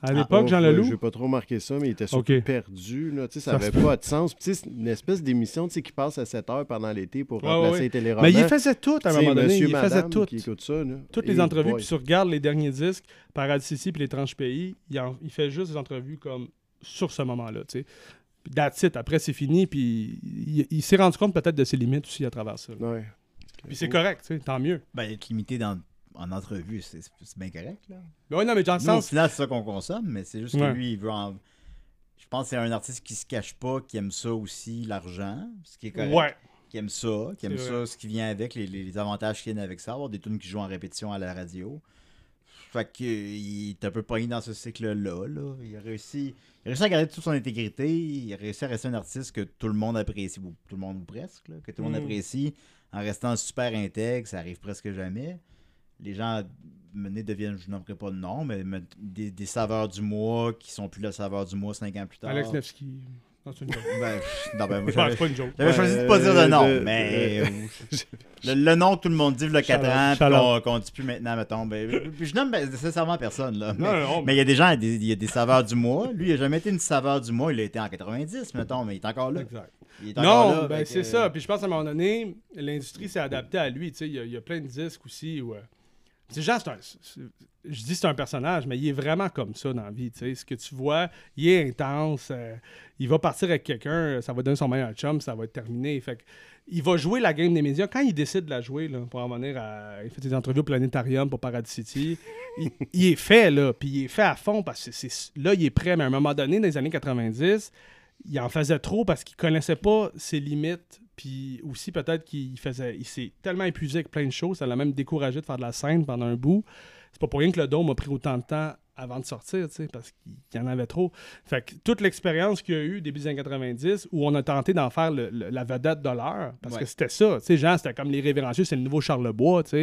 À l'époque,
Oh,
Jean
ouais,
Leloup?
J'ai pas trop marqué ça, mais il était surtout
Ok.
perdu. Là. Tu sais, Ça
Ça
n'avait
se peut.
pas de sens. Puis, tu sais, c'est une espèce d'émission tu sais, qui passe à 7 heures pendant l'été pour
Ouais,
remplacer
ouais.
les téléromans.
Mais il faisait tout à un
Tu sais,
moment donné.
monsieur,
il
madame
faisait tout.
qui écoute ça, là.
Toutes
Hey
les entrevues,
boy.
puis tu regardes les derniers disques, Paradis ici puis L'étrange pays, il, en- il fait juste des entrevues comme sur ce moment-là, tu sais. Puis That's it. Après, c'est fini, puis il, il s'est rendu compte peut-être de ses limites aussi à travers ça. là.
Ouais.
Puis c'est correct, tu sais, tant mieux.
Ben, être limité dans, en entrevue, c'est c'est bien correct. Là.
Ben ouais, non, mais dans le
Nous, au
sens.
final, c'est ça qu'on consomme, mais c'est juste que
Ouais.
lui, il veut en... Je pense que c'est un artiste qui se cache pas, qui aime ça aussi, l'argent, ce qui est correct.
Ouais.
Qui aime ça, qui aime
C'est
ça, ce qui vient avec, les, les- les avantages qui viennent avec ça, avoir des tunes qui jouent en répétition à la radio. Fait que, euh, il est un peu pogné dans ce cycle-là. là. Il, a réussi, il a réussi à garder toute son intégrité, il a réussi à rester un artiste que tout le monde apprécie, ou tout le monde ou presque, là, que tout le monde
Mm.
apprécie, en restant super intègre, ça arrive presque jamais. Les gens menés deviennent, je n'en ferai pas de nom, mais me- des, des saveurs du mois qui sont plus la saveur du mois cinq ans plus tard.
Alex Nevsky. Non, c'est une joke.
Ben, pff, non, ben, moi,
Ouais,
j'avais-
Ah,
c'est pas une joke.
j'avais
Ouais,
choisi de pas dire de
euh,
nom,
de-
mais
euh,
euh, le, le nom que tout le monde dit, le 4
Shalom,
ans, puis
shalom.
qu'on- qu'on dit plus maintenant, mettons. Ben, je, je nomme ben, nécessairement personne, là.
Non,
mais-
non,
mais il y a des gens, des- il y a des saveurs du mois. Lui, il a jamais été une saveur du mois. Il a été en 90, mettons, mais il est encore là.
Exact.
Il est
Non,
encore là, fait
ben
que- euh,
c'est ça. Puis je pense à un moment donné, l'industrie s'est adaptée à lui. Tu sais, il y, a- il y a plein de disques aussi où. euh, c'est genre, c'est un- c'est- je dis c'est un personnage, mais il est vraiment comme ça dans la vie. tu sais. Ce que tu vois, il est intense. euh, il va partir avec quelqu'un, ça va donner son meilleur chum, ça va être terminé. Fait que, il va jouer la game des médias. Quand il décide de la jouer, là, pour en venir à. Il fait des entrevues au Planétarium pour Paradis City. il, il est fait, là. Puis il est fait à fond parce que c'est- c'est- là, il est prêt. Mais à un moment donné, dans les années 90, il en faisait trop parce qu'il connaissait pas ses limites. Puis aussi, peut-être qu'il faisait. Il s'est tellement épuisé avec plein de choses, ça l'a même découragé de faire de la scène pendant un bout. C'est pas pour rien que le dôme a pris autant de temps avant de sortir, tu sais, parce qu'il qu'il y en avait trop. Fait que toute l'expérience qu'il y a eu début des années 90, où on a tenté d'en faire le- le- la vedette de l'heure, parce
Ouais.
que c'était ça, tu sais, genre, c'était comme les révérencieux, c'est le nouveau Charlebois, tu sais.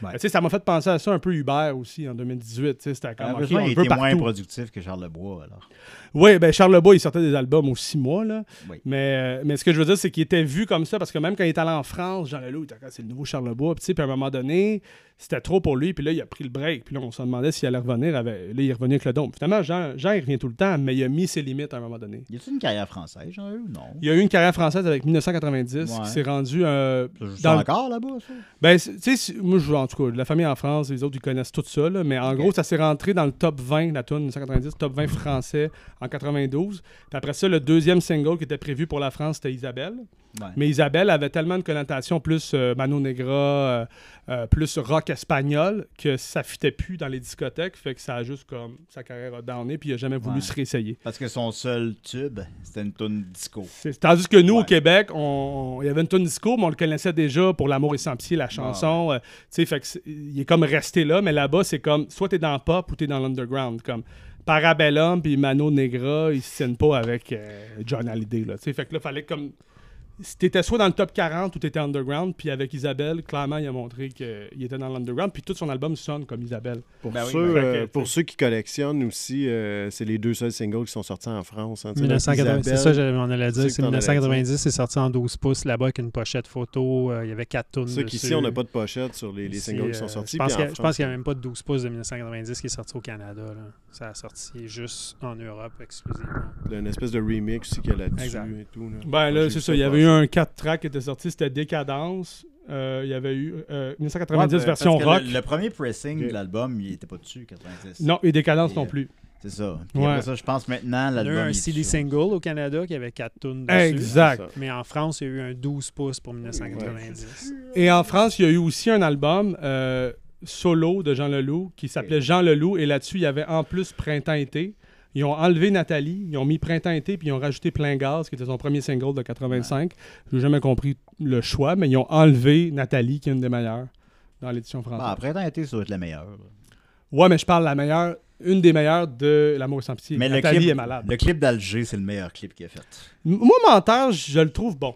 Ouais.
Euh, Tu sais, ça m'a fait penser à ça un peu Hubert aussi, en 2018, tu sais, c'était comme, OK,
Malheureusement,
on
il
le
était
veut
moins
partout.
productif que Charles Lebois, alors.
Oui, ben Charles Lebois, il sortait des albums aux six mois, là.
Oui.
Mais, euh, mais ce que je veux dire, c'est qu'il était vu comme ça, parce que même quand il est allé en France, Jean Leloup, il était comme, c'est le nouveau Charles Lebois. Puis, tu sais, puis à un moment donné, c'était trop pour lui, puis là, il a pris le break. Puis là, on se demandait s'il allait revenir. Avec... Là, il est revenu avec le dôme. Finalement, Jean, Jean, il revient tout le temps, mais il a mis ses limites à un moment donné.
Y a-tu une carrière française, jean ou non?
Il a eu une carrière française avec 1990
Ouais.
qui s'est rendue. euh,
Ça joue
dans le-
encore là-bas, ça?
ben, c'est- tu sais, c'est- moi, je, en tout cas, la famille en France, les autres, ils connaissent tout ça, là, mais en gros, ça s'est rentré dans le top 20, la tournée 1990, top 20 français en 92. Puis après ça, le deuxième single qui était prévu pour la France, c'était Isabelle.
Ouais.
Mais Isabelle avait tellement de connotations plus euh, Mano Negra, euh, euh, plus rock espagnol, que ça fitait plus dans les discothèques, fait que ça a juste comme sa carrière a downé, puis il a jamais voulu
Ouais.
se réessayer.
Parce que son seul tube, c'était une tune disco.
C'est- Tandis que nous, au
Ouais.
Québec, on- il y avait une tonne disco, mais on le connaissait déjà pour L'amour et sans pied, la chanson. euh, tu sais, fait que c'est- il est comme resté là, mais là-bas, c'est comme soit t'es dans le pop ou t'es dans l'underground. Comme Parabellum puis Mano Negra, ils se tiennent pas avec euh, John Hallyday. Là, tu sais. fait que là, fallait comme. si T'étais soit dans le top 40 ou t'étais underground, puis avec Isabelle, clairement, il a montré qu'il était dans l'underground, puis tout son album sonne comme Isabelle.
Pour,
Ben oui,
ceux,
ben-
euh,
Fait que,
pour
tu
ceux qui collectionnent aussi, euh, c'est les deux seuls singles qui sont sortis en France. hein, tu sais,
1990, c'est
Isabelle.
ça, j'allais- on allait
c'est
dire.
que
C'est
t'en allais
1990, c'est sorti en 12 pouces là-bas avec une pochette photo. euh, Il y avait quatre tonnes.
C'est qu'ici, on n'a pas de pochette sur les, les singles qui sont sortis.
euh, Je pense
puis en
qu'il y a- je pense
France,
qu'il n'y a même pas de 12 pouces de 1990 qui est sorti au Canada. là. Ça a sorti juste en Europe exclusivement.
il y a une espèce de remix aussi qu'il y a
Exact.
là-dessus et tout. là.
Ben
Moi,
là,
j'ai
c'est
vu
ça. Il y avait
passer.
eu un 4 track qui était sorti, c'était Décadence. Euh, il y avait eu euh, 1990
Ouais, ben,
version
parce que
rock.
Le, le premier pressing
Ok.
de l'album, il était pas dessus, 90.
Non, et Décadence
Et,
non
euh,
plus.
C'est ça. Puis
Ouais.
après ça, je pense maintenant,
Il y a
l'album.
eu
il
un
est
CD
dessus.
single au Canada qui avait quatre tonnes dessus.
Exact.
C'est
Mais en France, il y a eu un 12 pouces pour 1990.
Et en France, il y a eu aussi un album euh, solo de Jean Leloup qui s'appelait Jean Leloup. Et là-dessus, il y avait en plus Printemps-été. Ils ont enlevé Nathalie, ils ont mis Printemps-été, puis ils ont rajouté Plein Gaz, qui était son premier single de 85. J'ai jamais compris le choix, mais ils ont enlevé Nathalie, qui est une des meilleures dans l'édition française.
Bah, après, t'as été, ça doit être la meilleure.
Ouais, mais je parle la meilleure, une des meilleures de L'amour sans pitié.
Mais le
Nathalie
clip,
est malade.
le clip d'Alger, c'est le meilleur clip qu'il a fait.
M- Moi, menteur, je le trouve bon.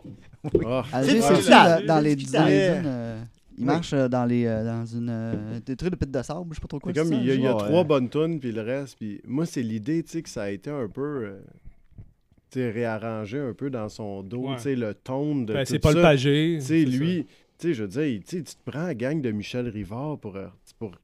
C'est
Alger, c'est
discutable,
ça, Ah, dans les
c'est
dans les
discutable.
dunes. euh, Il marche euh, dans les euh, dans une euh, des trucs de pit de sable, je sais pas trop quoi.
comme
c'est ça,
il y a, il y a
ouais.
trois bonnes tunes, puis le reste. Puis moi, c'est l'idée, tu sais, que ça a été un peu. euh, tu sais, réarrangé un peu dans son dos,
Ouais.
tu sais, le ton de.
Ben,
tout
c'est pas le
ça.
pagé.
Tu
c'est
sais, lui, tu sais, je veux dire, il- tu sais, tu te prends la gang de Michel Rivard pour. euh, pour tu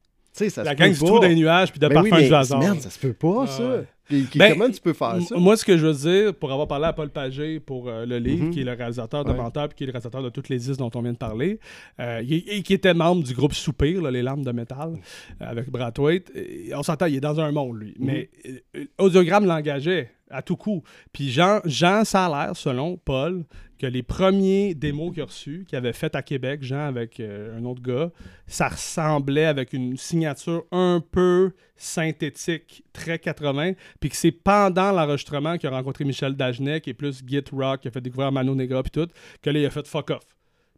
sais,
ça.
ça
La
se
gang
peut
qui se trouve
pas.
dans les nuages puis de
Ben oui,
parfum
mais
du hasard.
Merde, ça se peut pas,
Ah,
ça.
ouais.
Puis qui-
Ben,
comment tu peux faire
M-
ça?
Moi, ce que je veux dire, pour avoir parlé à Paul Pagé pour euh, le livre,
Mhm.
qui est le réalisateur de
Ouais.
Menteur, puis qui est le réalisateur de toutes les 10 dont on vient de parler, euh, il est- et qui était membre du groupe Soupir, là, les larmes de métal,
Mm. Mm-hmm.
euh, avec Brathwaite, et on s'entend, il est dans un monde, lui. Mais euh, euh, Audiogramme l'engageait. à tout coup. Puis Jean, Jean, ça a l'air, selon Paul, que les premiers démos qu'il a reçus, qu'il avait fait à Québec, Jean avec euh, un autre gars, ça ressemblait avec une signature un peu synthétique, très 80, puis que c'est pendant l'enregistrement qu'il a rencontré Michel Dagenet, qui est plus Git Rock, qui a fait découvrir Mano Negra, puis tout, que là, il a fait fuck off.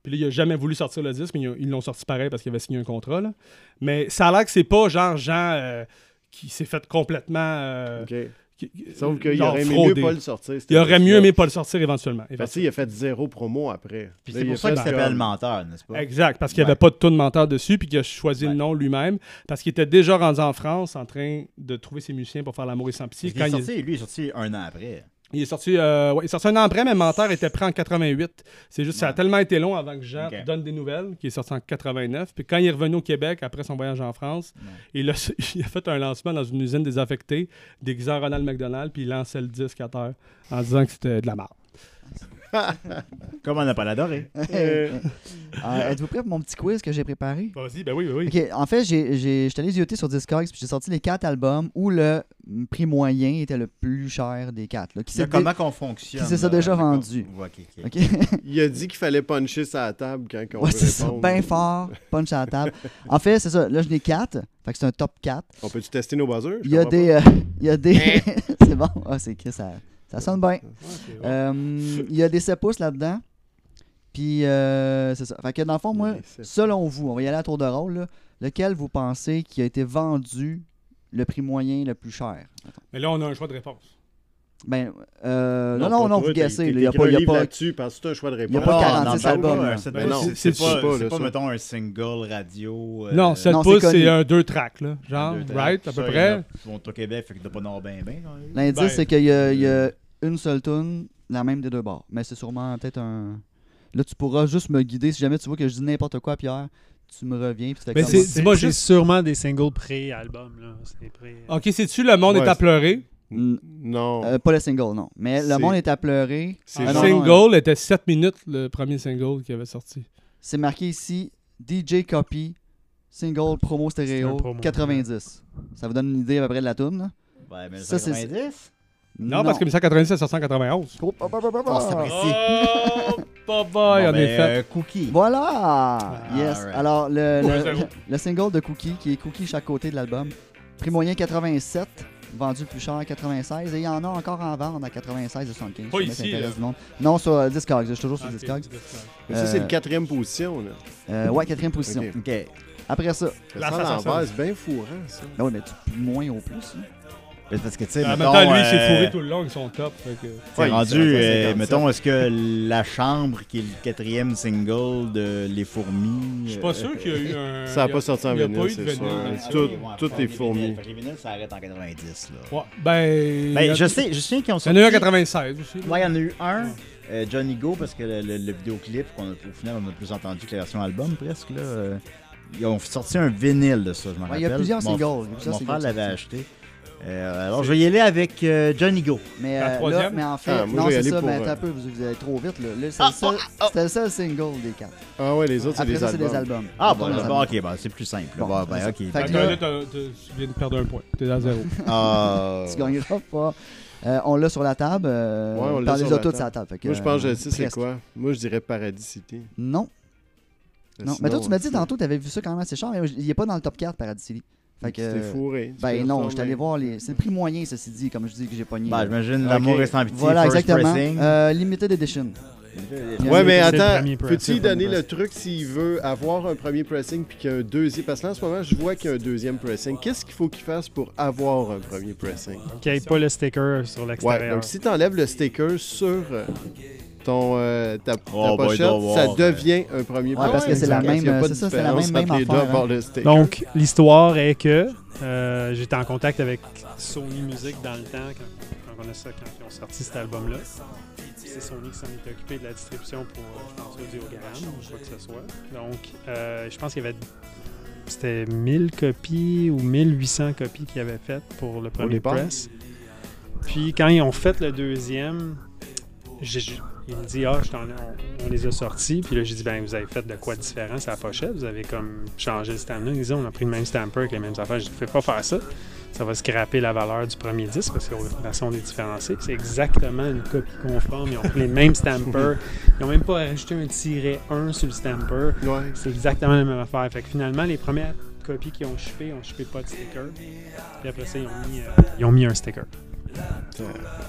Puis là, il a jamais voulu sortir le disque, mais il a- ils l'ont sorti pareil parce qu'il avait signé un contrat. là. Mais ça a l'air que c'est pas genre Jean euh, qui s'est fait complètement. euh,
OK.
qui- qui- euh,
Sauf qu'il
genre
aurait aimé
fraudé.
mieux pas le sortir.
Il aurait mieux aimé pas le sortir éventuellement.
Parce qu'il a fait zéro promo après.
Puis
Là,
c'est
il a
pour ça
fait
qu'il
comme-
s'appelle menteur, n'est-ce pas?
Exact, parce qu'il n'y
Ouais.
avait pas de taux de menteur dessus, puis qu'il a choisi
Ouais.
le nom lui-même, parce qu'il était déjà rendu en France en train de trouver ses musiciens pour faire l'amour et sans pitié.
Parce qu'il
Quand
est
il,
sorti, lui, il est sorti un an après.
il est sorti, euh, ouais, il est sorti un an après, mais Menteur était prêt en 88. C'est juste, ça a
Ouais.
tellement été long avant que Jean
Ok.
donne des nouvelles, qu'il est sorti en 89. Puis quand il est revenu au Québec après son voyage en France, il a, il a fait un lancement dans une usine désaffectée, déguisé en Ronald McDonald, puis il lançait le disque à terre en disant que c'était de la merde.
Comme on n'a pas l'adoré.
Euh, Êtes-vous prêts pour mon petit quiz que j'ai préparé?
Vas-y, ben oui, ben oui.
Ok, en fait, j'ai- j'ai- je suis allé zioter sur Discogs puis j'ai sorti les quatre albums où le mm, prix moyen était le plus cher des quatre. là, qui
C'est
s'est
comment qu'on fonctionne.
Qui s'est ça déjà
euh,
vendu.
Ouais, ok, ok.
dé- Ok.
Il a dit qu'il fallait puncher sa table quand on
Ouais,
veut
c'est ça, ben,
répondre.
bien fort, punch à la table. En fait, c'est ça, là j'en ai quatre, fait que c'est un top 4.
On peut-tu tester nos buzzers? Je
Il y a
comprends
des... euh, il y a des... c'est bon, ah, c'est que ça, ça sonne bien. Euh, il y a des 7 pouces là-dedans, puis euh, c'est ça. Fait que dans le fond,
Il y a
moi,
des sept.
selon vous, on va y aller à tour de rôle, là, lequel vous pensez qui a été vendu le prix moyen le plus cher?
Mais là, on a un choix de réponse.
Ben, euh, non,
pas
non, non,
toi,
vous
t'es-
guessez,
t'es-
il n'y a
t'écris
pas...
un
il y a
livre
pas-
là-dessus, parce que toi, un choix de
y a
réponse.
pas
Non,
46
non,
albums,
pas,
là.
c'est
Ben
pas-
non,
c'est-
c'est-
c'est pas,
c'est pas,
c'est
là,
pas,
ça.
mettons, un single radio. euh,
non, 7
non, c'est
pouces,
connu.
c'est un 2 tracks, là. Genre,
deux tracks.
right, à peu
Ça,
près.
il y en a- Ils vont au Québec, fait qu'il doit pas en avoir ben, ben. hein.
L'indice,
Ben,
c'est qu'il y, a- il y
Euh.
a une seule tune, la même des deux bords. Mais c'est sûrement peut-être un. Là, tu pourras juste me guider. Si jamais tu vois que je dis n'importe quoi, Pierre, tu me reviens. Puis tu fais
Mais
comme-
c'est-
Ben, C'est
dis-moi
c'est
juste- Ah,
sûrement des singles pré-album. là. C'est pré-
Ok, c'est-tu Le Monde
Ouais,
est à pleurer?
Mm,
Non.
euh, pas le single, non. Mais le
C'est-
monde est à pleurer.
C'est
Ah, non,
le
genre-
single
non, euh,
était 7 minutes, le premier single qui avait sorti.
C'est marqué ici DJ Copy, single promo
un
stéréo
promo,
90. Ça vous donne une idée à peu près de la tune, là?
Ouais, mais
Ça, c'est-
190?
Non, parce que 1990, c'est 791.
Oh, oh, oh, oh, oh, oh.
Oh, c'est précis.
Oh, bye bye,
Bon,
en
ben,
effet.
euh, Cookie.
Voilà!
Ah,
yes!
alright.
Alors, le,
Ouais,
le,
zéro.
le single de Cookie, qui est Cookie chaque côté de l'album, prix moyen 87, vendu le plus cher à 96, et il y en a encore en vente à 96 et 75.
Pas
si jamais ça
ici,
intéresse
là.
du monde. Non, sur euh, Discogs, je suis toujours sur
Ah, ok,
Discogs.
Mais ça, c'est
euh,
le quatrième position. Là.
Euh, ouais, quatrième position.
Ok.
Ok.
Après ça,
Ça sent
L'assassin.
l'envers, c'est bien fourrant, ça.
ben ouais, mais du moins au plus. hein.
Mais Parce que, tu sais,
En même
mettons,
temps, lui, il
euh,
s'est fourré tout le long, ils sont top. fait que-
C'est
Ouais,
rendu,
il est
euh,
157.
mettons, est-ce que La Chambre, qui est le quatrième single de Les Fourmis. euh,
Je suis pas sûr qu'il y a eu un.
Ça n'a
il y
pas sorti en
il y a pas
vinyle,
eu de
c'est
vinyle.
sûr.
Ouais,
Tout- Tout, est fourmi.
Les vinyles, ça arrête en 90. Là.
Ouais, Ben. il y a-
Ben, je sais, je sais qu'ils ont
Il y en a eu en
sorti-
96 aussi.
Ouais, il y en a eu un, euh, Johnny Go, parce que le, le- le vidéoclip, qu'on a, au final, on a plus entendu que la version album presque. Là, euh, ils ont sorti un vinyle de ça, je m'en
Ouais,
rappelle.
il y a plusieurs singles.
Mon-
il y a
Mon,
plusieurs
frère
singles.
l'avait acheté. Euh, alors, je vais y aller avec euh, Johnny Go.
Mais,
La
euh,
troisième?
là, mais en fait,
Ah, moi,
non,
je vais y
c'est
aller
ça,
pour,
mais
euh,
t'as un peu, vous, vous allez trop vite. là. Là, c'est le seul- c'était le seul single des quatre.
Ah ouais, les autres, c'est
Après
des
ça, c'est des
albums. ben,
albums.
Ah,
On
bon,
tourne les
bon,
albums.
ok, bon, c'est plus simple.
Bon,
Bon,
c'est
ben,
ça.
ok.
Fait
Attends,
que
là, t'as- t'as- tu viens de perdre un point. T'es à zéro.
Ah.
Tu gagneras pas. Euh, on l'a sur la table. euh,
Ouais, on l'a
par
sur
les
la
autos de
table.
sa table. fait que,
Moi, je pense que
euh,
je sais c'est
presque.
quoi. Moi, je dirais Paradis City.
Non, non.
Sinon,
mais toi, tu m'as dit
c'est-
tantôt, t'avais vu ça quand même assez cher, mais il est pas dans le top 4, Paradis City. Fait que.
C'était fourré. Tu peux
Ben non, je suis allé
retourner.
voir les. C'est le prix moyen, ceci dit, comme je dis que j'ai pogné.
Bah, j'imagine
Ok.
l'amour est sans pitié.
voilà,
first
exactement.
pressing.
Euh, limited Edition.
Ouais, mais
C'est le
attends,
premier pressing.
peux-tu lui
C'est le
donner
premier
le truc s'il veut avoir un premier pressing puis qu'il y a un deuxième? Parce que là, en ce moment, je vois qu'il y a un deuxième pressing. Qu'est-ce qu'il faut qu'il fasse pour avoir un premier pressing?
Qu'il n'y ait pas le sticker sur
Ouais,
l'extérieur.
donc si t'enlèves le sticker sur euh, ton, euh, ta, ta
Oh, ben, il
pochette,
doit avoir,
ça
ouais.
devient un premier
Ouais,
pressing.
parce que c'est la
Parce qu'il y a
même- euh,
pas
c'est
de
ça, c'est la
différence
même-
entre
même
les deux
affaire, hein.
à part le sticker.
Donc, l'histoire est que euh, j'étais en contact avec Sony Music dans le temps quand, quand on a ça, quand ils ont sorti cet album-là. C'est Sony qui s'en était occupé de la distribution pour, euh, je pense, Audiogramme ou quoi que ce soit. Donc, euh, je pense qu'il y avait. C'était 1000 copies ou 1800 copies qu'ils avaient faites pour le premier
départ.
press. Puis, quand ils ont fait le deuxième, j'ai- j'ai- il me dit Ah, je t'en- on, on les a sortis. Puis là, j'ai dit Ben, vous avez fait de quoi de différent à la pochette Vous avez comme changé le stamp-là. Ils disaient On a pris le même stamper avec les mêmes affaires. Je ne fais pas faire ça. ça va scraper la valeur du premier disque parce qu'ils ont une façon de les différencier. C'est exactement une copie conforme. Ils ont pris les mêmes stampers. Ils n'ont même pas ajouté un tiret 1 sur le stamper.
Ouais.
C'est exactement la même affaire. Fait que finalement, les premières copies qui ont chipé ont chipé pas de sticker. Puis après ça, ils ont mis, euh, ils ont mis un sticker.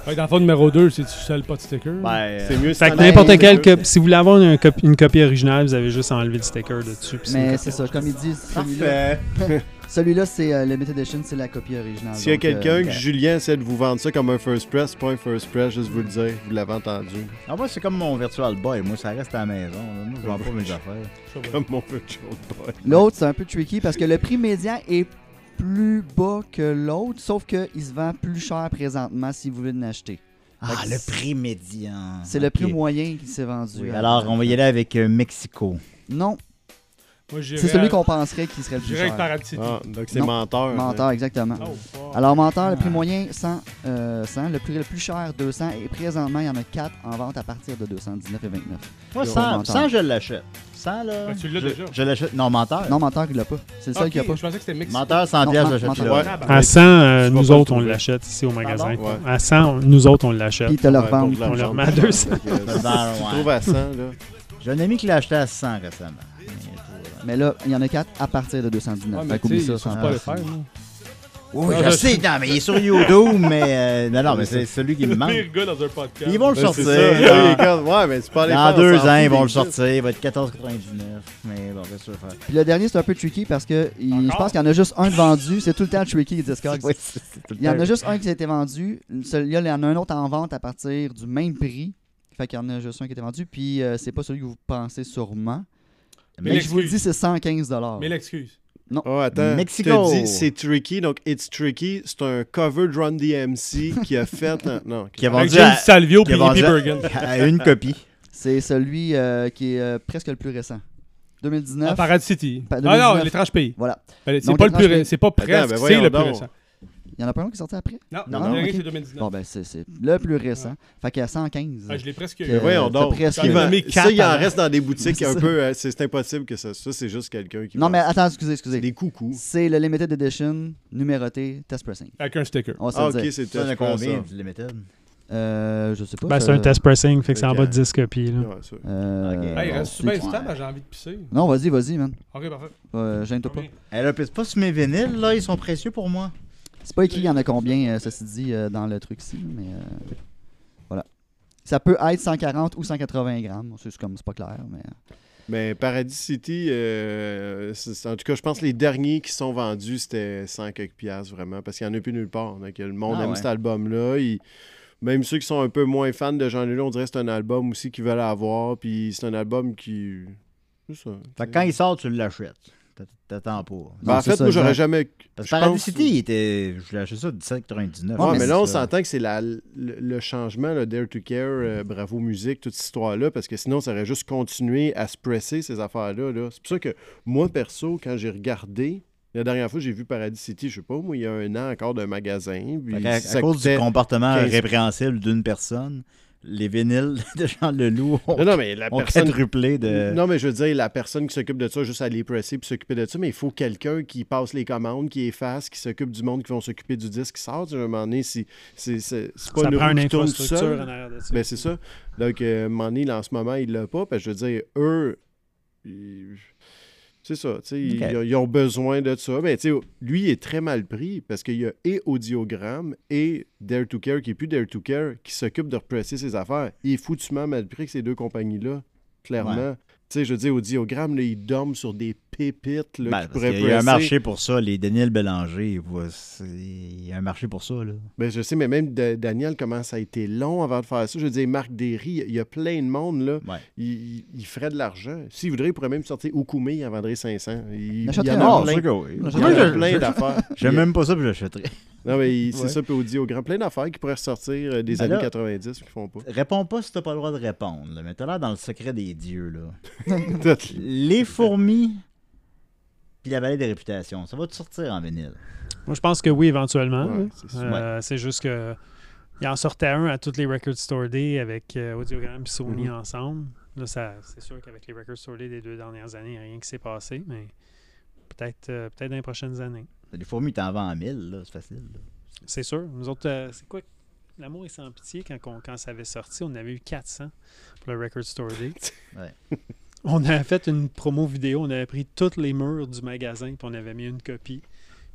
Fait que dans le fond, numéro 2, c'est tu sales pas de sticker.
Ben,
C'est mieux
Fait que
standard,
n'importe quel,
c'est
cop- si vous voulez avoir une copie, une copie originale, vous avez juste à enlever le sticker de dessus. puis une
Mais
copie
c'est ça, comme ils disent,
mieux.
celui-là,
Parfait.
celui-là, c'est euh, Limited Edition, c'est la copie originale.
S'il y a
donc, euh,
quelqu'un que
ok.
Julien essaie de vous vendre ça comme un first press, c'est pas un first press, juste vous le dire, vous l'avez entendu.
ah, moi, c'est comme mon virtual boy. Moi, ça reste à la maison. là. Moi, je vends pas mes affaires.
Comme mon virtual boy.
L'autre, c'est un peu tricky parce que le prix médian est plus bas que l'autre, sauf qu'il se vend plus cher présentement si vous voulez l'acheter.
Ah,
que
le
c'est-
prix médian.
C'est le prix
Ok.
moyen qui s'est vendu.
Oui,
euh,
Alors, on va y aller avec euh, Mexico.
Non,
Moi, j'irais
c'est celui
à-
qu'on penserait qui serait le plus
J'irais avec
cher.
Parad City.
Ah, donc c'est
Non.
menteur.
Menteur, exactement.
Oh, fuck.
Alors, menteur, le prix
Ah.
moyen, 100, euh, 100. Le prix le plus cher, 200. Et présentement, il y en a 4 en vente à partir de 219,29.
Moi,
Yo,
100,
menteur.
je l'achète. 100, là.
Ben, tu l'as
je,
déjà.
Je l'achète. Non, menteur.
Non, menteur, il l'a pas. C'est le seul
Ok,
qui a pas.
Je pensais que c'était mix.
Menteur, 100
Non,
pièces,
men-
je l'achète
menteur.
là.
Ouais.
À 100, euh,
Tu vas
nous
pas le
autres, on
trouver.
l'achète ici au magasin.
Pardon?
Ouais.
À 100, on- nous autres, on l'achète.
Puis, te le
Ouais, pour
revendre.
de la
On le
vente.
remet à 200.
Fait que, euh,
Le vend,
si tu
ouais.
trouves à 100, là.
J'ai un ami qui l'a acheté à 100 récemment. Mais, euh,
Mais là, il y en a 4 à partir de 219. Fait
Ouais, mais tu
qu'oublie
sais, ils
ça,
savent
ça
pas
va.
le faire. là.
Oui,
Non,
je
je-
sais, non, mais il est sur YouTube, mais. euh, non, non, mais c'est celui qui me manque.
Pire gars dans un podcast.
Ils vont le
Ben, c'est
sortir. Ah.
ça, là,
dans-
les gars, Ouais, mais tu peux aller
Dans
faire, on
deux
s'en
ans, ils
fout,
vont
les
le
chiffres.
sortir. Il va être 14,99. Mais bon, qu'est-ce que tu veux faire?
Puis le dernier, c'est un peu tricky parce que il- je
Encore?
pense qu'il y en a juste un de vendu. C'est tout le temps tricky, Discogs.
Ouais, c'est- c'est tout le
Il y en
temps-
a juste un qui a été vendu. Celui-là, il y en a un autre en vente à partir du même prix. Fait qu'il y en a juste un qui a été vendu. Puis euh, c'est pas celui que vous pensez sûrement. Mais, je vous le dis, c'est 115
Mais l'excuse.
Oh, attends.
Mexico.
Je te dis, c'est tricky. Donc, It's Tricky, c'est un cover de Run DMC qui a fait. un- Non, ok.
Qui a
Avec
vendu
James
à,
Salvio
qui a
puis
vendu
Hippie
à-
Bergen.
à une copie.
C'est celui euh, qui est euh, presque le plus récent. 2019.
À Parad City.
Pa-
Ah non,
2019.
l'étrange pays.
Voilà.
Ben, C'est
Donc,
pas le plus
l'étrange
ré-
pays.
c'est pas
Attends,
presque,
ben
c'est le
voyons
plus
donc.
récent.
Il y en a pas un qui est sorti après?
Non,
Non,
le
non,
dernier
ok.
c'est 2019.
Bon, ben, c'est c'est le plus récent. Fait qu'il y a 115.
Ah, je l'ai presque
Euh,
eu.
Mais voyons
c'est
donc.
presque-
Il
J'en ai
va-
nommé
Ça,
quatre
il en
avant.
reste dans des boutiques
C'est
un
ça.
peu. euh, C'est c'est impossible que ça. Ça, c'est juste quelqu'un qui.
non,
va-
ah,
mais attends, excusez, excusez.
Des coucous.
C'est le Limited Edition numéroté Test Pressing.
Avec un sticker.
On va se
Ah,
le
ok,
dire.
c'est
Ça, on a
test
combien
combien
du Limited?
Euh, je sais pas.
Ben,
ça-
c'est un test pressing, fait que c'est en
Ok.
bas de 10 copies. là.
Ouais, ça.
Euh,
Ok.
Hey,
bon,
reste-tu
c'est-
bien stable? J'ai envie de pisser.
Non, vas-y, vas-y, man.
Ok, parfait.
Euh, Gêne-toi pas.
Combien?
Elle pisse pas sur mes vinyles, là. Ils sont précieux pour moi.
C'est pas écrit il y en a combien, euh, ceci dit, euh, dans le truc ci mais euh, voilà. Ça peut être 140 ou 180 grammes. C'est juste comme, c'est pas clair, mais... euh,
Mais Paradis City, euh, c'est- en tout cas, je pense que les derniers qui sont vendus, c'était 100 quelques piastres, vraiment, parce qu'il n'y en a plus nulle part. Donc, le monde
Ah
aime
ouais.
cet album-là. Il- Même ceux qui sont un peu moins fans de jean luc on dirait que c'est un album aussi qu'ils veulent avoir, puis c'est un album qui... C'est ça.
Fait que quand il sort, tu l'achètes. T'att- T'attends pas.
Non,
Ben, en
c'est
fait,
ça,
moi, j'aurais
exact.
jamais...
Parce
je
que Paradis
pense-
City, il était... je l'ai acheté ça à 17,99.
Ouais,
Ouais,
mais,
mais
là, on
ça-
s'entend que c'est la- le, le changement, le Dare to Care, euh, Bravo Musique, toute cette histoire-là, parce que sinon, ça aurait juste continué à se presser, ces affaires-là. là. C'est pour ça que moi, perso, quand j'ai regardé, la dernière fois, j'ai vu Paradis City, je sais pas, moi, il y a un an encore d'un magasin.
Fait
Puis
qu'à-
ça
à cause du
coûtait-
comportement
15.
répréhensible d'une personne, les vinyles de Jean Leloup ont,
Non, non, mais la
ont
personne.
quadruplé de.
Non, mais je veux dire, la personne qui s'occupe de ça, juste aller presser puis s'occuper de ça, mais il faut quelqu'un qui passe les commandes, qui efface, qui s'occupe du monde, qui vont s'occuper du disque qui sort. Tu sais, À un moment donné, si- c'est c'est- c'est pas
Ça
une
prend
roue
une
qui tourne toute seule.
infrastructure en arrière de ça.
Ben, c'est ça. Donc, euh, Manny, là, en ce moment, il l'a pas. Parce que je veux dire, eux, ils- c'est ça. tu sais, ils-
Ok.
Ils, ont besoin de ça. Mais tu sais, lui, il est très mal pris parce qu'il y a et Audiogramme et Dare to Care, qui est plus Dare to Care, qui s'occupe de represser ses affaires. Il est foutument mal pris que ces deux compagnies-là, clairement. Tu sais, je veux dire, Audiogramme, là, ils dorment sur des pépites là,
Ben,
qu'ils
parce
pourraient
qu'il y a un
presser.
marché pour ça. Les Daniel Bélanger, vous- c'est- il y a un marché pour ça. Là.
Ben, je sais, mais même Da- Daniel, comment ça a été long avant de faire ça. Je veux dire, Marc Derry, il y a plein de monde, là.
Ouais.
il, il- il ferait de l'argent. S'il voudrait, il pourrait même sortir Okoumé, il en vendrait 500. Il, il
Achèterait
en
un
a
or,
plein.
que oui.
Moi,
Il y en
Moi,
a
je-
plein d'affaires.
J'aime même pas ça, puis j'achèterais.
Non, mais il- c'est
Ouais.
ça, puis Audi au grand. Plein d'affaires qui pourraient ressortir euh, des
Ben
années
là-
90 qui font pas.
Réponds pas si t'as pas le droit de répondre, là, mais t'as l'air dans le secret des dieux. là.
Peut-être.
Les fourmis, puis la vallée des réputations, ça va te sortir en vinyle.
Moi, je pense que oui, éventuellement.
Ouais,
là.
c'est sûr.
Euh, C'est juste que il en sortait un à toutes les Record Store Day avec euh, Audiogramme et Sony
Mhm.
ensemble. Là, ça- c'est sûr qu'avec les Record Store Day des deux dernières années, il y a rien qui s'est passé, mais peut-être euh, peut-être dans les prochaines années.
Les fourmis, t'en vends en mille, là, c'est facile. là.
C'est sûr. Nous autres, euh, c'est quoi L'amour est sans pitié, quand, qu'on- quand ça avait sorti, on avait eu 400 pour le Record Store Day.
Ouais.
On avait fait une promo vidéo, on avait pris tous les murs du magasin, puis on avait mis une copie. Puis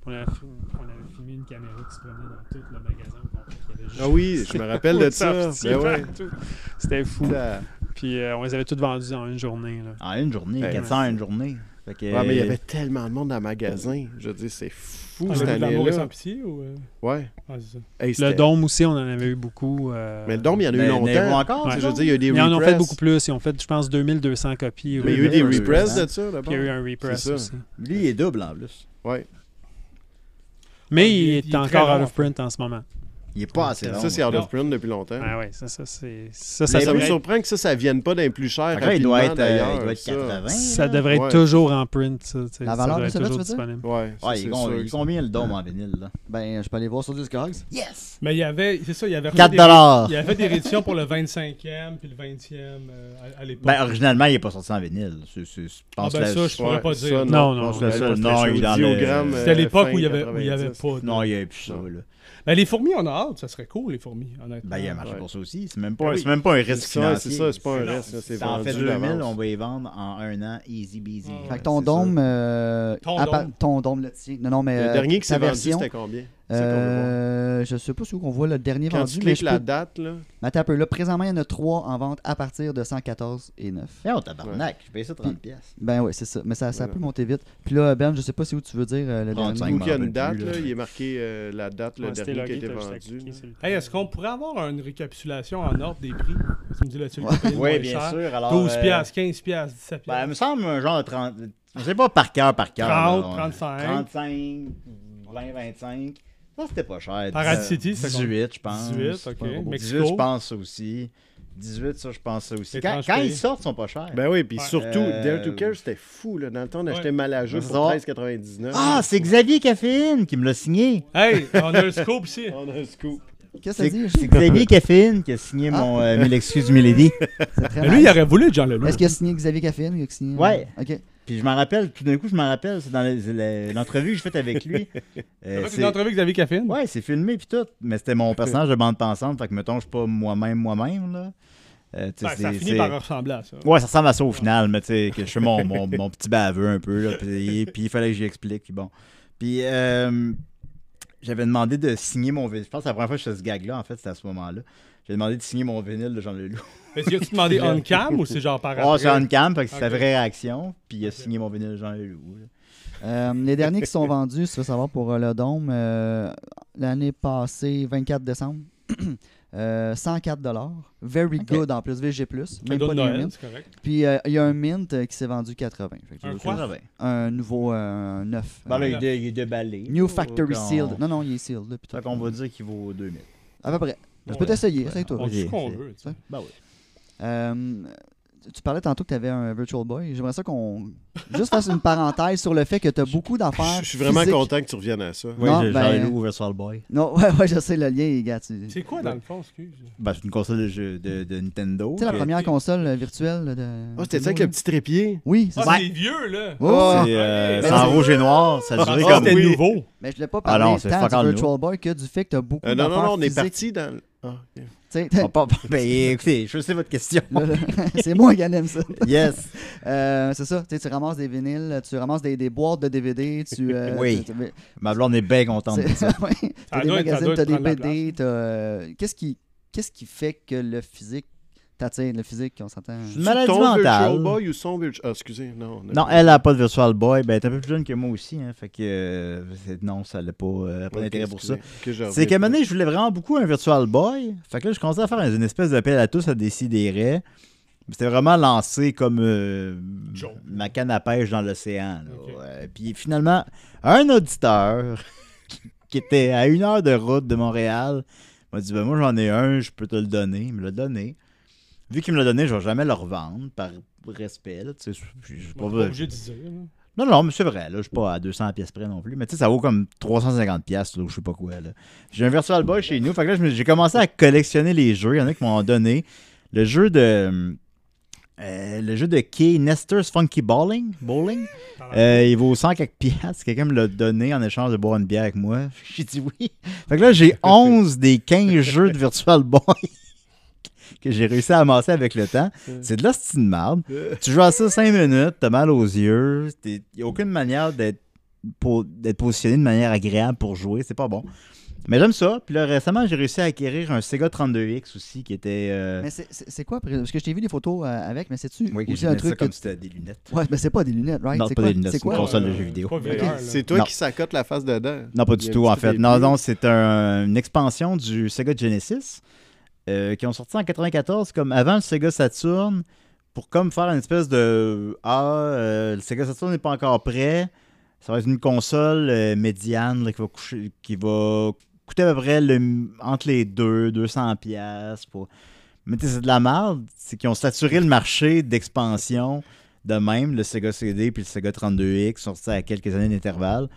On avait, fi- on avait filmé une caméra qui se prenait dans tout le magasin. au complet, qu'il y avait juste-
Ah oui, je me rappelle de ça.
Sans pitié
Ben ouais.
partout. C'était fou.
Ça-
Puis euh, on les avait tous vendus en une journée. Là.
En une journée,
Ouais.
400 en une journée. Fait que,
Ben, Ouais, Ah, mais il y avait tellement de monde dans le magasin. Je veux dire, c'est fou
Ah,
cette
le l'amour est sans
année-là.
pitié ou. euh,
Ouais.
ah, c'est ça.
Hey,
Le
c'était-
dôme aussi, on en avait eu beaucoup. euh,
Mais le dôme, il y en a eu
Mais- ben, mais vous
longtemps.
encore,
Tu sais,
Ouais.
Je veux dire, il y a eu des
Ils en ont fait
repress.
beaucoup plus. Ils ont fait, je pense, 2200 copies.
Mais il y a eu des
Ouais.
repress de ça, là-bas.
Puis il y a eu un repress
C'est ça.
aussi.
Lui, il est double en plus.
Ouais.
Mais
Il-
il,
il
est,
est très
encore
long,
out
en
of
fait.
print en ce moment.
Il est pas assez long.
Ça, c'est out
Non.
of print depuis longtemps.
Ah ouais, ça, ça, c'est, ça, ça,
Ça, ça, me
devrait, être-
surprend que ça, ça vienne pas d'un plus cher.
Fait que là, il doit
rapidement,
être, euh,
d'ailleurs,
il doit être
ça.
80.
ça
là.
devrait être
Ouais.
toujours en print. Ça, tu sais,
La
ça
valeur
devrait
de
être
celui-là,
toujours
tu veux dire?
disponible.
Ouais, ça,
Ouais,
c'est
il, con-
sûr.
il- combien le dôme en vinyle, là?
Ben, je peux aller voir sur Discogs.
Yes!
Mais il y avait. C'est ça, il y avait.
4
des-
dollars!
Il y avait des rééditions pour le 25e puis le 20e euh, à- à, l'époque.
Ben, originalement, il est pas sorti en vinyle. C'est- c'est- je
Ah,
pense
ben,
que
ça, je pourrais
Ouais,
pas
ça,
dire.
non.
Non, non.
pense que le seul-
c'était
non,
sur
il est dans le-
Audiogramme,
C'était
euh,
l'époque
fin
où il y avait, où il y avait
90.
pas. de-
Non, il n'y a plus ça, là.
Ben, les fourmis, on a hâte. Ça serait cool, les fourmis, honnêtement.
Ben, il a marché
Ouais.
pour ça aussi. C'est même, pas,
Ah oui.
c'est même pas un
C'est
risque
ça,
financier.
c'est ça, c'est pas un reste. là, C'est
Ça en
vendu
fait 2000,
d'avance.
on va y vendre en un an, easy beasy.
Ah.
Fait que
c'est
ton
ça.
dôme. euh,
Ton
à part-
dôme.
ton dôme, le tien. Non, non, mais.
Le
euh,
dernier qui
ta
s'est vendu,
version,
c'était combien? C'est ça qu'on veut voir.
euh, je sais pas si où qu'on voit le dernier
Quand
vendu,
tu
mais
cliques
je
la
peux-
date, là,
Mais attends un peu, là, présentement, il y en a trois en vente à partir de 114 et 9.
Eh, oh, tabarnak, je paye ça 30 pièces.
Ben oui, c'est ça. Mais ça, ça
Voilà.
peut monter vite. Puis là, Ben, je sais pas si où tu veux dire euh, le
Prends
dernier.
cinq.
ou qu'il y a
m'en
une date,
rappelle plus,
là,
là.
il est marqué euh, la date, le
Ouais, c'était
dernier qui a été
logué, t'as juste à
vendu.
cliquer sur le-
Hey, est-ce qu'on pourrait avoir une récapitulation en ordre des prix Tu me dis là, celui
Ouais.
qui paye le moins cher.
sûr. Alors,
12
euh,
piastres, 15 piastres, 17
Ben,
piastres.
il me semble un genre de 30. Je sais pas par cœur, par cœur.
30,
là, on-
35.
35, 20, 25. Ça, c'était pas cher.
Paradis
Dix-
City, c'est
18, je pense.
18, ok.
18, je
Mexico.
pense ça aussi. 18, ça, je pense ça aussi.
Les
Quand,
tranches
quand ils
payées.
sortent, ils sont pas chers.
Ben oui, puis
Ouais.
surtout,
Euh,
Dare to Care, c'était fou. Là. Dans le temps, on achetait
Ouais.
Malajeux
Ça
pour
va.
13,99.
ah,
euh,
c'est Xavier Caffeine qui me l'a signé.
Hey, on a le scoop ici.
On a un scoop.
Qu'est-ce que ça
C'est
dit?
c'est Xavier Caffeine qui a signé
Ah.
mon euh, Mille excuses, Milady.
C'est très
Mais Ben, lui,
nice.
il aurait voulu être Jean Leloup.
Est-ce qu'il a signé Xavier Caffeine? Il a signé... euh,
Ouais.
OK.
Puis je m'en rappelle, tout d'un coup, je m'en rappelle, c'est dans les- les- l'entrevue que j'ai faite avec lui. Euh,
C'est
c'est-
une entrevue avec Xavier Caffine.
Ouais, c'est filmé puis tout. Mais c'était mon personnage de bande pensante, fait que mettons, je suis pas moi-même, moi-même, là. Euh, tu sais,
Ben, ça
c'est-
finit
c'est-
par ressembler à ça.
Ouais, ça ressemble à ça au final, mais tu sais, que je suis mon, mon, mon petit baveux un peu, là, puis, puis il fallait que j'y explique, puis bon. Puis euh, j'avais demandé de signer mon vinyle. Je pense que la première fois que je fais ce gag-là, en fait, c'était à ce moment-là. J'ai demandé de signer mon vinyle de Jean Leloup.
Mais tu as-tu demandé on cam ou c'est genre par
Ah,
Oh, c'est
après?
on cam, fait que c'est sa
Ok.
vraie réaction, puis il a signé mon vinyle de Jean Leloup. là.
Euh, les derniers qui sont vendus, si tu veux savoir, pour euh, le Dôme, euh, l'année passée, 24 décembre, euh, 104 Very
Ok.
good en plus, VG+.
Un
Même
dos de
pas de
Noël,
mint.
c'est correct.
Puis euh, il y a un mint euh, qui s'est vendu 80. Fait que
Un
j'ai-
quoi?
Ah ben.
un nouveau euh, neuf.
Ben là,
Euh,
il est, il est déballé.
New Factory
Donc, on-
Sealed. Non, non, il est sealed. Là, plutôt.
Fait qu'on va dire qu'il vaut 2000.
À peu près.
Ouais.
Tu peux t'essayer, essaye-toi.
On dit ce qu'on
c'est-
veut. tu sais.
Ben oui.
Euh, tu parlais tantôt que tu avais un Virtual Boy. J'aimerais ça qu'on juste fasse une parenthèse sur le fait que tu as beaucoup d'affaires.
Je suis vraiment
physiques.
content que tu reviennes à ça.
Oui,
Non,
j'ai
ben-
Jean Leloup vers Soul Boy.
Non, ouais, ouais, je sais le lien, gars. Tu tu
C'est quoi dans le fond, excuse
Ben, c'est une console de, jeu de, de Nintendo.
sais, la
que-
première console euh, virtuelle là, de.
Ah, c'était ça avec le petit trépied.
Oui, c'est
Ah,
ça.
c'est vieux, là.
Ouais, ouais, ouais.
C'est euh,
Ouais.
c'est en rouge et noir, ça durait
Ah,
comme.
c'était
oui.
nouveau.
Mais je ne l'ai pas
Ah
parlé
non, c'est fuck
tant
all
du
nous.
Virtual Boy que du fait que tu as beaucoup
Euh, non, non, non, on est
d'affaires
parti dans. le- Ah, ok.
physiques. Tu sais,
On part- Ben, écoutez, je sais votre question.
là, là, C'est moi qui en aime ça.
Yes.
Euh, c'est ça, tu sais, tu ramasses des vinyles, tu ramasses des, des boîtes de DVD, tu. euh,
Oui.
tu- tu-
Ma blonde est bien contente de
C'est
ça.
ouais. T'as
Ça
des
doit être- ça
magazines,
doit
t'as
être hein.
des
prendre la
BD, t'as. euh, Qu'est-ce qui, qu'est-ce qui fait que le physique t'attire Le physique, on s'entend.
Une maladie
ton
mentale.
Virtual Boy ou son Virtual. Ah, excusez, non.
Non, elle a pas de Virtual Boy. Ben, elle est un peu plus jeune que moi aussi. Hein, fait que euh, c'est- non, ça n'a pas, euh, pas d'intérêt pour ça. C'est qu'à un moment donné, je voulais vraiment beaucoup un Virtual Boy. Fait que là, je commençais à faire une espèce d'appel à tous à décider. C'était vraiment lancé comme euh,
Joe.
ma canne à pêche dans l'océan. là.
Ok.
Ouais. Puis finalement, un auditeur qui était à une heure de route de Montréal m'a dit ben, Moi, j'en ai un, je peux te le donner. Il me l'a donné. Vu qu'il me l'a donné, je ne vais jamais le revendre par respect. là, tu sais, je- je- je-
On est pas obligé de dire. là.
non, non, mais c'est vrai, là, je suis pas à 200 pièces près non plus, mais tu sais, ça vaut comme 350 pièces, ou je sais pas quoi, là. J'ai un Virtual Boy chez nous, fait que là, je me- j'ai commencé à collectionner les jeux, il y en a qui m'ont donné. Le jeu de... Euh, le jeu de quai Nestor's Funky Bowling, bowling euh, il vaut 100 quelques piastres. Quelqu'un me l'a donné en échange de boire une bière avec moi. J'ai dit oui. Fait que là, j'ai 11 des 15 jeux de Virtual Boy que j'ai réussi à amasser avec le temps. C'est de la c'est une marde. Tu joues à ça 5 minutes, t'as mal aux yeux. Il n'y a aucune manière d'être po- d'être positionné de manière agréable pour jouer. C'est pas bon. Mais j'aime ça. Puis là, récemment, j'ai réussi à acquérir un Sega 32X aussi qui était. euh,
Mais c'est- c'est c'est quoi? pré- Parce que je t'ai vu des photos euh, avec, mais c'est-tu
oui,
aussi
j'ai
un
mis
truc
ça
que
comme
tu-
si c'était des lunettes.
Ouais, mais c'est pas des lunettes, right?
Non,
C'est
pas
quoi-
des lunettes,
C'est
c'est une
quoi? euh,
console de jeux vidéo.
Pas VR,
Ok.
là.
C'est toi
Non.
qui s'accote la face dedans.
Non, pas
euh, Il y
du
a
tout,
un
en
petit
fait.
des
Non,
plis.
non, c'est un- une expansion du Sega Genesis euh, qui ont sorti en 94, comme avant le Sega Saturn, pour comme faire une espèce de Ah, euh, le Sega Saturn n'est pas encore prêt. Ça va être une console euh, médiane là, qui, va coucher- qui va coûter à peu près le- entre les deux, 200$. piastres Pour... Mais tu sais, c'est de la merde. C'est qu'ils ont saturé le marché d'expansion. De même, le Sega CD puis le Sega 32X sont sortis à quelques années d'intervalle.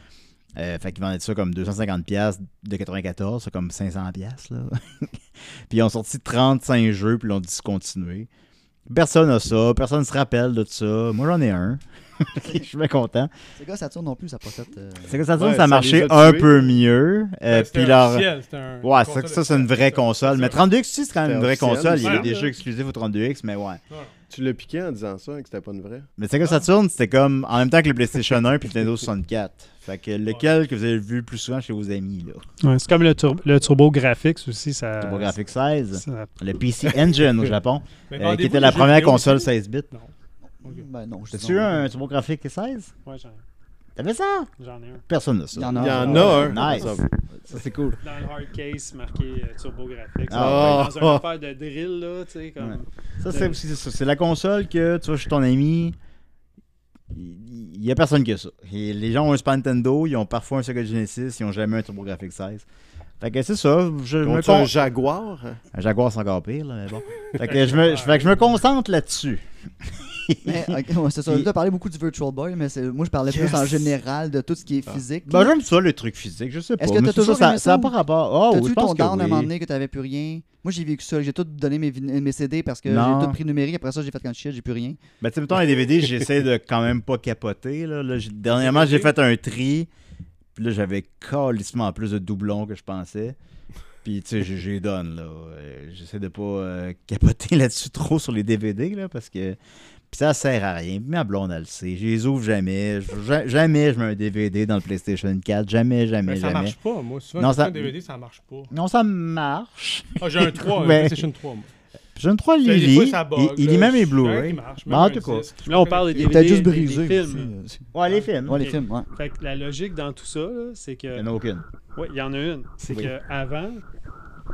Euh, fait qu'ils vendaient ça comme 250$ piastres de 94, c'est comme 500$. piastres, Là. puis ils ont sorti 35 jeux, puis l'ont discontinué. Personne n'a ça, personne ne se rappelle de ça. Moi, j'en ai un. Je suis bien content.
Ces gars, ça tourne non plus, ça a pas fait. euh,
C'est que ça tourne,
Ouais,
ça
ça
marchait
les a
un
tués.
peu mieux. Euh,
C'était
puis
Ben, un
leur...
officiel, c'était un-
Ouais,
une
ça,
console
ça, c'est une
officielle,
vraie
ça.
console. Mais 32X, c'est quand même une vraie
C'était officiel,
console. Il y a
ouais.
des jeux exclusifs au 32X, mais ouais.
Tu l'as piqué en disant ça, hein, que c'était pas une vraie.
Mais c'est que Saturn, c'était comme en même temps que le PlayStation 1 puis le Nintendo 64. Fait que lequel que vous avez vu le plus souvent chez vos amis, là?
Ouais, c'est comme le, tur- le Turbo Graphics aussi. Ça,
TurboGrafx 16,
ça-
le PC Engine au Japon,
Mais
euh, qui
vendez-vous
était la
des jeux
première
vidéo
console
aussi? euh,
16 bits.
Ben non, je
tas
dis
tu
non.
un TurboGrafx 16?
Ouais, j'en,
T'avais ça?
j'en ai un.
Personne n'a ça.
Il y en
Il y
a.
en a un.
Nice. Ça, c'est cool.
Dans le hard case marqué euh, Turbo Graphics.
Ah.
Dans une affaire de drill, là, tu sais, comme.
Ouais. Ça, c'est aussi c'est ça. C'est la console que, tu vois, je suis ton ami. Il n'y a personne qui a ça. Et les gens ont un Super Nintendo, ils ont parfois un Sega Genesis, ils n'ont jamais un TurboGrafx 16. Fait que c'est ça. Je me
Ont-tu un
con-
Jaguar? hein?
Un Jaguar, c'est encore pire, là, mais bon. Fait que je me, fait que je me concentre là-dessus.
Mais, ok, ouais, c'est ça.
Il-
Tu as parlé beaucoup du Virtual Boy, mais c'est- moi, je parlais plus en général de tout ce qui est physique.
Ben, j'aime ça, le truc physique, je sais pas.
Est-ce que t'as
mais c'est
toujours
ça,
aimé
ça n'a
ça?
pas rapport. Oh,
T'as-tu
oui,
eu
je pense
ton
que
down à un
oui.
moment donné que t'avais plus rien? Moi, j'ai vécu ça. J'ai tout donné mes, vin- mes CD parce que
Non.
j'ai tout pris numérique. Après ça, j'ai fait quand shit, j'ai plus rien.
Ben, tu sais, mettons, les DVD, j'essaie de quand même pas capoter. Là. Là, j'ai- dernièrement, j'ai fait un tri. Puis là, j'avais calissement plus de doublons que je pensais. Puis, tu sais, j'ai- j'ai donne, là. Euh, J'essaie de pas euh, capoter là-dessus trop sur les DVD, là, parce que. Puis ça sert à rien. Puis ma blonde, elle le sait. Je les ouvre jamais. Je- ja- jamais je mets un DVD dans le PlayStation 4. Jamais, jamais,
Mais Ben, ça
jamais.
marche pas, moi. Souvent,
Non,
j'ai
ça-
un DVD, ça marche pas.
Non, ça marche.
Ah, j'ai un 3, un
Ouais.
PlayStation 3, moi.
Je ne crois
Des
lui
fois,
lit.
ça bug,
Ben, Il, il lit
là,
même les
je suis sûr
Blu-ray.
qu'il marche,
Ben,
même
en
un
tout cas.
disque. Ah.
Là, on parle des
T'as
DVD,
juste
des-
brisé.
des films.
aussi.
euh, Ouais, les films.
Ouais, les films, ouais.
Fait que la logique dans tout ça, là, c'est que.
Il n'y en a aucune.
Oui, il y en a une. C'est
Oui.
qu'avant,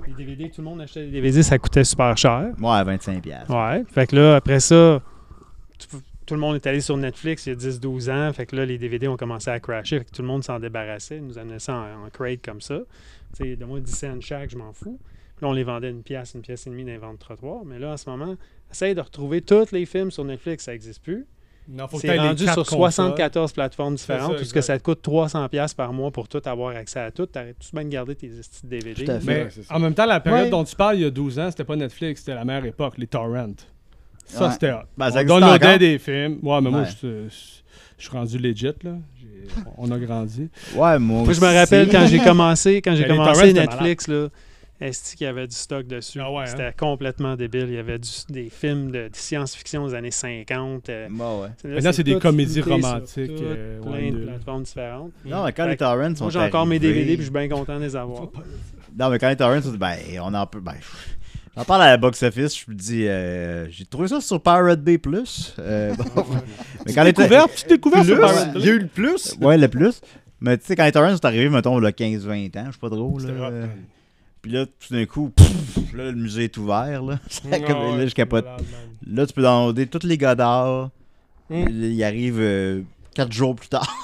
les DVD, tout le monde achetait des DVD, ça coûtait super cher.
Ouais, 25$. piastres.
Ouais. Fait que là, après ça, tout, tout le monde est allé sur Netflix il y a 10-12 ans. Fait que là, les DVD ont commencé à crasher. Fait que tout le monde s'en débarrassait. Ils nous amenaient ça en, en crate comme ça. Tu sais, de moi 10 cents chaque, je m'en fous. Puis là, on les vendait une pièce, une pièce et demie dans les ventes de trottoir. Mais là, en ce moment, essaye de retrouver tous les films sur Netflix, ça n'existe plus.
Non, faut que
C'est
t'ailles les
rendu
quatre
sur
consoles.
74 plateformes
C'est ça,
différentes, parce que
exact.
ça te coûte 300$ par mois pour tout avoir accès à tout. T'arrêtes-tu bien de garder tes esti de DVD?
Tout à fait.
Mais
Ouais, c'est ça.
en même temps, la période
Ouais.
dont tu parles, il y a 12 ans, c'était pas Netflix, c'était la meilleure époque, les torrents. Ça,
Ouais.
c'était hot.
Ben, ça
on
existe
downloadait
encore.
des films. Ouais, mais moi,
Ouais.
je suis- je suis rendu legit, là. J'ai- On a grandi.
Ouais, moi
Moi, je
aussi.
me rappelle quand j'ai commencé, quand j'ai
Mais les
commencé
torrents, c'était
Netflix, là, est-ce qu'il y avait du stock dessus?
Ah ouais, hein?
C'était complètement débile. Il y avait du- des films de, de science-fiction des années 50. euh,
Ouais, ouais.
là,
Maintenant, c'est des
tout
comédies
flouté sur
romantiques,
tout,
euh,
plein
ouais,
de
de-
plateformes différentes.
Non, mais quand
Fait
les
que
torrents sont
Moi, j'ai encore mes
arrivés-
DVD, puis je suis bien content de les avoir.
Non, mais quand les torrents sont... Ben, on en peut... Ben, j'en parle à la box-office, je me dis... euh, j'ai trouvé ça sur Pirate Bay+. Plus. Euh, bon. mais quand les torrents-
Découverte, petite découverte sur
Plus,
Pirate
ouais.
Bay.
Il y a eu le plus?
Ouais, le plus. Mais tu sais, quand les torrents sont arrivés, mettons, le 15-20 ans, je sais pas trop, là...
C'était hot,
euh,
man.
Puis là, tout d'un coup, pff, là, le musée est ouvert, là.
Ah ouais,
Comme- là, je
c'est
capote.
malade, man.
Là, tu peux downloader toutes les Godard.
Mm.
Il arrive euh, quatre jours plus tard.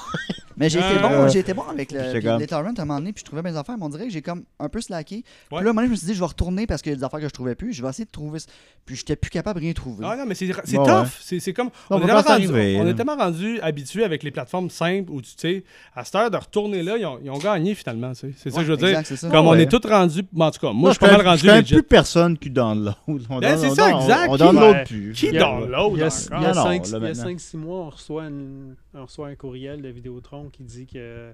Mais j'ai été
Euh,
bon, j'ai été bon avec le,
J'étais
puis
comme-
les torrents à un moment donné, puis je trouvais mes affaires, mais on dirait que j'ai comme un peu slacké. Puis
Ouais.
là, à un moment donné, je me suis dit, je vais retourner parce qu'il y a des affaires que je trouvais plus, je vais essayer de trouver ça. Puis j'étais plus capable de rien trouver.
Ah non, mais c'est c'est
Ouais,
tough.
ouais.
C'est- C'est comme.
On
On,
peut
est tellement
pas
rendu,
s'arriver,
on
là.
est tellement rendu habitué avec les plateformes simples où tu sais, à cette heure de retourner là, ils ont, ils ont gagné finalement. tu sais. C'est ça que je veux dire.
Exact, c'est ça.
Comme on
ouais.
est tous rendus. mais En tout cas, moi, je suis pas
connais-
mal rendu
Je connais
legit.
plus personne qui download. On
Ben,
download-
c'est ça,
on-
exact.
On
Qui-
download
Ouais.
plus.
Qui
Yeah.
download
Il y a
il y a non, là, maintenant.
5-6 mois, on reçoit, une- on reçoit un courriel de Vidéotron qui dit que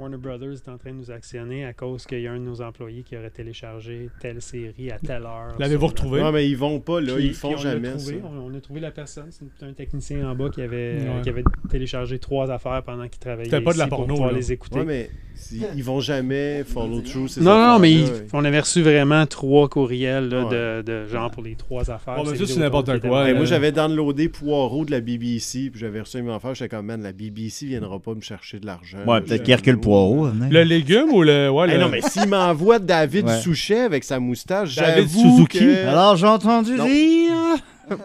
Warner Brothers est en train de nous actionner à cause qu'il y a un de nos employés qui aurait téléchargé telle série à telle heure.
L'avez-vous
sur le-
retrouvé?
Non, mais ils vont pas, là.
Puis-
ils font
puis on l'a
jamais ça.
trouvé, hein. on, on a trouvé la personne, c'est un technicien en bas qui avait,
Ouais.
qui avait téléchargé trois affaires pendant qu'il travaillait
C'était pas de la
ici pour
porno,
pouvoir
là.
les écouter.
Ouais, mais ils ils vont jamais follow through. ces
Non, non, non, mais
affaires-là.
il- on avait reçu vraiment trois courriels là,
Ouais.
de, de genre pour les trois affaires.
Ouais, mais ça, c'est
Vidéotron
n'importe
qui était
quoi,
mal.
Ouais,
Euh,
moi, j'avais downloadé Poirot de la BBC, puis j'avais reçu mes enfants. J'étais comme, man, la BBC viendra pas me chercher de l'argent.
Ouais, peut-être qu'il recule le poireau. hein.
Le légume ou le. Ouais,
Hey,
le-
non, mais s'il m'envoie David
Ouais.
Souchet avec sa moustache,
David
j'avoue
Ben, Suzuki.
que-
Alors, j'ai entendu
Non.
dire.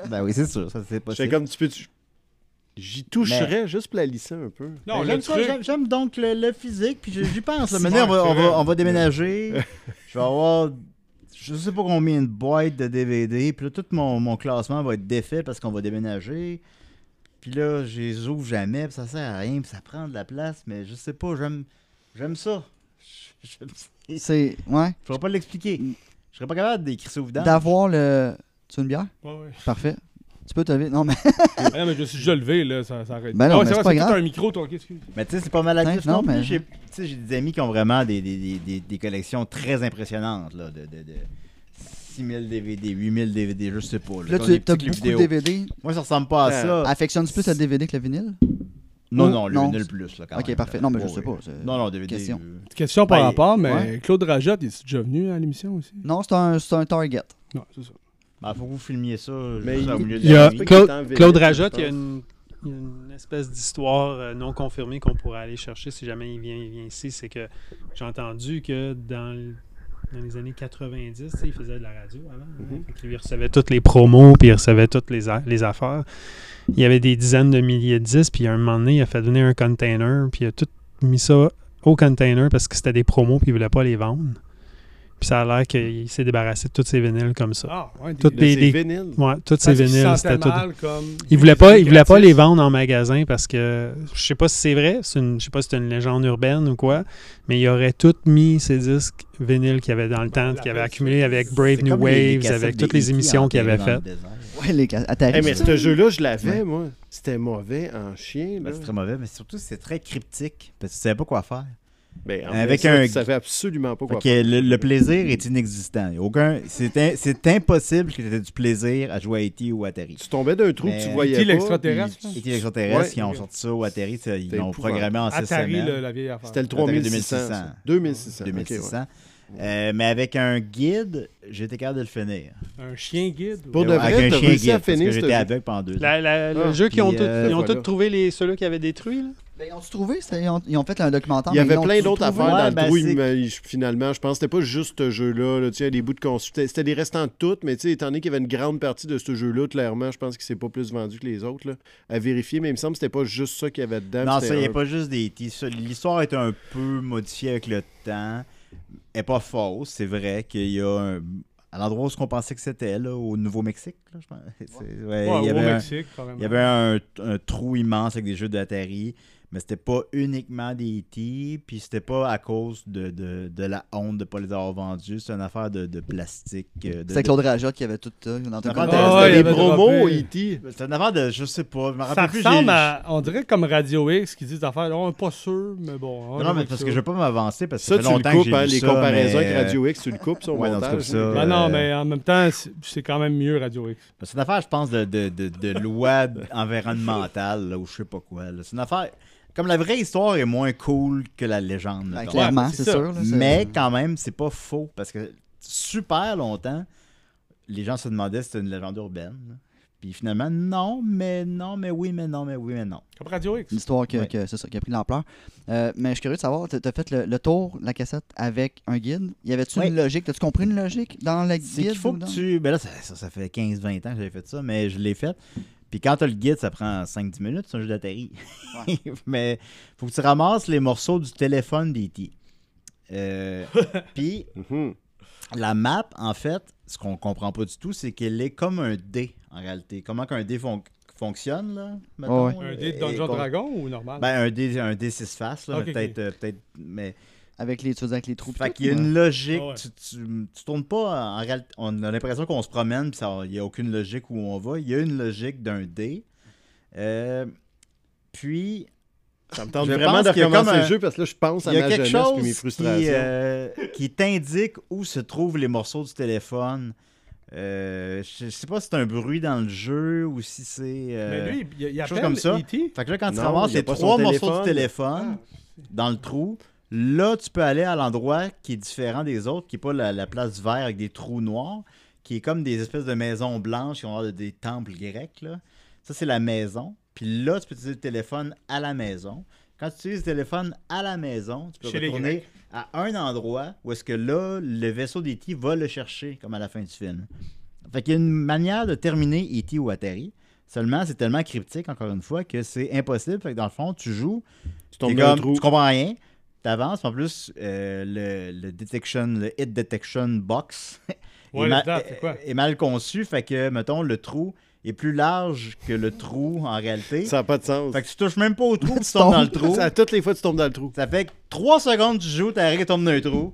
ben oui, c'est sûr, ça c'est
J'étais
possible.
comme, tu peux. tu- J'y toucherais juste pour la lisser un peu.
Non,
Ben,
le
j'aime ça,
truc-
j'aime- J'aime donc le, le physique, puis je- j'y pense. là. Maintenant, on va, on, va, on va déménager. je vais avoir, je sais pas combien de boîtes de DVD, puis là, tout mon, mon classement va être défait parce qu'on va déménager. Puis là, je les ouvre jamais, puis ça sert à rien, puis ça prend de la place, mais je sais pas, j'aime j'aime ça. Je- J'aime ça. Je
C'est. Ouais.
pourrais pas l'expliquer. Je serais pas capable d'écrire ça au vidange.
D'avoir le. Tu veux une bière?
Ouais, ouais.
Parfait. Tu peux te lever. Non, mais.
Ah, non, mais je me suis déjà levé, là. Ça, ça arrête.
Ben non,
Ah ouais,
mais
ça
c'est
va,
pas
tout
grave.
un micro, toi. ok, excuse.
Mais tu sais, c'est pas maladif
Tiens,
non,
non, mais-
plus. J'ai- Tu sais, j'ai des amis qui ont vraiment des, des, des, des, des collections très impressionnantes, là, de, de, de 6000 DVD, 8000 DVD, je sais pas.
Là,
Là, Ils ont
tu
des
as beaucoup
petits clips
de DVD.
Moi, ça ressemble pas à
Euh,
Ah.
ça.
Affectionnes-tu plus le DVD que le vinyle?
Non, non, le
Ah, non.
vinyle plus, là, quand
Ok,
même,
parfait.
là.
Non, mais je
Ouais,
sais
ouais.
pas. c'est-
Non, non, DVD.
Question.
euh,
Petite question par
Ben,
rapport, mais
ouais.
Claude Rajotte, est déjà venu à l'émission aussi?
Non, c'est un, c'est un target.
Non, c'est ça.
bah, faut que vous filmiez ça.
Mais
juste
il-
au milieu de
Il y
la
a
nuit.
Oui,
Claude,
qui est en vedette,
Claude
je
Rajotte,
pense.
il y a une, il y a une espèce d'histoire euh, non confirmée qu'on pourrait aller chercher si jamais il vient, il vient ici. C'est que j'ai entendu que dans, le- dans les années 90, tu sais, il faisait de la radio avant. hein.
Mhm.
Fait que lui, il recevait toutes les promos, puis il recevait toutes les, a- les affaires. Il y avait des dizaines de milliers de disques, puis à un moment donné, il a fait donner un container, puis il a tout mis ça au container parce que c'était des promos, puis il voulait pas les vendre. Puis ça a l'air qu'il s'est débarrassé de toutes ces vinyles comme ça.
Ah, ouais, des-
Tout
De
Des-
ces
des-
vinyles.
Ouais, toutes ces
Parce qu'il se
vinyles,
sentait
c'était tout.
mal, comme-
Il voulait pas, il
Gratis.
voulait pas les vendre en magasin parce que je sais pas si c'est vrai, c'est une- je sais pas si c'est une légende urbaine ou quoi, mais il aurait tout mis ces disques vinyles qu'il y avait dans le temps, qu'il avait accumulé avec Brave
C'est
New
comme les- les
Waves,
cassettes
avec
des E
toutes les
E.T.
émissions qu'il avait
enterrées dans
faites.
le désert.
Ouais, les cas- Atari.
Eh, mais
ça.
ce jeu-là, je l'avais,
Ouais.
moi. C'était mauvais en chien. Là.
Ben, C'est très mauvais, mais surtout, c'est très cryptique. Parce que tu savais pas quoi faire.
Ben, en
Avec
fait,
un-
Tu savais absolument pas quoi
Fait que le, le plaisir est inexistant. Il y a Aucun, c'est, in- c'est impossible que tu aies du plaisir à jouer à E.T. ou Atari.
Tu tombais d'un trou
Mais-
que tu voyais
Qui,
pas.
l'extraterrestre,
puis-
E.T. les extraterrestres, ils
Ouais.
ont sorti ça ou Atari, ça, ils
C'était
l'ont
épouvantable.
programmé en six
Atari,
semaines.
le- la vieille affaire.
C'était le
Atari
3600.
2600.
ça. 2600.
2600.
ok, ouais.
Euh, mais avec un guide, j'étais capable de le finir.
Un chien guide.
Pour
Et-
de
avec
vrai,
un
t'as
chien
réussi à
guide, parce
finir
que
ce
j'étais
jeu.
aveugle pendant deux ans.
La- la- le
Ah,
jeu qu'ils ont,
puis,
tout-
euh,
ils ont
voilà.
tous trouvé les, ceux-là qui avaient détruit. Là.
Ben, Ils ont trouvé, ça? ils ont, ils ont fait un documentaire.
Il y
Ah,
mais
avait
ils ont
plein
tout
d'autres
trouvé.
affaires dans
Ouais,
le
ben,
trou,
c'est-
mais il- finalement. Je pense que c'était pas juste ce jeu-là. là. Tu sais, il y a des bouts de conçus. C'était c'était des restants de toutes, mais tu sais, étant donné qu'il y avait une grande partie de ce jeu-là, clairement, je pense qu'il s'est pas plus vendu que les autres. là. À vérifier, mais il me semble que c'était pas juste ça qu'il y avait dedans.
Non,
c'était
ça, il n'y a
un-
pas juste des E.T. Ça, L'histoire est un peu modifiée avec le temps. Elle n'est pas fausse. C'est vrai qu'il y a un. À l'endroit où ce qu'on pensait que c'était, là, au Nouveau-Mexique, là, je pense. C'est- ouais, il y
au
avait un-
Mexique, quand même.
Il y avait un, un trou immense avec des jeux d'Atari, mais c'était pas uniquement des E.T., puis c'était pas à cause de, de, de la honte de ne pas les avoir vendus, c'est une affaire de, de plastique. euh, de-
C'était Claude Rajotte qui avait tout ça. Dans
Ah,
le
ouais,
contexte.
il y
C'était des
avait
promos, E
droppé.
E.T.
de- C'est une affaire de, je sais pas, je me
Ça
rappelle plus. j'ai-
ressemble à, on dirait comme Radio X qui dit des affaires, on est pas sûr, mais bon. on
Non, non, mais
avec
parce
ça.
que je vais pas m'avancer, parce que
Ça,
fait
tu le
longtemps que
coupes,
j'ai
hein,
vu
les
ça,
comparaisons
mais,
avec
euh,
Radio X, tu le coupes, ça, au
ouais, dans ce
montage.
cas-là,
Ben non,
euh,
mais en même temps, c'est- c'est quand même mieux Radio X.
C'est une affaire, je pense, de, de, de, de loi environnementale, là, ou je sais pas quoi. là. C'est une affaire. Comme la vraie histoire est moins cool que la légende.
Ben,
mettons.
clairement,
Ouais,
c'est
c'est ça.
sûr. là, c'est-
Mais quand même, c'est pas faux parce que super longtemps, les gens se demandaient si c'était une légende urbaine. Puis finalement, non, mais non, mais oui, mais non, mais oui, mais non.
Comme Radio X.
une histoire que,
Ouais.
que- c'est ça, qui a pris de l'ampleur. Euh, mais je suis curieux de savoir, tu as fait le, le tour, la cassette, avec un guide. Y avait-tu
Ouais.
une logique? As-tu compris une logique dans le guide?
C'est qu'il faut
ou dans-
que tu. Ben là, ça, ça- ça fait 15-20 ans que j'avais fait ça, mais je l'ai fait. Puis quand t'as le guide, ça prend 5-10 minutes, c'est un jeu d'Atari. Mais faut que tu ramasses les morceaux du téléphone d'E.T. Euh, Puis
Mhm.
la map, en fait, ce qu'on comprend pas du tout, c'est qu'elle est comme un dé, en réalité. Comment qu'un dé fon- fonctionne, là, mettons,
Ouais,
Un dé de
et-
Dungeon
et qu'on-
Dragon ou normal?
Ben, un dé, un dé 6 faces, là,
Ok,
mais peut-être... euh, peut-être mais
Avec les, tu veux dire avec les trous. pis
fait
tout,
qu'il y a
ouais.
une logique.
Ah ouais.
Tu, tu, tu tournes pas en réalité. On a l'impression qu'on se promène puis ça- il n'y a aucune logique où on va. Il y a une logique d'un dé. Euh, puis,
Ça me tente
Je
vraiment
pense
de
qu'il y a comme
recommencer
un-
le jeu parce que là, je pense à
il y a
ma
quelque
jeunesse et mes
chose
frustrations.
qui, euh, qui t'indique où se trouvent les morceaux du téléphone. Euh, je je sais pas si c'est un bruit dans le jeu ou si c'est. euh,
Mais lui, il, il appelle
chose
E
comme ça.
E.T.
Fait que là, quand tu
Non,
ramasses
il y a
les
pas son
trois morceaux
téléphone.
du téléphone dans le trou, là, tu peux aller à l'endroit qui est différent des autres, qui n'est pas la, la place verte avec des trous noirs, qui est comme des espèces de maisons blanches qui ont l'air de- des temples grecs. Là. Ça, c'est la maison. Puis là, tu peux utiliser le téléphone à la maison. Quand tu utilises le téléphone à la maison, tu peux
Chez les
retourner à un endroit où est-ce que là, le vaisseau d'E.T. va le chercher, comme à la fin du film. Fait qu'il y a une manière de terminer E.T. ou Atari. Seulement, c'est tellement cryptique, encore une fois, que c'est impossible. Fait que dans le fond, tu joues,
Tu tombes
t'es
dans le
comme-
trou.
tu comprends rien, tu avances. En plus, euh, le, le detection, le hit detection box
Ouais,
est,
le
mal,
date, c'est quoi?
est- est mal conçu. Fait que, mettons, le trou est plus large que le trou en réalité.
Ça n'a pas de sens.
Fait que tu touches même pas au trou, tu tombes dans le trou.
Ça, toutes les fois, tu tombes dans le trou.
Ça fait que 3 secondes tu joues, t'arrêtes et tombes dans un trou.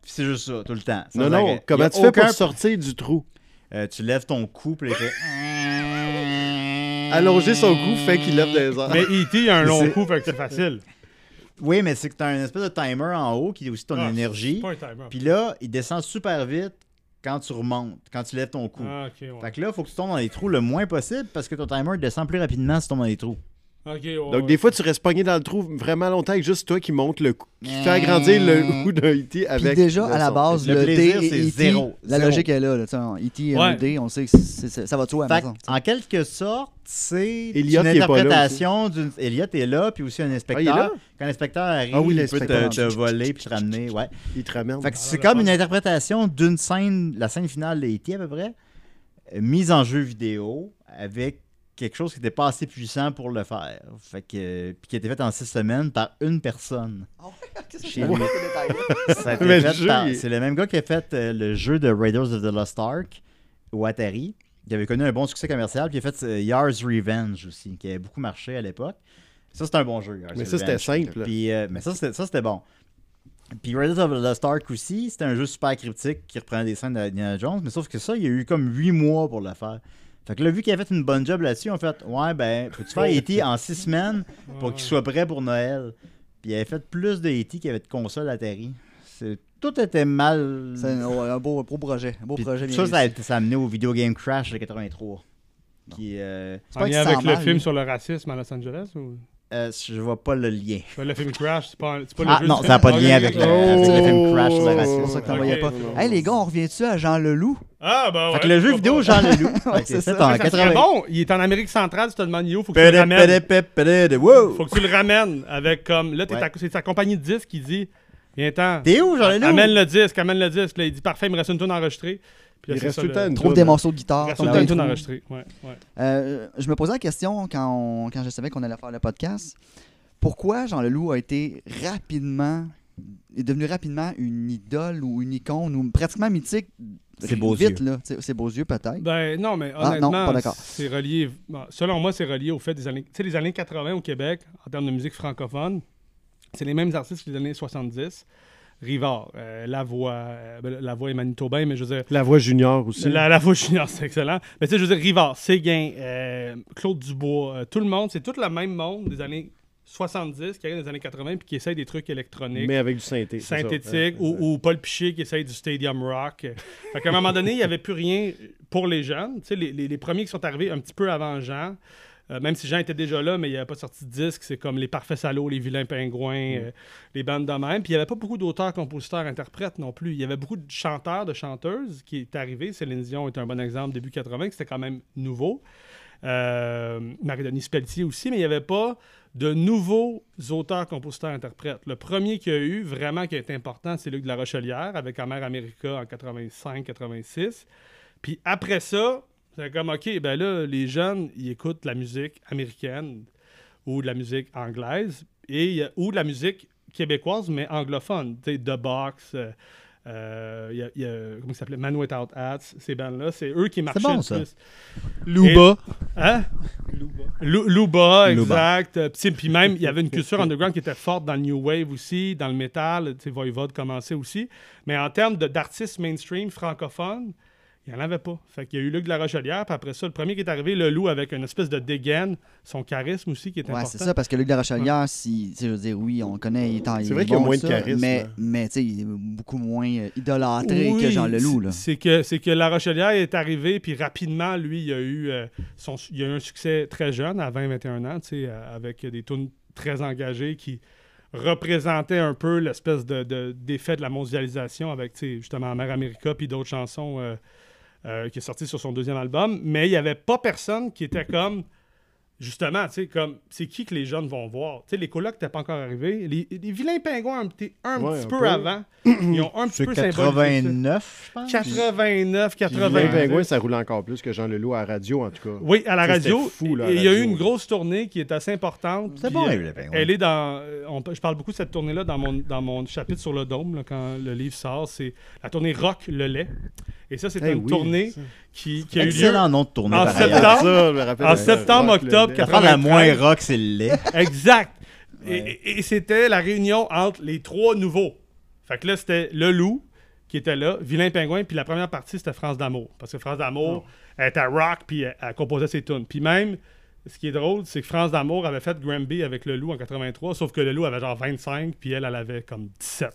Puis c'est juste ça, tout le temps. sans
Non, non,
arrêt. Y
comment
a
tu fais
aucun-
pour sortir du trou?
Euh, tu lèves ton cou, puis là, il fait-
Allonger son cou fait qu'il lève des airs.
Mais E.T. il a un long
C'est-
coup, fait que c'est facile.
Oui, mais c'est que t'as un espèce de timer en haut qui est aussi ton
Ah, C'est
énergie.
pas un timer.
Puis là, il descend super vite quand tu remontes, quand tu lèves ton cou.
Ah, ok, ouais.
Fait que là, faut que tu tombes dans les trous le moins possible parce que ton timer descend plus rapidement si tu tombes dans les trous.
Ok, ouais, ouais.
Donc, des fois, tu restes pogné dans le trou vraiment longtemps avec juste toi qui monte le cou, qui fait agrandir
Mm.
le cou d'un E.T.
Puis
avec.
déjà,
le
à la
son. Ah,
base,
Le
le,
plaisir,
dé et
c'est
E.T.,
zéro.
La
Zéro.
logique est là. là tu sais, E en E.T.
Ouais.
un dé, on sait que c'est- c'est- ça va de soi à la
Fait
maison.
que, en quelque sorte, c'est
Elliot,
une
il est pas là
interprétation d'une. Elliot est là, puis aussi un
Ah, il est là?
inspecteur. Quand l'inspecteur arrive,
Ah oui,
il peut te,
l'inspecteur.
te voler puis te ramener. Ouais.
Il te ramène.
Fait que c'est
Ah,
comme
la
une
fin.
interprétation d'une scène, la scène finale d'E.T. à peu près, euh, mise en jeu vidéo avec quelque chose qui n'était pas assez puissant pour le faire. Fait que, euh, puis qui a été fait en six semaines par une personne. Chez lui. Ça a été
Mais le
fait
jeu,
par-
il est-
C'est le même gars qui a fait euh, le jeu de Raiders of the Lost Ark au Atari. qui avait connu un bon succès commercial. Puis il a fait euh, Yars Revenge aussi, qui avait beaucoup marché à l'époque. Ça, c'est un bon jeu. Yars
Mais ça, c'était
Revenge.
simple.
Puis, euh, mais ça, c'était ça, c'était bon. Puis Raiders of the Lost Ark aussi, c'était un jeu super cryptique qui reprend des scènes d'Indiana Jones, mais sauf que ça, il y a eu comme 8 mois pour le faire. Fait que là, vu qu'il a fait une bonne job là-dessus, on fait Ouais, ben, peux-tu faire E.T. en 6 semaines pour qu'il soit prêt pour Noël Puis il avait fait plus de E.T. qu'il y avait de console Atari. C'est- Tout était mal.
C'est un, ouais, un beau, un beau projet. Un beau
Puis
projet.
tout
bien
ça, ça
réussi.
a, ça a amené au Video Game Crash de 83. Qui, euh,
C'est
En
pas
lien avec le
extrêmement,
film
là.
sur le racisme à Los Angeles ou.
euh, je vois pas le lien.
Ben, Le film Crash, c'est pas, un- c'est pas le
Ah
jeu.
non,
du
ça n'a
film. Ah, ben
pas de lien
Ok,
avec le,
ok.
avec le film Crash sur le
Oh.
racisme.
C'est pour ça que
Ok.
t'envoyais pas. Hey, les gars, on revient-tu à Jean Leloup
Ah, bah ouais.
Fait que le jeu
pourquoi
vidéo
pas.
Jean Leloup,
Ouais,
c'est
c'est
fait
ça.
en
Ça serait
80.
bon, il est en Amérique centrale, tu te demandes Yo, faut que tu le
Pédé,
ramènes.
pédé, pédé, pédé, wow!
Faut que tu le ramènes avec comme. Là, t'es
Ouais.
ta- c'est ta compagnie de disques qui dit Viens-t'en.
T'es où, Jean
Amène
Leloup?
le disque, amène le disque. Là, il dit Parfait, il me reste une tune enregistrée. Puis là,
Il
c'est
reste
ça,
tout le temps une
Trouve
toune.
des morceaux de
Il
guitare.
reste tout
tombe
le
dans
temps
les
une tune
trous.
enregistrée. Ouais, ouais.
Euh, je me posais la question quand, on- quand je savais qu'on allait faire le podcast. Pourquoi Jean Leloup a été rapidement est devenu rapidement une idole ou une icône ou pratiquement mythique
C'est beaux
vite, là. C'est c'est beaux yeux peut-être.
Ben non, mais
Ah, non,
honnêtement,
pas d'accord.
c'est relié. bon, Selon moi, c'est relié au fait des années. Tu sais, les années 80 au Québec, en termes de musique francophone, c'est les mêmes artistes que les années 70. Rivard, euh, La Voix, euh, ben, La Voix est manitobain, mais je veux dire,
La voix junior aussi.
la, la Voix junior, c'est excellent. Mais tu sais, je veux dire, Rivard, Séguin, euh, Claude Dubois, euh, tout le monde, c'est tout le même monde des années 70 qui arrive des années 80 puis qui essaye des trucs électroniques
Mais avec du synthé. c'est ça.
synthétique
Ouais,
ou,
ouais.
ou Paul Piché qui essaye du Stadium Rock. Fait qu'à un moment donné, il n'y avait plus rien pour les jeunes. Tu sais, les, les- les premiers qui sont arrivés un petit peu avant Jean, euh, même si Jean était déjà là, mais il n'y avait pas sorti de disque, c'est comme Les Parfaits Salauds, Les Vilains Pingouins,
Mm.
euh, les bandes de même. Puis il n'y avait pas beaucoup d'auteurs, compositeurs, interprètes non plus. Il y avait beaucoup de chanteurs, de chanteuses qui est arrivé. Céline Dion est un bon exemple, début 80, que c'était quand même nouveau. Euh, Marie-Denise Pelletier aussi, mais il n'y avait pas de nouveaux auteurs, compositeurs, interprètes. Le premier qu'il y a eu, vraiment, qui a été important, c'est Luc de la Rochelière avec Amère America en 85-86. Puis après ça, C'est comme, OK, ben là, les jeunes, ils écoutent de la musique américaine ou de la musique anglaise et, il y a- ou de la musique québécoise, mais anglophone. Tu sais, The Box, euh, euh, il y a- il y a- comment il s'appelait, Man Without Hats, ces bandes-là, c'est eux qui marchaient
bon,
le
ça.
plus.
Luba.
Hein? Lu- Luba,
Luba.
exact. Euh, Puis puis même, il y avait une culture underground qui était forte dans le New Wave aussi, dans le métal. Tu sais, Voivode commençait aussi. Mais en termes de- d'artistes mainstream francophones, il n'y en avait pas. Fait qu'il y a eu Luc de la Rochelière, puis après ça, le premier qui est arrivé, le loup, avec une espèce de dégaine, son charisme aussi qui est
Ouais,
important.
c'est ça, parce que Luc de la Rochelière, si, tu sais, je veux dire, oui, on le connaît, il est en- il
C'est
est
vrai qu'il y a
bon,
moins de
ça,
charisme,
Mais,
hein.
mais tu sais, il est beaucoup moins euh, idolâtré que
Oui,
Jean Leloup,
c'est-
là.
C'est que, c'est que La Rochelière est arrivée, puis rapidement, lui, il a eu, euh, son, su- il a eu un succès très jeune, à 20-21 ans, tu sais, euh, avec des tunes très engagées qui représentaient un peu l'espèce de, de- d'effet de la mondialisation avec, tu sais, justement, Mère America, puis d'autres chansons euh, euh, qui est sorti sur son deuxième album. Mais il n'y avait pas personne qui était comme... Justement, tu sais, comme, c'est qui que les jeunes vont voir? Tu sais, les colocs n'étaient pas encore arrivés. Les, les vilains pingouins, un, petit- un
Ouais,
petit
un
peu,
peu.
avant, ils ont un petit
C'est
peu symbolisé ça.
89, je pense.
89,
Les
80.
pingouins, ça roule encore plus que Jean Leloup à la radio, en tout cas.
Oui, à la
Ça, c'était
radio.
fou, là, à
et il y a eu
radio,
une
là.
grosse tournée qui est assez importante.
C'est
puis,
bon,
euh,
les pingouins.
Elle est dans. euh, on peut- je parle beaucoup de cette tournée-là dans mon, dans mon chapitre sur le dôme, là, quand le livre sort. C'est la tournée Rock le lait. Et ça, c'est
Eh
une
oui,
tournée
ça.
qui, qui a eu lieu.
Excellent nom de tournée,
en
par ailleurs.
septembre,
Ça, je me rappelle,
en
euh,
septembre,
Rock
octobre,
Ledin.
La part la
93.
moins rock, c'est le lait.
Exact. Et- Et, et c'était la réunion entre les trois nouveaux. Fait que là, c'était Le Loup qui était là, Vilain Pingouin, puis la première partie, c'était France d'Amour. Parce que France d'Amour, elle était à rock, puis elle, elle composait ses tunes. Puis même, ce qui est drôle, c'est que France d'Amour avait fait Granby avec Le Loup en 83, sauf que Le Loup avait genre 25, puis elle, elle avait comme 17.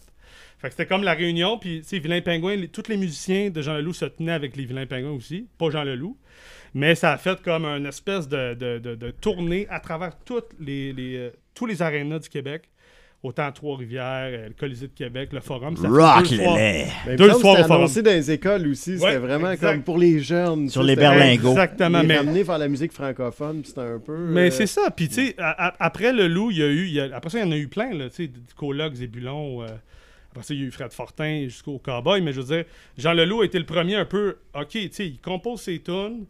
Fait que c'était comme la réunion, puis tu sais, Vilain Pingouin, les- tous les musiciens de Jean Leloup se tenaient avec les Vilains Pingouins aussi, pas Jean Leloup. Mais ça a fait comme une espèce de, de- de- de tournée à travers toutes les, les, euh, tous les arénas du Québec. Autant Trois-Rivières, euh, le Colisée de Québec, le Forum. Ça fait
Rock
deux
le
soirs.
lait.
Mais
Deux
Deux
soirs
soirs
au forum.
annoncé dans les écoles aussi.
Ouais,
c'était vraiment
exact.
comme pour les jeunes.
Sur
ça,
les
c'était-
berlins. Berlingots.
Exactement.
Les
Mais,
ramener vers la musique francophone, puis c'était un peu...
mais
euh,
c'est ça. Puis, tu sais, a- a- après le loup, il y a eu. il y a- après ça, il y en a eu plein, là. Tu sais, du Coloc, Zébulon. euh, après ça, il y a eu Fred Fortin jusqu'au Cowboy. Mais je veux dire, Jean Leloup a été le premier un peu. OK, tu sais, il compose ses tunes.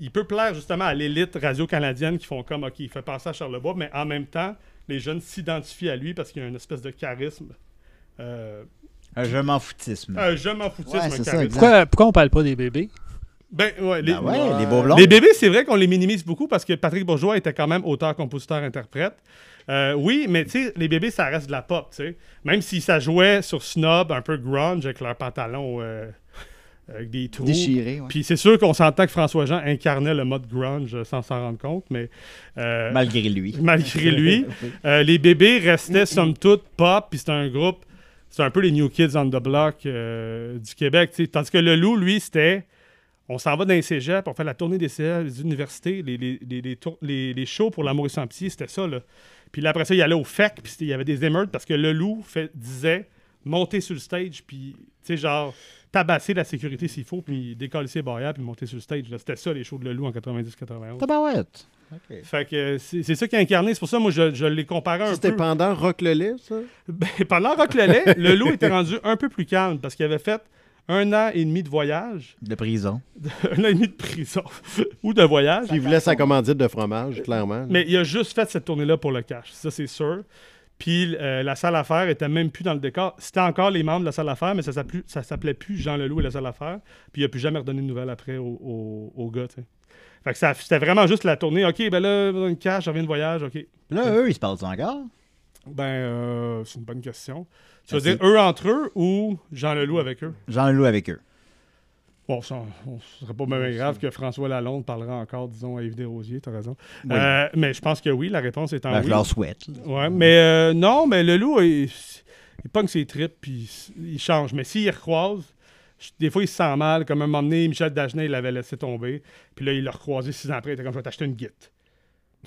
Il peut plaire justement à l'élite radio-canadienne qui font comme OK, il fait penser à Charlebois, mais en même temps, les jeunes s'identifient à lui parce qu'il y a une espèce de charisme. Euh,
Un je m'en foutisme.
un je m'en foutis,
Ouais,
un
c'est ça,
charisme.
exact.
Pourquoi, pourquoi on parle pas des bébés?
Ben, ouais, les,
Ah ouais, les beaux blonds.
Les bébés, c'est vrai qu'on les minimise beaucoup parce que Patrick Bourgeois était quand même auteur, compositeur, interprète. Euh, oui, mais tu sais, les bébés, ça reste de la pop, tu sais. Même si ça jouait sur Snob, un peu grunge, avec leurs pantalons euh, avec des trous.
Déchiré, ouais.
Puis c'est sûr qu'on s'entend que François-Jean incarnait le mode grunge euh, sans s'en rendre compte, mais... euh,
Malgré lui.
malgré lui. Euh, les bébés restaient somme toute pop, puis c'était un groupe, c'était un peu les New Kids on the Block euh, du Québec. tu sais. Tandis que le loup, lui, c'était on s'en va dans les cégeps, on fait la tournée des cégeps, des universités, les, les, les, les tour- les- les shows pour l'amour et sans pitié, c'était ça. Là. Puis là, après ça, il allait au FEC, puis c'était- il y avait des émeutes parce que le loup fait- disait monter sur le stage, puis tu sais, genre tabasser la sécurité s'il faut, puis décoller ses barrières, puis monter sur le stage. là. C'était ça, les shows de le loup en 90-91.
Tabarouette.
Fait que euh, c'est c'est ça qui a incarné. C'est pour ça, moi, je, je l'ai comparé
ça,
un
C'était
peu.
pendant Rock le lait, ça?
Ben, pendant Rock le Lait, le loup était rendu un peu plus calme parce qu'il avait fait un an et demi de voyage,
De prison.
un an et demi de prison ou de voyage.
Puis il voulait sa commandite de fromage, clairement.
Mais il a juste fait cette tournée-là pour le cash, ça c'est sûr. Puis euh, la salle à faire était même plus dans le décor. C'était encore les membres de la salle à faire, mais ça s'appelait, ça s'appelait plus Jean Leloup et la salle à faire. Puis il a plus jamais redonné de nouvelles après au, au, au gars. tu sais. Fait que ça- c'était vraiment juste la tournée. OK, ben là, une cash, je reviens de voyage, OK.
Là, eux, ils se parlent encore.
Ben, euh, c'est une bonne question. Tu veux
Ben, Mm.
dire eux entre eux ou Jean Leloup avec eux?
Jean Leloup avec eux.
Bon, ça, on- ce serait pas même grave que François Lalonde parlera encore, disons, à Yves Desrosiers, t'as raison.
Oui.
Euh, mais je pense que oui, la réponse est en
Ben,
Ah oui.
Je leur souhaite. là.
Ouais, mais euh, non, mais Leloup, il, il pogne ses tripes, puis il s- il change. Mais s'il recroise, je- des fois, il se sent mal. Comme un moment donné, Michel Dagenet, il l'avait laissé tomber. Puis là, il l'a recroisé six ans après. Il était comme, je vais t'acheter une guite.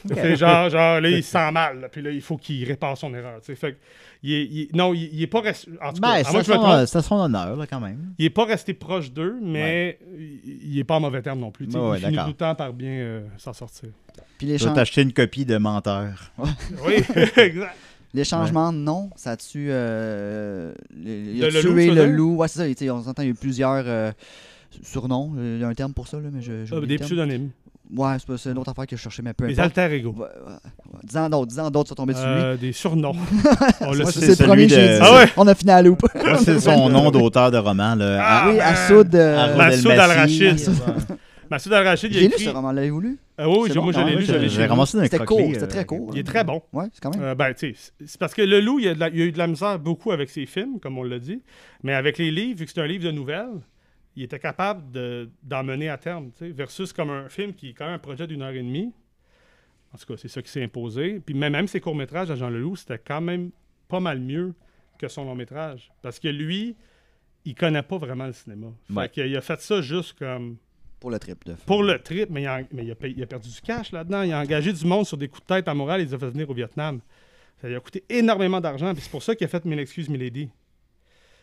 c'est genre, genre, là, il se sent mal. là, puis là, il faut qu'il répare son erreur. tu sais. Fait que, il est- il- non, il, il est pas resté... En tout cas,
Ben,
à moins que
c'est
je me
son,
trompe,
euh, c'est son honneur, là, quand même.
il est pas resté proche d'eux, mais il, il est pas en mauvais terme non plus. tu sais.
Ouais, ouais,
il finit tout
d'accord.
le temps par bien euh, s'en sortir.
Puis
Je vais
l'échange-
t'acheter une copie de Menteur.
Oui, exact.
les changements de nom, ça a tué euh, le- il
De
a
le loup,
tué
tu veux
le
dire?
loup. Ouais, c'est ça, tu sais, on s'entend, il y a eu plusieurs euh, surnom, il y a un terme pour ça, là, mais je. j'ai
Ah,
oublié
des
le terme.
pseudonymes.
Ouais, c'est pas- c'est une autre affaire que je cherchais, mais peu
Des
importe.
alter ego.
Ouais, ouais, ouais. Disons d'autres, disons d'autres sont tombés dessus. lui.
Euh, des surnoms. On le
Moi,
c'est
Bah, c'est le
celui
premier,
de-
j'ai dit.
Ah ouais?
On a fini à la loupe.
Moi, c'est son nom d'auteur de roman, là.
Ah,
oui,
man.
Assoud. euh,
Ma- Massoud Al-Rachid.
Ah, J'ai
Massoud Al-Rachid, Bah, il a
J'ai lu
écrit.
ce roman, l'avez-vous lu
Ah oui,
C'est
j'ai-
bon,
moi, je
quand
l'ai
même,
lu, je l'ai
j'ai
chez nous.
ramassé un
C'était
croquet,
court,
euh,
c'était très court.
Il est très bon.
Ouais, c'est quand même.
Euh, ben, tu sais, c'est parce que Le Loup, il y, a de la- il y a eu de la misère beaucoup avec ses films, comme on l'a dit, mais avec les livres, vu que c'est un livre de nouvelles, il était capable de- d'en mener à terme, tu sais, versus comme un film qui est quand même un projet d'une heure et demie. En tout cas, c'est ça qui s'est imposé. Puis même, même ses courts-métrages à Jean Leloup, c'était quand même pas mal mieux que son long-métrage. Parce que lui, il connaît pas vraiment le cinéma. Fait
Ouais.
qu'il a fait ça juste comme
Pour le trip de.
pour le trip, mais il a, mais il a payé- il a perdu du cash là-dedans. Il a engagé du monde sur des coups de tête à morale et les a fait venir au Vietnam. Ça lui a coûté énormément d'argent. Puis c'est pour ça qu'il a fait Mille excuses, Milady.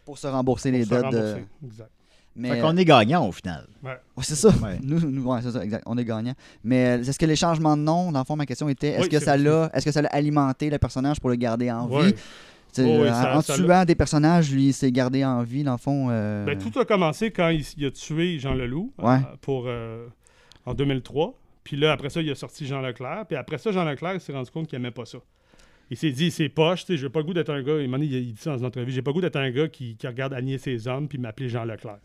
Pour se rembourser
Pour
les
se
dettes. euh,
rembourser. Exact.
Mais
qu'on est gagnant au final.
Oh,
Ouais, c'est ça.
Ouais.
Nous, nous- ouais, c'est ça, exact. On est gagnant. Mais euh, est-ce que les changements de nom, dans le fond, ma question était, est-ce
Oui,
que
c'est
ça
vrai.
l'a, est-ce que ça l'a alimenté le personnage pour le garder en
Ouais.
vie Tu sais,
Oh, oui,
en-
ça-
En
ça
tuant des personnages, lui, il s'est gardé en vie, dans le fond. euh,
Ben, tout a commencé quand il, il a tué Jean Leloup euh,
Ouais.
pour, euh, en 2003. Puis là, après ça, il a sorti Jean Leclerc. Puis après ça, Jean Leclerc il s'est rendu compte qu'il n'aimait pas ça. Il s'est dit, c'est poche, tu sais, j'ai pas le goût d'être un gars. Il, m'a dit- il dit ça dans une entrevue, j'ai pas le goût d'être un gars qui, qui regarde aligner ses hommes puis m'appeler Jean Leclerc.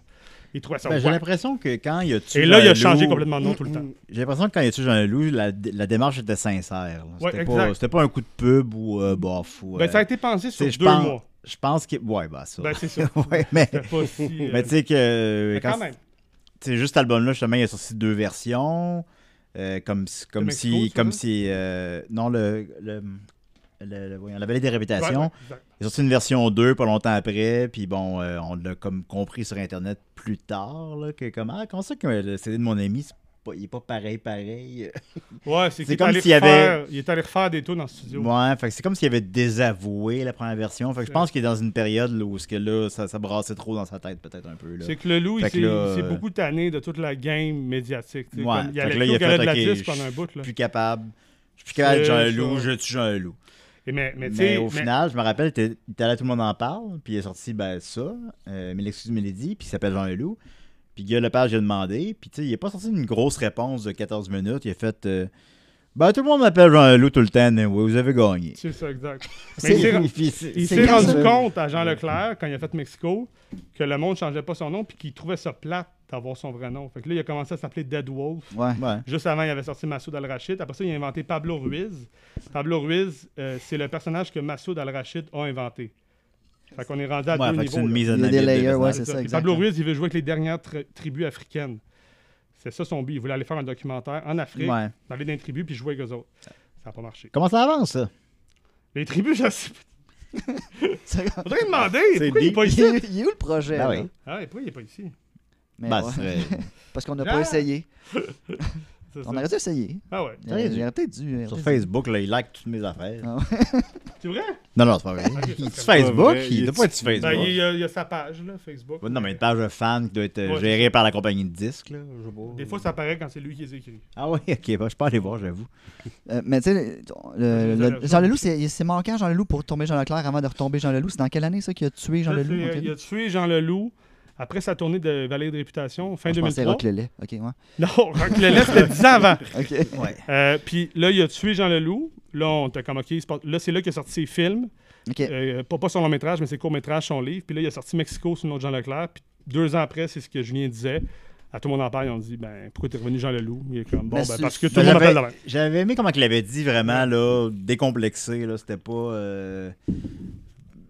Il trouvait ça
Ben, J'ai
whack.
l'impression que quand il a tué.
Et là, il a
Jean-Loup-
changé complètement de nom tout le temps.
J'ai l'impression que quand il a tué Jean-Loup, la, la démarche était sincère. là.
Ouais,
C'était
exact.
pas, c'était pas un coup de pub ou euh, bof. Ou,
Ben,
euh,
ça a été pensé
tu sais,
sur
je
deux
pense,
mois.
Je pense qu'il. Ouais, ben ça.
Ben, c'est ça.
ouais, mais.
C'était pas si, euh,
Mais tu sais que. euh,
mais
quand
quand même.
c'est juste cet album-là, justement, il a sorti deux versions. euh, comme si. Comme
De Mexico,
si.
tu
Comme
veux?
si euh, non, le. le, le- le- voyons, la vallée des réputations.
Ouais, ouais, exact.
Il a sorti une version 2 pas longtemps après, puis bon, euh, on l'a comme compris sur Internet plus tard, là, que comme, ah, comment ça que le CD de mon ami, c'est pas- il est pas pareil, pareil.
Ouais, c'est qu'il est
comme
allé
s'il y avait-
refaire- Il est allé refaire des tunes en studio.
Ouais, fait que c'est comme s'il avait désavoué la première version. Fait que je pense qu'il est dans une période là, où ce que là, ça, ça brassait trop dans sa tête, peut-être un peu. Là.
C'est que le loup, il
Fait que
s'est
là,
il s'est
euh,
beaucoup tanné de toute la game médiatique. tu sais,
Ouais,
comme il
fait
allait
que là, il
plus
a
au gala
fait,
de la
OK,
disque
je-
pendant un bout.
Je
Là.
suis plus capable. Je suis plus capable d'être
Ouais,
Jean loup,
ouais.
je tue Jean loup.
Et mais, mais,
Mais,
tu sais,
au
mais-
final, je me rappelle, il était- il était là, tout le monde en parle, puis il est sorti ben, ça, euh, Mille excuses Mélodie, puis il s'appelle Jean Leloup. Puis Guy Lepage, il a demandé, puis tu sais, il n'est pas sorti une grosse réponse de 14 minutes. Il a fait euh, Ben, tout le monde m'appelle Jean Leloup tout le temps, mais oui, vous avez gagné.
c'est ça, exact. Mais
C'est-
il s'est-
puis c'est-
Il
c'est
s'est
quand
rendu
même-
compte à Jean Leclerc, quand il a fait Mexico, que le monde ne changeait pas son nom puis qu'il trouvait ça plate d'avoir son vrai nom. Fait que là, il a commencé à s'appeler Dead Wolf.
Ouais.
Ouais.
Juste avant, il avait sorti Massoud Al-Rachid. Après ça, il a inventé Pablo Ruiz. Pablo Ruiz, euh, c'est le personnage que Massoud Al-Rachid a inventé. Fait qu'on est rendu à
Ouais,
deux
fait que c'est
niveaux. là.
une mise en
Il y a
abîme
des
de
layers, ouais,
personnage.
c'est ça,
Puis
exact.
Pablo Ruiz, il veut jouer avec les dernières tri- tribus africaines. C'est ça son but. Il voulait aller faire un documentaire en Afrique,
Ouais.
dans les tribus, puis jouer avec eux autres. Ça n'a pas marché.
Comment ça avance, ça
Les tribus, je sais pas. Faudrait lui demander.
C'est
Pourquoi il n'est
deep.
pas
Il
ici?
est- il est où le projet?
Ben
là?
oui.
Ah, et pourquoi il n'est pas ici?
Mais
Ben,
ouais.
ce serait-
Parce qu'on n'a
Ah!
pas essayé.
C'est
On
ça.
aurait dû essayer. Euh,
Ah ouais.
Il
J'aurais dû.
aurait peut-être dû. il
Sur
aurait
Facebook, là, il like toutes mes affaires.
Ah.
C'est vrai?
Non, non, c'est pas vrai.
Ah,
Il est sur Facebook
vrai.
Il doit pas être sur
Ben, il,
Facebook.
y a, il y a sa page, là, Facebook.
Ouais, Non, mais une page de fan qui doit être euh,
Ouais.
gérée par la compagnie de disques. là, je sais pas.
Des fois, ça apparaît quand c'est lui qui les écrit.
Ah oui, ok, bah, je peux aller voir, j'avoue.
Euh, mais tu sais, le- le- le- Jean Leloup, c'est c'est manquant Jean Leloup pour tomber Jean Leclerc avant de retomber Jean Leloup. C'est dans quelle année ça qu'il a tué Jean
Là,
Leloup?
c'est, euh,
Ok.
Il a tué Jean Leloup après sa tournée de Vallée de Réputation, fin
Je pensais
2003.
Rock Lelay. Ok, ouais.
Non, Rock Lelay, c'était 10 ans avant.
Ok.
Ouais.
Euh, Puis là, il a tué Jean Leloup. Là, on t'a comme, OK, il se passe- là, c'est là qu'il a sorti ses films.
Ok.
Euh, pas, pas son long métrage, mais ses courts métrages, son livre. Puis là, il a sorti Mexico sous le nom de Jean Leclerc. Puis deux ans après, c'est ce que Julien disait. À tout le monde en parle, ils ont dit ben, Pourquoi t'es revenu Jean Leloup Il est comme Bon,
Mais
ben,
c'est-
parce que tout
Ben,
le monde
j'avais-
appelle la même.
J'avais aimé comment il l'avait dit vraiment là, décomplexé là, c'était pas euh,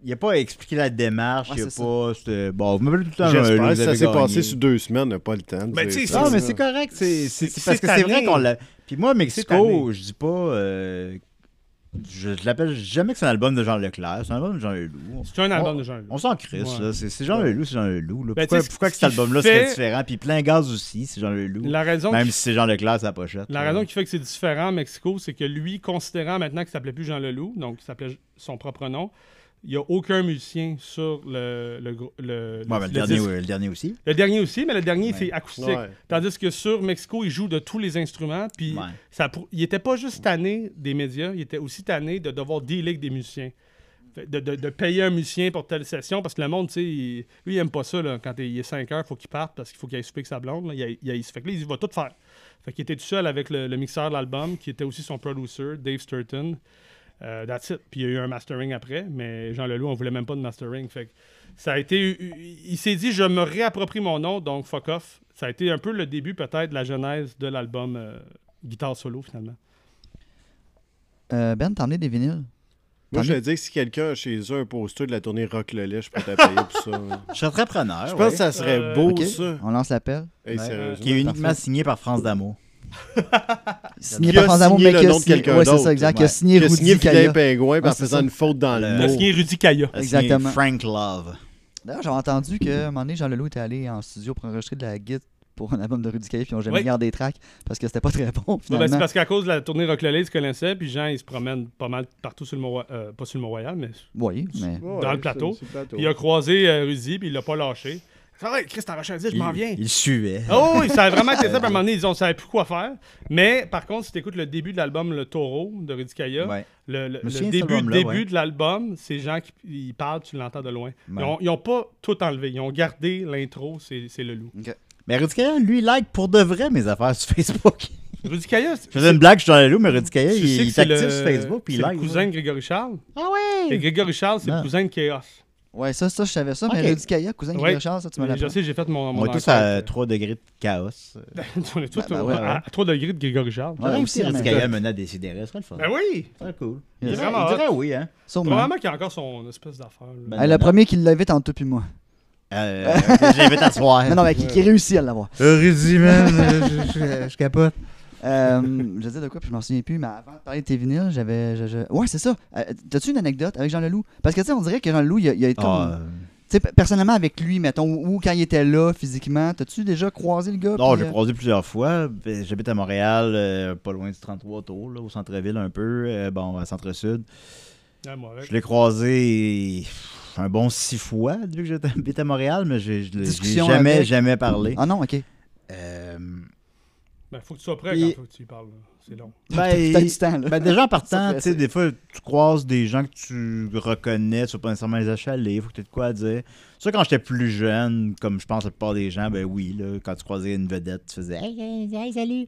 il a pas expliqué la démarche,
Ouais,
il a
c'est
pas c'était- bon, vous m'appelez tout le temps Jean
J'espère
Leloup,
que
vous
ça
avez
s'est
gagné.
passé sur deux semaines, on n'a pas le temps. de
Ben,
dire
tu sais,
ça.
Non, mais c'est correct, c'est c'est-
C'est-
c'est parce
c'est
que c'est vrai
tanné.
qu'on l'a Puis moi
C'est
Mexico,
tanné.
je dis pas euh, je, je l'appelle jamais que c'est un album de Jean Leclerc, c'est un album de Jean Leloup.
C'est un album de Jean Leloup.
On s'en crisse,
Ouais.
là. C'est c'est Jean Leloup, c'est Jean Leloup. là.
Ben,
Pourquoi,
tu sais,
pourquoi que
ce
cet
qu'il
album-là serait
fait-
différent? Puis plein gaz aussi, c'est Jean Leloup.
La raison
Même
Ben,
qui-
si c'est Jean Leclerc, ça pochette.
La
là.
raison qui fait que c'est différent à Mexico, c'est que lui, considérant maintenant qu'il s'appelait plus Jean Leloup, donc il s'appelait son propre nom, il n'y a aucun musicien sur le, le, gro- le, le-
Ouais, ben,
le
le, dernier,
disque.
euh, le dernier aussi.
Le dernier aussi, mais le dernier,
Ouais.
c'est acoustique.
Ouais.
Tandis que sur Mexico, il joue de tous les instruments, puis
Ouais.
ça, prou- il était pas juste tanné des médias, il était aussi tanné de devoir dealer avec des musiciens. Fait De, de- de payer un musicien pour telle session, parce que le monde, tu sais, il- lui, il aime pas ça. Là. Quand il est 5 heures, faut qu'il parte parce qu'il faut qu'il aille souper avec sa blonde. là. Il, aille- il aille- fait que là, il va tout faire. Fait qu'il était tout seul avec le, le mixeur de l'album, qui était aussi son producer, Dave Sturton. Euh, that's it. Puis il y a eu un mastering après, mais Jean Leloup, on voulait même pas de mastering. Fait que ça a été. Il s'est dit, je me réapproprie mon nom, donc fuck off. Ça a été un peu le début, peut-être, de la genèse de l'album euh, Guitare Solo, finalement.
Oh.
Euh, ben, t'as emmené des vinyles.
Moi, je te dis que si quelqu'un a chez eux un poster de la tournée Rock le Lait, je peux t'appeler pour ça. là.
Je serais très preneur.
Je
Ah ouais.
pense que ça serait
Euh,
beau,
Ok.
Oh, ça.
On lance l'appel.
Hey, sérieusement.
Qui est uniquement signé par France D'Amour.
Signé
Qui a
par France Amour,
signé
mais
le
qui a
nom de
signé-
quelqu'un
ouais, c'est
d'autre,
ça, exact. Qui
ouais.
a signé
Qui a signé
Rudy
Vilain
Kaya.
Pingouin
Ouais,
par
c'est
faisant
ça.
une faute dans le
Le-
Il a
mot.
signé Rudy Kaya. ben,
Elle a signé
Exactement.
Frank Love.
D'ailleurs, j'ai entendu qu'à un moment donné, Jean Leloup était allé en studio pour enregistrer de la guide pour un album de Rudy Kaya, puis ils ont jamais
Oui.
gardé les tracks parce que c'était pas très bon.
Ouais, ben,
Finalement.
c'est parce qu'à cause de la tournée Rock le Lait, ils se connaissaient, puis Jean, il se promène pas mal partout sur le Mont- euh, pas sur le Mont-Royal, mais
Oui, mais.
Dans le plateau. Puis il a croisé euh, Rudy, puis il l'a pas lâché. Ça va, Chris, t'as recherché, je m'en
Il-
viens.
Il suivait.
Oh oui, ça a vraiment été ça. puis À un moment donné, ils ont, on savait plus quoi faire. Mais par contre, si t'écoutes le début de l'album Le Taureau de Rudy Kaya,
Ouais.
le, le-
Je me
le
souviens de cet
début,
album-là,
début
ouais.
de l'album, c'est Jean qui il parle, tu l'entends de loin. Ils
Ouais.
ont- Ils n'ont pas tout enlevé. Ils ont gardé l'intro, c'est c'est le loup.
Mais Rudicaia, lui, like pour de vrai mes affaires sur Facebook.
Rudy Kaya,
Je faisais une blague, je suis dans la loup, mais Rudicaia,
tu
il
sais que
est
c'est
actif
le,
sur Facebook, puis il
c'est le
like.
cousin de Grégory Charles.
Ah ouais!
Et Grégory Charles, c'est le
Non.
cousin de Chaos.
Ouais, ça, ça, je savais ça,
Ok.
mais Rudy Kaya, cousin de
Ouais.
Pierre Charles, ça, tu me l'as
Je sais, j'ai fait mon.
On
mon
est tous
enquête.
à 3 degrés de chaos.
On est tous
Ben, ben
au-
ouais,
à,
ouais.
3 degrés de Grégory Charles.
Ouais,
Ouais, aussi,
aussi,
Rudicaia mena des CDR, ce serait le fun.
Ben oui!
Ce serait cool.
Il
Il
est
dirait,
vraiment
il dirait oui, hein.
Sûrement.
Probablement qu'il y a encore son espèce d'affaire. là.
Ben,
Hey, le premier qui l'invite entre toi puis moi.
Euh, J'invite à soir.
Non, non, mais qui, qui réussit à l'avoir.
Rudy, man, euh, je, je- je capote.
Euh, je disais de quoi, puis je m'en souviens plus, mais avant de parler de tes vinyles, j'avais. je- je- Ouais, c'est ça. Euh, T'as-tu une anecdote avec Jean Leloup Parce que, tu sais, on dirait que Jean Leloup, il, a- il a été comme.
Ah, euh,
Tu sais, pe- personnellement avec lui, mettons, ou ou quand il était là physiquement, t'as-tu déjà croisé le gars?
Non,
puis,
j'ai
euh,
croisé plusieurs fois. Ben, J'habite à Montréal, euh, pas loin du 33 Tours, là, au centre-ville un peu, euh, bon, à centre-sud.
Ouais, Ah, moi, avec.
Je l'ai croisé pff, un bon six fois depuis que j'habite à Montréal, mais j'ai- je l'ai je l'ai
Discussion
jamais,
avec.
jamais parlé.
Ah non, ok.
Euh,
Ben, faut que tu sois prêt
Puis-
quand faut que tu y parles. là. C'est long.
T'as
ben,
du temps, là.
ben, déjà en
Ça
partant,
fait
tu sais, des fois, tu croises des gens que tu reconnais, tu vas pas nécessairement les achaler, faut que tu aies de quoi à dire. Ça, quand j'étais plus jeune, comme je pense la plupart des gens, ben oui, là, quand tu croisais une vedette, tu faisais Hey, hey, hey, salut!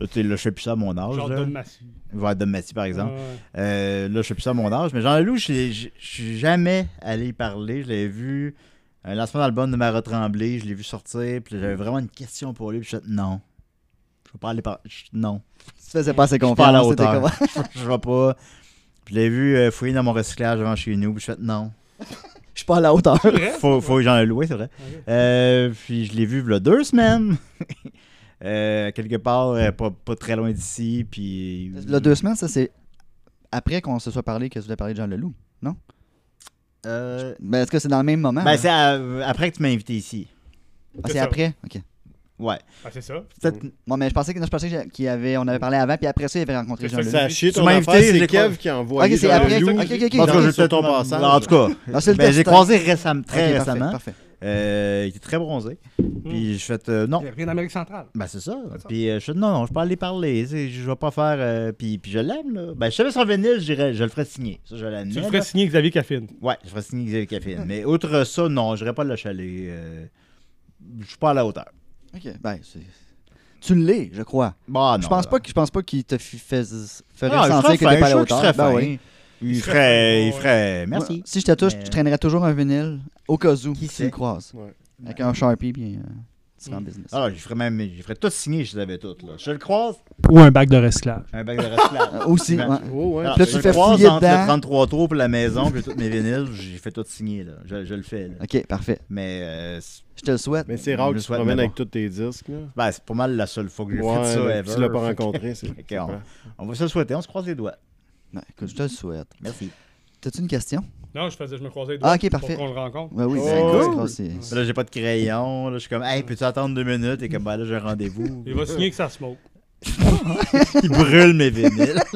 Là, tu sais, là, Oh, je fais plus ça à mon âge.
Genre
là.
Don Massy.
Ouais, Dom Massy, par exemple.
Ouais.
Euh, là, je suis plus à mon âge, mais Jean-Loup, je l'ai- je je suis jamais allé y parler. Je l'ai vu à un lancement d'album de Mara Tremblay, je l'ai vu sortir, puis j'avais vraiment une question pour lui, puis je suis non. Je vais pas aller par... je- non.
Tu te faisais pas assez
Je suis pas à la
confiance. c'était
hauteur.
comme-
Je vais pas... Puis je l'ai vu euh, fouiller dans mon recyclage devant chez nous, puis je suis non.
Je suis pas à la hauteur.
Faut, faut que j'en ai loué, c'est vrai.
Ah
Euh, puis je l'ai vu il deux semaines. Euh, quelque part, euh, pas, pas très loin d'ici, puis...
Là, deux semaines, ça, c'est après qu'on se soit parlé que tu voulais parler de Jean Leloup.
Euh,
Ben, est-ce que c'est dans le même moment?
ben,
là?
c'est à- après que tu m'as invité ici.
Ah, c'est
ça.
après? Ok.
Ouais.
Ah, c'est ça.
Peut-être
Bon, mais je pensais que non, je pensais que- qu'il y avait, on avait parlé avant, puis après ça, il avait rencontré Jean
Fait que
Leloup.
ça a chié
Tu
ton
m'as
affaire,
invité, je
c'est
l'ai
Kev
cru.
qui a envoyé
Ok, c'est
Jean
après.
Leloup.
Ok, ok, ok.
En
Dans
tout
le
cas,
jeu
j'ai
sur
peut-être
ton
un-
passage.
En tout cas,
Non, c'est le
ben,
test,
j'ai
hein.
croisé récemment, très
Ok,
récemment.
Parfait, parfait.
Euh, il était très bronzé.
Hmm.
Puis je fais euh, non.
Il rien d'Amérique centrale.
Ben c'est ça. Puis euh, je fais non, non, je peux aller parler. c'est- Je vais pas faire. euh, puis, puis je l'aime, là. Ben je savais son vinyle, je dirais, je le ferais signer. Ça, je l'admets.
Tu le ferais
là.
signer Xavier Caffine.
Ouais, je ferais signer Xavier Caffine. Mais outre ça, non, je pas le chalet. euh, je suis pas à la hauteur.
Ok, ben, c'est. Tu l'es, je crois.
Bah, non.
je pense
là.
pas que je pense pas qu'il te fi- fais- ferait
Non, Ah, je
sentir
serais
que
fin,
t'es pas à la
je suis sûr que je
hauteur.
serais
Ben
fin.
oui.
Il ferait. Il ferait.
Moi,
Merci.
Si je te touche,
Mais-
je traînerais toujours un vinyle au cas où
Qui
tu le
sait?
croises.
Ouais.
Avec un Sharpie, puis euh, tu fais en
Mm.
business.
Alors, je ferais Ah, même. Je ferais tout signer, je les avais toutes, là. Je le croise,
Ou un bac de recyclage.
un bac de recyclage.
Euh, aussi,
Ben,
ouais.
Oh, ouais.
Alors,
Puis là,
je
tu
le
fais
croise
fouiller
entre
dedans.
le 33 tours pour la maison, puis toutes mes vinyles, j'ai fait tout signer, là. Je, je le fais, là.
Ok, parfait.
Mais euh, c'est-
Je te le souhaite.
Mais c'est
Je
rare que
le
tu te
souhaite,
promènes
mais
avec tous tes disques. Là.
ben, c'est pas mal la seule fois que j'ai
Ouais,
fait ça
mais
ever.
tu l'as pas
Fait que-
rencontré. c'est- c'est
on-
vrai.
On va se le souhaiter, on se croise les doigts.
Ben, écoute, je te le souhaite.
Merci.
T'as-tu une question?
Non, je faisais, je me croisais les doigts
Ah, ok, parfait.
pour qu'on le rencontre.
Ben oui,
Oh,
c'est
cool.
cool, c'est-
Ben, Là, j'ai pas de crayon, là, je suis comme, hey, peux-tu attendre deux minutes? Et comme, ben là, j'ai un rendez-vous.
Il va signer que ça se moque.
Il brûle mes vinyles.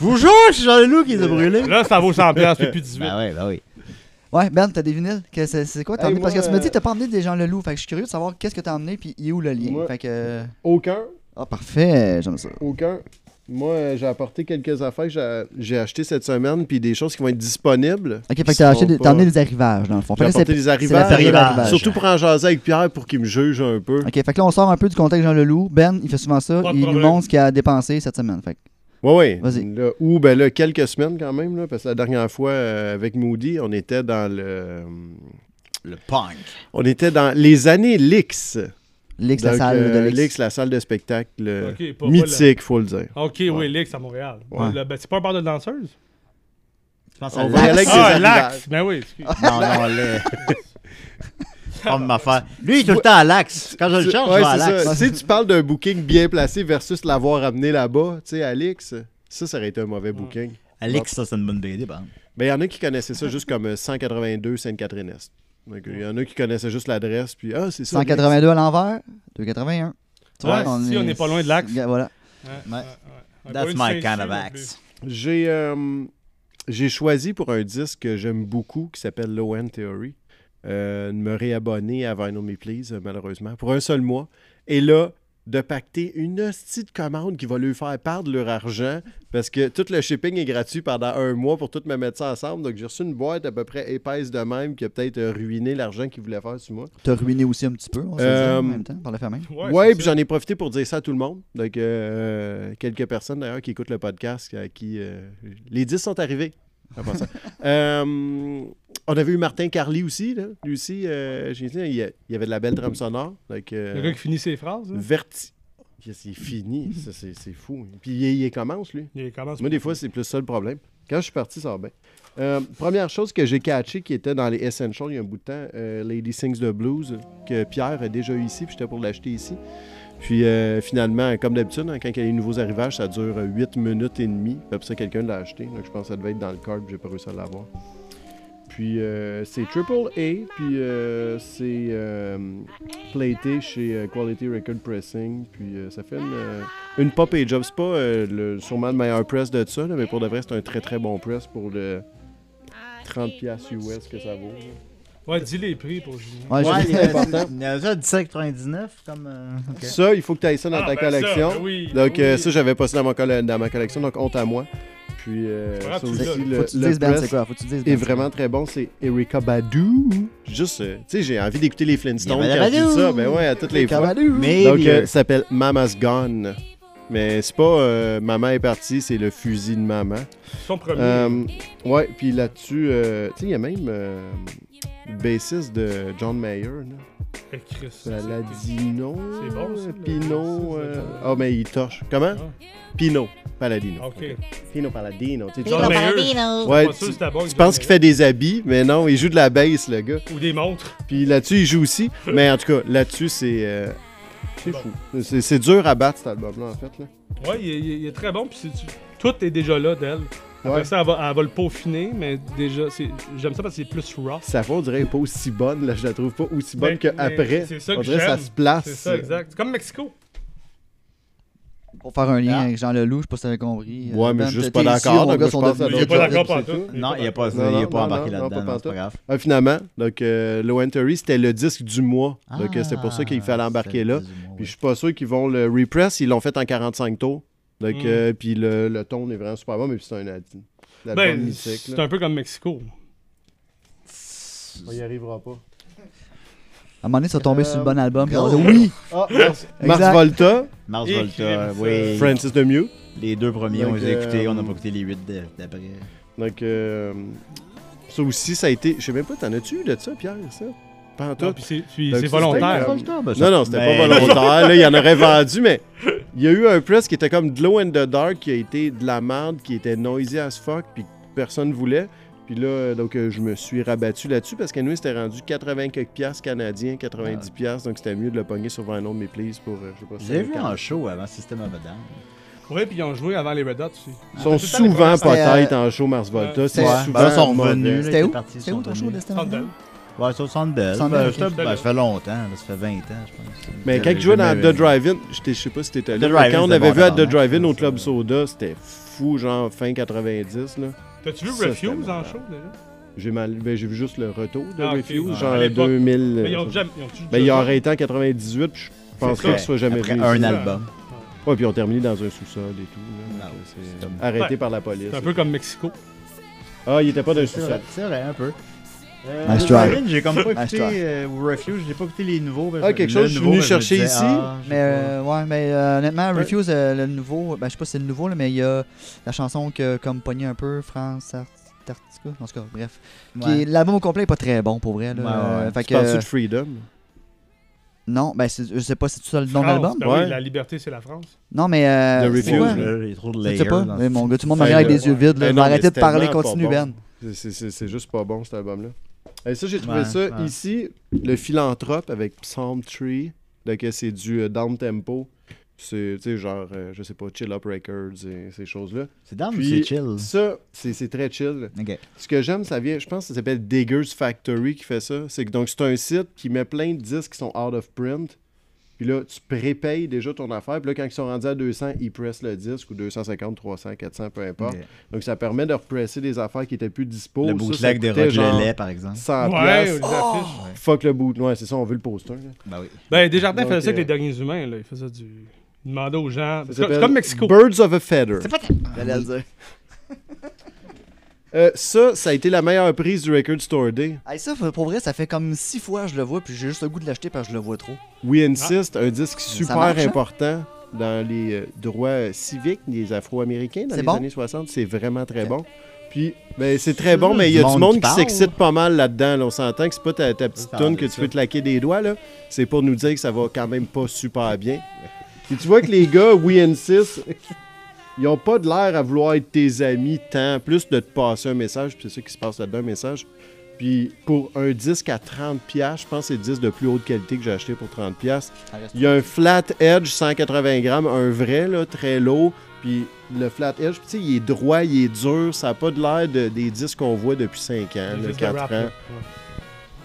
Je vous jure, c'est Jean-Loup qui les a brûlés.
Là, ça vaut 100 piastres, puis plus 18.
Ben oui, ben oui.
Ouais, Ben, t'as des vinyles? Que c'est, c'est quoi t'as
Hey,
emmené? Parce que
moi,
tu m'as dit
euh,
que t'as pas emmené des gens Leloup. Fait que je suis curieux de savoir qu'est-ce que euh, t'as emmené, puis il est où le lien?
Moi-
Fait que.
Aucun,
Ah, parfait, j'aime ça.
aucun. Moi, euh, j'ai apporté quelques affaires que j'ai- j'ai achetées cette semaine, puis des choses qui vont être disponibles.
Ok, fait
qui
que t'as acheté
seront
des- t'as
pas-
emmené des arrivages, dans le fond. Fait
J'ai
que là, c'est-
apporté des
c'est la
arrivages.
période d'arrivage.
Surtout pour en jaser avec Pierre pour qu'il me juge un peu.
Ok, fait que là, on sort un peu du contexte Jean Leloup. Ben, il fait souvent ça.
Pas de
Il nous
problème.
montre ce qu'il a dépensé cette semaine. Fait que-
Oui, oui.
Vas-y.
Là, Ou ben là, quelques semaines quand même, là, parce que la dernière fois euh, avec Moody, on était dans le. euh,
Le punk.
On était dans les années Lix.
Lix, la
Donc,
salle
euh,
de Lix.
Lix, la salle de spectacle euh,
Ok, pas- pas
mythique, faut le dire.
Ok, oui, Lix à Montréal.
Ouais.
Le- ben, c'est pas un bar de danseuse?
Je pense
On
à
va y aller avec
l'axe.
des
Ah,
arrivages.
Lax! Ben oui, excuse.
Non, non, le. Pas de m'affaire. Lui, il est tout le temps à l'axe. Quand je le cherche,
Ouais,
je vais à
c'est
l'axe.
ça. Tu sais, tu parles d'un booking bien placé versus l'avoir amené là-bas, tu sais, à Lix. Ça, ça aurait été un mauvais booking.
Alex, ça, c'est une bonne BD, ben.
Mais il y en a qui connaissaient ça juste comme euh, 182 Sainte-Catherine-Est. Donc, il y en a qui connaissaient juste l'adresse, puis ah, c'est ça. Lix.
182 à l'envers, 281. Tu
Ouais, si, on est pas loin de l'axe.
Ga- Voilà.
Ouais.
On a pas
That's
eu de
my kind
Saint-Cyr
of
non
axe.
J'ai euh, j'ai choisi pour un disque que j'aime beaucoup qui s'appelle Low End Theory euh, de me réabonner à Vinyl Me Please, euh, malheureusement, pour un seul mois. Et là, de pacter une hostie de commande qui va lui faire perdre leur argent parce que tout le shipping est gratuit pendant un mois pour tout me mettre ça ensemble. Donc, j'ai reçu une boîte à peu près épaisse de même qui a peut-être euh, ruiné l'argent qu'il voulait faire sur moi.
T'as ruiné aussi un petit peu, on se
Euh,
dit, en même temps, par le fait même.
plus.
Ouais,
c'est
puis
ça.
j'en ai profité pour dire ça à tout le monde. Donc, euh, quelques personnes d'ailleurs qui écoutent le podcast, à qui euh, les 10 sont arrivés. en passant. Euh, on avait eu Martin Carly aussi. Là. Lui aussi, euh, j'ai dit, il y a- il y avait de la belle trame sonore. Donc, euh,
Le gars qui finit ses phrases, hein. là.
Verti. Puis C'est fini, ça, c'est c'est fou. Puis il, il commence, lui.
Il commence.
Moi, des fois, c'est plus ça le problème. Quand je suis parti, ça va bien. Euh, première chose que j'ai catché qui était dans les Essentials il y a un bout de temps, euh, Lady Sings the Blues, que Pierre a déjà eu ici, puis j'étais pour l'acheter ici. Puis euh, finalement, comme d'habitude, hein, quand il y a les nouveaux arrivages, ça dure euh, 8 minutes et demie. Puis Après ça, quelqu'un l'a acheté. Donc je pense que ça devait être dans le card, puis j'ai pas réussi à l'avoir. Puis euh, c'est Triple A, puis euh, c'est euh, platé chez euh, Quality Record Pressing. Puis euh, ça fait une, euh, une pop et job. C'est pas euh, le, sûrement le meilleur press de ça, là, mais pour de vrai, c'est un très très bon press pour le 30$ US que ça vaut. là.
Ouais, dis les prix pour Julien.
Ouais,
Ouais,
j'ai-
il y a- il y a ça 17,99 comme. euh, ok.
Ça, il faut que tu ailles ça dans
Ah,
ta
ben
collection.
ça, ben oui,
Donc,
oui.
euh, ça, j'avais pas ça dans ma, colle- dans ma collection, donc honte à moi. Puis, euh,
Bravo,
ça
Ah, tu
aussi,
l'as.
le,
Faut que tu
le
dises, Ben,
press
c'est quoi Faut que tu dises,
est
Ben.
vraiment très bon. C'est Erika Badu. Juste, euh, tu sais, j'ai envie d'écouter les Flintstones
Erika
quand je dis
Badu.
ça. Ben ouais, à toutes les fois.
Mais.
Donc,
euh,
euh, ça s'appelle Mama's Gone. Mais c'est pas euh, Maman est partie, c'est le fusil de maman.
Son premier.
Euh, ouais, puis là-dessus, euh, tu sais, il y a même euh, le bassiste de John Mayer, là.
Eh, Chris, ça, c'est-
Paladino.
c'est bon, ça, le-
Pino.
ça, Ah. c'est
euh,
bon.
Ah, mais il torche. Comment Pino. Paladino.
Ok.
Pino Paladino. Tu sais,
John
John-
Mayer,
Ouais,
pas sûr
tu,
si c'est bon,
tu
John
penses qu'il
Mayer.
fait des habits, mais non, il joue de la bass, le gars.
Ou des montres.
Puis là-dessus, il joue aussi. Mais en tout cas, là-dessus, c'est. euh, c'est
Bon.
fou. C'est c'est dur à battre, cet album-là, en fait. Là.
Ouais, il est, il est- il est très bon, puis c'est- tu- tout est déjà là d'elle. Après
Ouais.
ça, elle va, elle va le peaufiner, mais déjà, c'est- j'aime ça parce que c'est plus raw.
Sa voix, on dirait, est pas aussi bonne. Là, je la trouve pas aussi bonne
Mais- Ben, mais
qu'après.
c'est ça
on
que
dirait, ça
j'aime.
se place.
C'est ça, exact. C'est comme Mexico.
Pour faire un lien avec Jean Leloup, je sais pas si t'avais compris.
Ah. Ouais, mais
Ben,
juste
t'es
pas
ici,
d'accord.
mon
Ah, donc
gars,
moi, je
sont
pense
devenus-
que ça
Il est
doit
pas
être-
d'accord
c'est
pantoute.
tout.
Non, il n'est pas,
Non,
il est
non,
pas embarqué
non, non,
là-dedans.
pas
non, C'est pas
pantoute.
grave.
Ah, finalement, donc euh, Low End Theory, c'était le disque du mois. donc euh, c'est pour ça qu'il fallait
Ah,
embarquer
c'est
là.
le plus ou moins,
Puis je
oui.
suis pas sûr qu'ils vont le repress. Ils l'ont fait en 45 tours. Donc,
Mm.
euh, puis le, le ton est vraiment super bon, mais puis c'est un ad- un album
Ben,
mythique.
c'est
là.
un peu comme Mexico.
On y arrivera pas.
À un moment donné, ça tombé sur le bon album. puis on va
Go.
dire, oui
Ah, Mars, Mars
Exact.
Volta,
Mars
Et
Volta,
Crime,
oui.
Francis Demieux.
Les deux premiers, on
Donc,
les a écoutés.
euh,
On n'a pas écouté les huit de- d'après.
Donc, euh, ça aussi, ça a été. Je sais même pas, t'en as-tu eu de ça, Pierre, ça Pas en tout.
Ah, puis c'est puis
Donc,
c'est
ça, c'était
volontaire.
comme-
Non,
Non, non, c'était pas volontaire. là, il en aurait vendu, mais il y a eu un press qui était comme Glow in the Dark, qui a été de la merde, qui était noisy as fuck, puis que personne voulait. Puis là, euh, donc, euh, je me suis rabattu là-dessus parce qu'à nous, c'était rendu 80 quelques piastres canadiens, 90 piastres, donc c'était mieux de le pogner sur Vinyl Me Please pour, euh, je sais pas,
Ah. J'ai vu
50.
en show avant System of a Down.
Ouais, puis ils ont joué avant les Red Hot aussi.
Ils sont
tout le temps les
souvent
premiers.
peut-être
euh,
en show Mars Volta.
Ouais.
C'est
Ouais.
souvent
Ben là, ils sont
mauvais.
revenus. là, ils
C'était
étaient
où
partis, ils
C'était
sont
où ton show
revenus.
de Stan
Sandel.
Ouais, c'est au Sandbell.
Sandbell,
Ben,
ok.
j'étais- ben, ça fait longtemps, là, ça fait 20 ans, je pense.
Mais quand
J'avais
je jouais dans
jamais-
The Drive-In, je t'ai- je sais pas si t'étais
The
là, mais
Drive-In,
quand on
c'était
avait
bon,
vu à The
tabarnak.
Drive-In au
Ça,
Club
ça-
Soda, c'était fou, genre fin 90, là.
T'as-tu vu
Ça, c'était
Refuse en
malade.
show déjà
J'ai mal... ben, j'ai vu juste le retour de
Ah, ok,
Refuse,
ouais.
genre
À l'époque.
2000.
Mais ils ont
euh,
jamais. ils ont-tu
ben,
déjà
il
joué?
aurait été en 98, puis je pense
C'est
pas
ça.
que ce soit jamais
Après
réussi.
un album.
Ouais, puis ils ont terminé dans un sous-sol et tout. là.
Ah
Donc,
oui,
c'est-
c'est dommage.
Arrêté
Ouais.
par la police.
C'est un peu comme Mexico.
Ah, il était pas dans un
C'est
sous-sol.
vrai, c'est vrai, un peu.
Euh,
Nice
Blue
try.
Marine, J'ai comme pas
Nice
écouté
try.
euh, ou Refuge, j'ai pas écouté les nouveaux. parce
Ah,
que
quelque
le
chose, je suis
nouveau,
venu
me
chercher
disais,
ici.
ah, je sais
Mais euh, ouais, mais euh, honnêtement,
Ouais.
Refuse, euh, le nouveau, ben je sais pas si c'est le nouveau, là, mais il y a la chanson que comme pogné un peu, France Art- Antarctica, en tout cas, bref.
pas.
Qui est-
Ouais.
L'album au complet est pas très bon pour vrai. Là,
Ouais, ouais,
Euh,
ouais.
fait
Tu parles
que,
de Freedom?
non, ben c'est- je sais pas si c'est ça le nom de
France,
l'album.
ben oui,
Ouais.
la liberté, c'est la France.
Non, mais euh,
The
c'est
Refuse,
quoi?
là.
Il y a trop de
Je
layers.
sais pas,
dans
mais
ce-
mon gars, tout le monde me
Ben,
regarde avec
euh,
des yeux vides. Là.
ben non, mais
Arrêtez de
c'est
parler,
tellement pas
continue,
bon.
Ben.
C'est- C'est c'est- c'est juste pas bon, cet album-là. Et ça, j'ai trouvé
Ouais,
ça
ouais.
ici, le philanthrope avec Psalm Tree, donc euh, c'est du down tempo. C'est, tu sais, genre, euh, je sais pas, Chill Up Records et ces choses-là.
C'est down ou
Puis-
c'est chill?
Ça, c'est c'est très chill.
Ok.
Ce que j'aime, ça vient, je pense que ça s'appelle Diggers Factory qui fait ça. C'est que donc c'est un site qui met plein de disques qui sont out of print. Puis là, tu prépayes déjà ton affaire. Puis là, quand ils sont rendus à 200, ils pressent le disque ou 250, 300, 400, peu importe.
Ok.
Donc ça permet de represser des affaires qui étaient plus dispo. Ça,
Le
ça
bootleg des
coûtait
Rock
genre
Lelais, par exemple.
100
ouais, ou
piastres.
les affiches.
Fuck le boot. Ouais, c'est ça, on veut le poster. là.
Ben oui.
Ben, Desjardins
Donc,
faisait ça avec
euh,
les derniers humains, là. Il faisait du. Il demandait aux
Ça
gens. C'est comme- c'est
s'appelle
comme Mexico.
Birds of a Feather. Ah,
J'allais le dire.
Euh, ça, ça a été la meilleure prise du Record Store Day.
Hey, ça, pour vrai, ça fait comme six fois que je le vois, puis j'ai juste le goût de l'acheter parce que je le vois trop.
We
Ah.
Insist, un disque super
marche, hein?
important dans les euh, droits euh, civiques des Afro-Américains dans
C'est
les
bon?
années 60. C'est vraiment très
Ok.
bon. Puis, ben, c'est très bon, mais il y a
Du
du
monde
monde
qui
qui
parle.
s'excite pas mal là-dedans. là. on s'entend que c'est pas ta, ta petite
Ça,
tonne que tu
c'est ça.
peux te laquer des doigts. là. C'est pour nous dire que ça va quand même pas super bien. Puis tu vois que les gars, We Insist, ils ont pas de l'air à vouloir être tes amis tant, plus de te passer un message. Puis c'est ça qui se passe là-dedans, un message. Puis pour un disque à 30$, piastres, je pense que c'est le disque de plus haute qualité que j'ai acheté pour 30$. piastres. Il y a un flat edge 180 grammes, un vrai, là, très lourd. Puis le flat edge, tu sais, il est droit, il est dur. Ça n'a pas de l'air de- des disques qu'on voit depuis 5 ans, là,
Les disques de
4
rap,
ans.
là.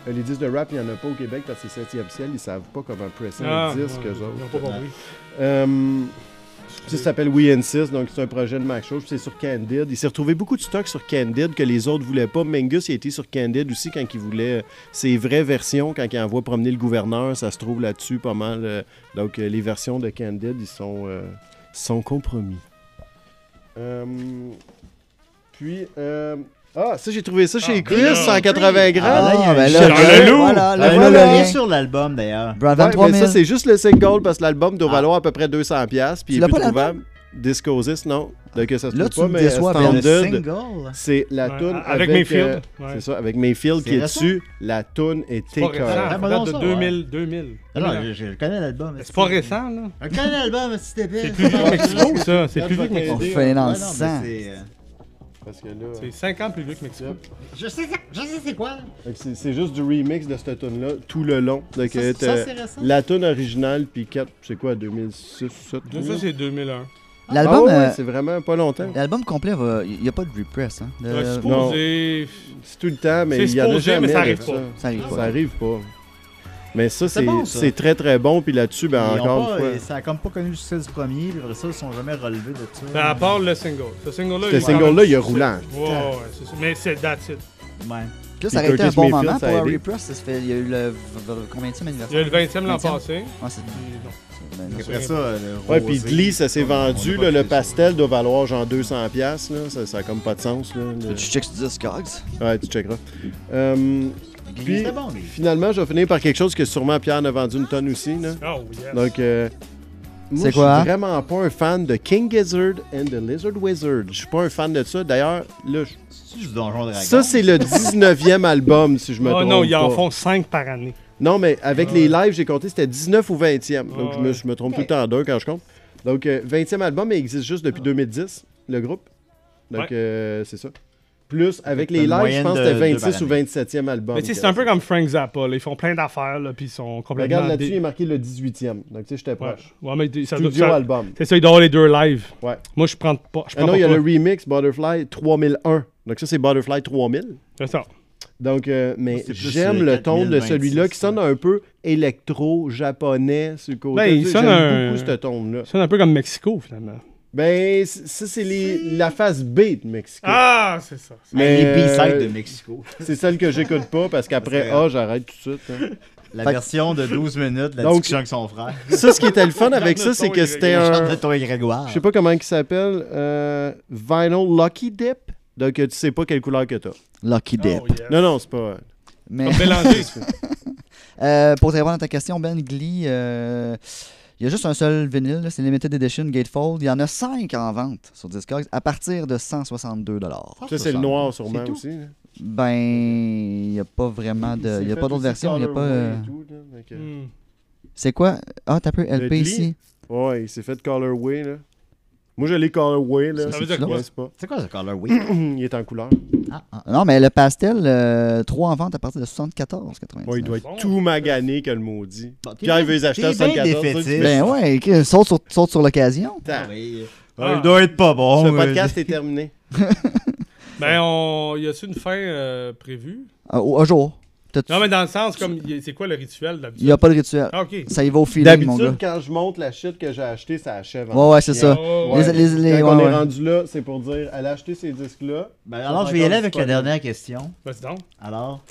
Euh, Les disques de rap, il n'y en a pas au Québec parce que c'est 7e ciel. Ils savent pas comment presser
Ah,
un disque,
ouais,
eux
ils
autres.
ont pas compris.
Euh, ça s'appelle We Insist, donc c'est un projet de Max Show, c'est sur Candid. Il s'est retrouvé beaucoup de stock sur Candid que les autres voulaient pas. Mengus, il était sur Candid aussi quand il voulait euh, ses vraies versions, quand il envoie promener le gouverneur, ça se trouve là-dessus pas mal. euh, Donc euh, les versions de Candid, ils sont, euh, sont compromis. Euh, puis, euh, ah, ça j'ai trouvé ça chez
Ah,
Chris,
ben là.
180 grammes.
là, il y a
ben
une
là,
chaleur.
voilà,
Le loup.
Voilà, le
Ah,
voilà,
voilà,
le
il est
lien.
sur l'album d'ailleurs.
Brand
Ouais,
23
mais
000.
ça, c'est juste le single parce que l'album doit valoir à peu près 200$, piastres, puis
Tu
il
l'as
est plus
pas, l'album?
trouvable. Discosis, non. Donc ça se
Là, tu
trouve pas,
me
mais
déçois, Ben,
Mais le
Standard,
single.
c'est la
Ouais,
toune
avec
avec,
Mayfield,
euh,
ouais.
C'est ça, avec Mayfield
C'est
qui est
récent?
dessus. La toune est
C'est pas récent.
écœurante.
Ça
Ah,
date
bon, ça,
de 2000. 2000.
Ah Non, je, je connais l'album.
C'est pas récent, là.
Je connais l'album, si t'es
C'est plus vieux que Mexico, ça. C'est plus vieux que Mexico.
On fait dans le sang.
euh,
Parce que là,
C'est 5 ans plus vieux que Mexico.
Je sais, je sais c'est quoi.
donc, c'est c'est juste du remix de cette toune là tout le long. Donc,
Ça,
euh,
c'est- ça,
t'as
c'est récent?
la toune originale, puis 4, c'est quoi, 2006, 7,
Ça, c'est 2001.
Ah,
L'album, euh,
c'est vraiment pas longtemps.
l'album complet, va- il n'y a pas de repress. Hein. Le-
Euh,
Ouais, supposé.
C'est tout le temps, mais
C'est
il y en a
supposé,
jamais
mais
de
ça arrive pas.
Ça arrive
Ça
pas.
arrive pas. Mais ça,
C'est
c'est
bon, ça.
c'est très très bon. Puis là-dessus, ben,
Ils ont
encore
pas-
une fois.
euh, Ça a comme pas connu le succès du premier, puis après ça, ils sont jamais relevés de ça.
Ben, À part le single. Ce single-là,
Ce
est quand même
single-là, il est
succès.
roulant.
Ouais, ouais, c'est ça. Mais c'est that's it.
Ouais.
Puis là, ça aurait
Puis
été un
Curtis
bon
Mayfield,
moment
ça
pour
a
un
aidé.
repress. Ça se fait, il y a eu le v- v- combien de
Il y a
anniversaire
eu le 20e l'an
20e.
passé.
Ah, c'est-
puis non.
ben,
Puis
non.
Après ça, euh, le
Ouais, puis
rosé.
Glee, ça s'est
On- on
vendu.
a pas
là, le
fait ça.
pastel doit valoir genre 200$. piastres, Là. Ça, ça a comme pas de sens. Là,
Tu checks sur Discogs.
Le- Ouais, tu checkeras. Euh,
Glee,
Puis-
c'était bon, lui.
finalement, je vais finir par quelque chose que sûrement Pierre en a vendu une tonne aussi. Là.
Oh, yes.
Donc, euh, moi,
C'est
je suis
quoi?
vraiment pas un fan de King Gizzard and the Lizard Wizard. Je suis pas un fan de ça. D'ailleurs, là, je-
C'est du Donjon Dragon.
ça, c'est le 19e album, si je me
oh
trompe.
non, ils en
pas.
font 5 par année.
Non, mais avec les lives, j'ai compté, c'était 19 ou 20e. Donc,
Ah
je, me,
ouais.
je me trompe tout le temps d'un quand je compte. Donc, euh, 20e album, mais il existe juste depuis 2010, le groupe. Donc,
Ah. Ouais.
euh, c'est ça. Plus, avec
Une
les lives, je
moyenne
pense que
de-
c'était
de par
26 ou
année.
27e album.
Mais tu sais, c'est un peu comme Frank Zappa. là. Ils font plein d'affaires, là, puis ils sont complètement.
Regarde, là-dessus,
dé-
il est marqué le 18e. Donc, tu sais, j'étais
Ouais.
proche.
Ouais, mais ça doit
Studio
ça-
album.
C'est ça, ils doivent avoir les deux lives.
Ouais.
Moi, je prends pas. Je
Ah
prends
non,
pas
il y a
toi.
le remix Butterfly 3001. Donc, ça, c'est Butterfly 3000.
C'est ça.
Donc, euh, mais
C'est plus,
j'aime
euh,
le ton de
4026,
celui-là qui sonne
ouais.
un peu électro-japonais sur le côté.
Ben, il
J'aime
sonne un-
beaucoup ce ton-là.
C'est un peu comme Mexico, finalement.
Ben, c- ça, c'est les- la face B de Mexico.
Ah, c'est ça.
Mais... Les
euh,
B-sides de Mexico.
C'est celle que j'écoute pas parce qu'après
C'est
A, j'arrête tout de suite. hein.
La
Fait-
version de 12 minutes, la
Donc-
discussion avec son frère.
Ça, ce qui était le fun avec
Charles
ça, c'est
Breton
que
et
c'était
Charles
un.
de Toi et Grégoire.
Je sais pas comment il s'appelle. euh, vinyl Lucky Dip. Donc, tu sais pas quelle couleur que t'as.
Lucky Dip.
Oh, yeah.
Non, non, c'est pas.
Mais
Comme Bélanger. Ben-
euh, pour te répondre à ta question, Ben Glee, euh, il y a juste un seul vinyle, là, c'est Limited Edition Gatefold. Il y en a 5 en vente sur Discogs à partir de 162
Ça, c'est le noir, sûrement
C'est tout.
aussi. hein. là.
Ben, il n'y a pas vraiment de. Il n'y a pas d'autres versions. Il y a pas. euh,
Hmm.
C'est quoi Ah, t'as peu LP
Glee?
ici
Ouais, il s'est fait colorway, là. Moi, je l'ai colorway, là.
Ça veut dire
Je
quoi?
sais pas.
C'est quoi ce color? Oui.
Il est en couleur.
Ah, ah.
Non, mais le pastel, 3 en vente à partir de 74,99.
Ouais, il doit être
Bon.
tout magané que le maudit.
Bon, t'es
Pierre, il
bien-
veut les acheter à
t'es bien
74. ça, tu
défaitiste.
peux-
Ben ouais, que- saute sur, saute sur l'occasion.
Ah
Attends,
oui.
Ah.
Il doit être pas bon.
Ce
euh,
podcast est terminé.
Ben, on... y a-tu une fin euh, prévue?
Un, un Ah, jour. T'as-tu-
Non, mais dans le sens, comme, y a- c'est quoi le rituel
Il n'y a
d'habitude?
pas de rituel.
Ah, ok.
Ça y va au feeling, mon gars.
D'habitude, quand je monte la shit que j'ai achetée, ça achève. en
Ouais, ouais, c'est
chien.
ça.
Oh,
Les-
Ouais.
les- les-
Quand on
ouais,
est
ouais.
rendu là, c'est pour dire, allez acheter ces disques-là.
ben alors, je vais y aller avec la dernière question.
Vas-y donc.
Alors,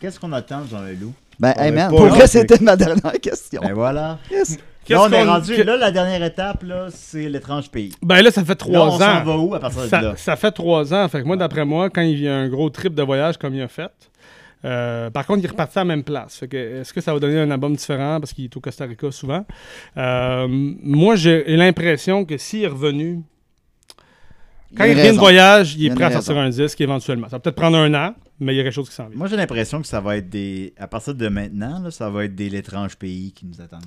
qu'est-ce qu'on attend, Jean Leloup?
Ben,
On
hey
est
man,
pas
pour
là,
vrai,
mais-
c'était ma dernière question.
Ben voilà.
Yes.
Qu'est-ce
Là, on est
qu'on-
rendu.
que-
Là, la dernière étape, là, c'est l'étrange pays.
Ben là, ça fait
Là, on
trois
s'en
ans.
va où à partir de là?
Ça, ça fait trois ans. Fait que moi, d'après moi, quand il y a un gros trip de voyage comme il a fait, euh, par contre, il repartit à la même place. Fait que, est-ce que ça va donner un album différent parce qu'il est au Costa Rica souvent? Euh, moi, j'ai l'impression que s'il est revenu, quand
Il
il,
a
revient de
raison.
voyage, il
Il
est
a
prêt à
raison.
sortir un disque éventuellement. Ça va peut-être prendre un an, mais il y a quelque chose qui s'en vient.
Moi, j'ai l'impression que ça va être des. À partir de maintenant, là, ça va être des l'étrange pays qui nous attendent.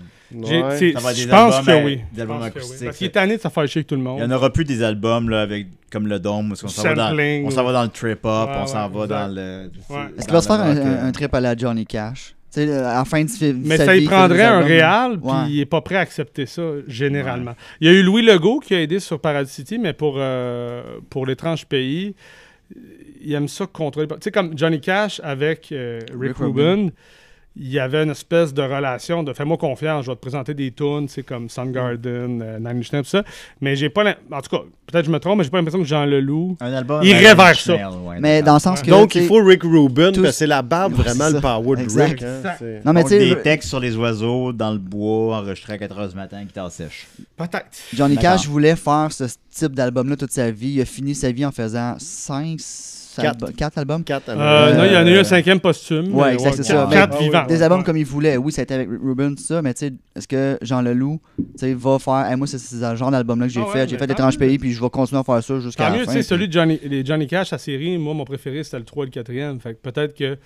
J'ai-
Ouais.
c'est-
Ça va être
je
des
pense
albums,
que
euh,
oui.
des albums
Je pense que oui.
acoustiques,
Parce qu'il
ça.
est tanné de se faire chier avec tout le
Il
monde.
n'y en aura plus des albums là, avec comme le Dôme, où on s'en va dans,
Sampling,
on s'en va dans le trip-up,
Ouais,
on s'en
ouais,
va
exact.
dans le.
Ouais.
dans
Est-ce qu'il va se
le
faire un,
rock, euh,
un- un trip à la Johnny Cash? Tu sais, euh, à la fin de fi-
Mais
sa
ça
vie,
y
il fait des
prendrait un
albums. hein.
réal, puis
Ouais.
il est pas prêt à accepter ça, généralement. Il y a eu Louis Legault qui a aidé sur Paradise City, mais pour, euh, pour l'étrange pays, il aime ça contrôler. Tu sais, comme Johnny Cash avec euh, Rick,
Rick
Rubin,
Rubin.
il y avait une espèce de relation de fais-moi confiance, je vais te présenter des tunes, c'est comme Soundgarden, euh, Nine Inch Nails, tout ça. Mais j'ai pas l'im- En tout cas, peut-être que je me trompe, mais j'ai pas l'impression que Jean Leloup.
Un album.
Il
avec
révère
Chanel, Ben, ouais,
Mais dans le sens
Ouais.
que.
Donc,
tu
il
sais,
faut Rick Rubin,
tous-
parce que c'est la barbe,
Ouais,
vraiment
c'est
le
ça.
power de
Exact.
Rick. hein, c'est-
Non, mais
Donc,
tu sais,
des
je-
textes sur les oiseaux dans le bois enregistrés à 4 h du matin, guitare sèche.
Peut-être.
Johnny
D'accord.
Cash voulait faire ce type d'album-là toute sa vie. Il a fini sa vie en faisant 5,
Quatre.
4 albums.
Quatre
Euh,
albums.
non, il y en a eu
Euh,
un cinquième posthume.
ouais,
euh,
exact, c'est ça.
Quatre, quatre
Ah oui.
vivants.
Des
Ouais.
albums comme il voulait. Oui, ça a été avec Rick Rubin, tout ça. Mais tu sais, est-ce que Jean Leloup tu sais, va faire. Hey, moi, c'est c'est ce genre d'album-là que j'ai
Ah ouais,
fait. J'ai
mais
fait
tant
Étrange
mieux.
Pays, puis je vais continuer à faire ça jusqu'à
Tant
la
mieux,
fin.
tu sais, celui
puis-
de Johnny, les Johnny Cash, la série, moi, mon préféré, c'était le 3 et le 4e. Fait que peut-être que, tu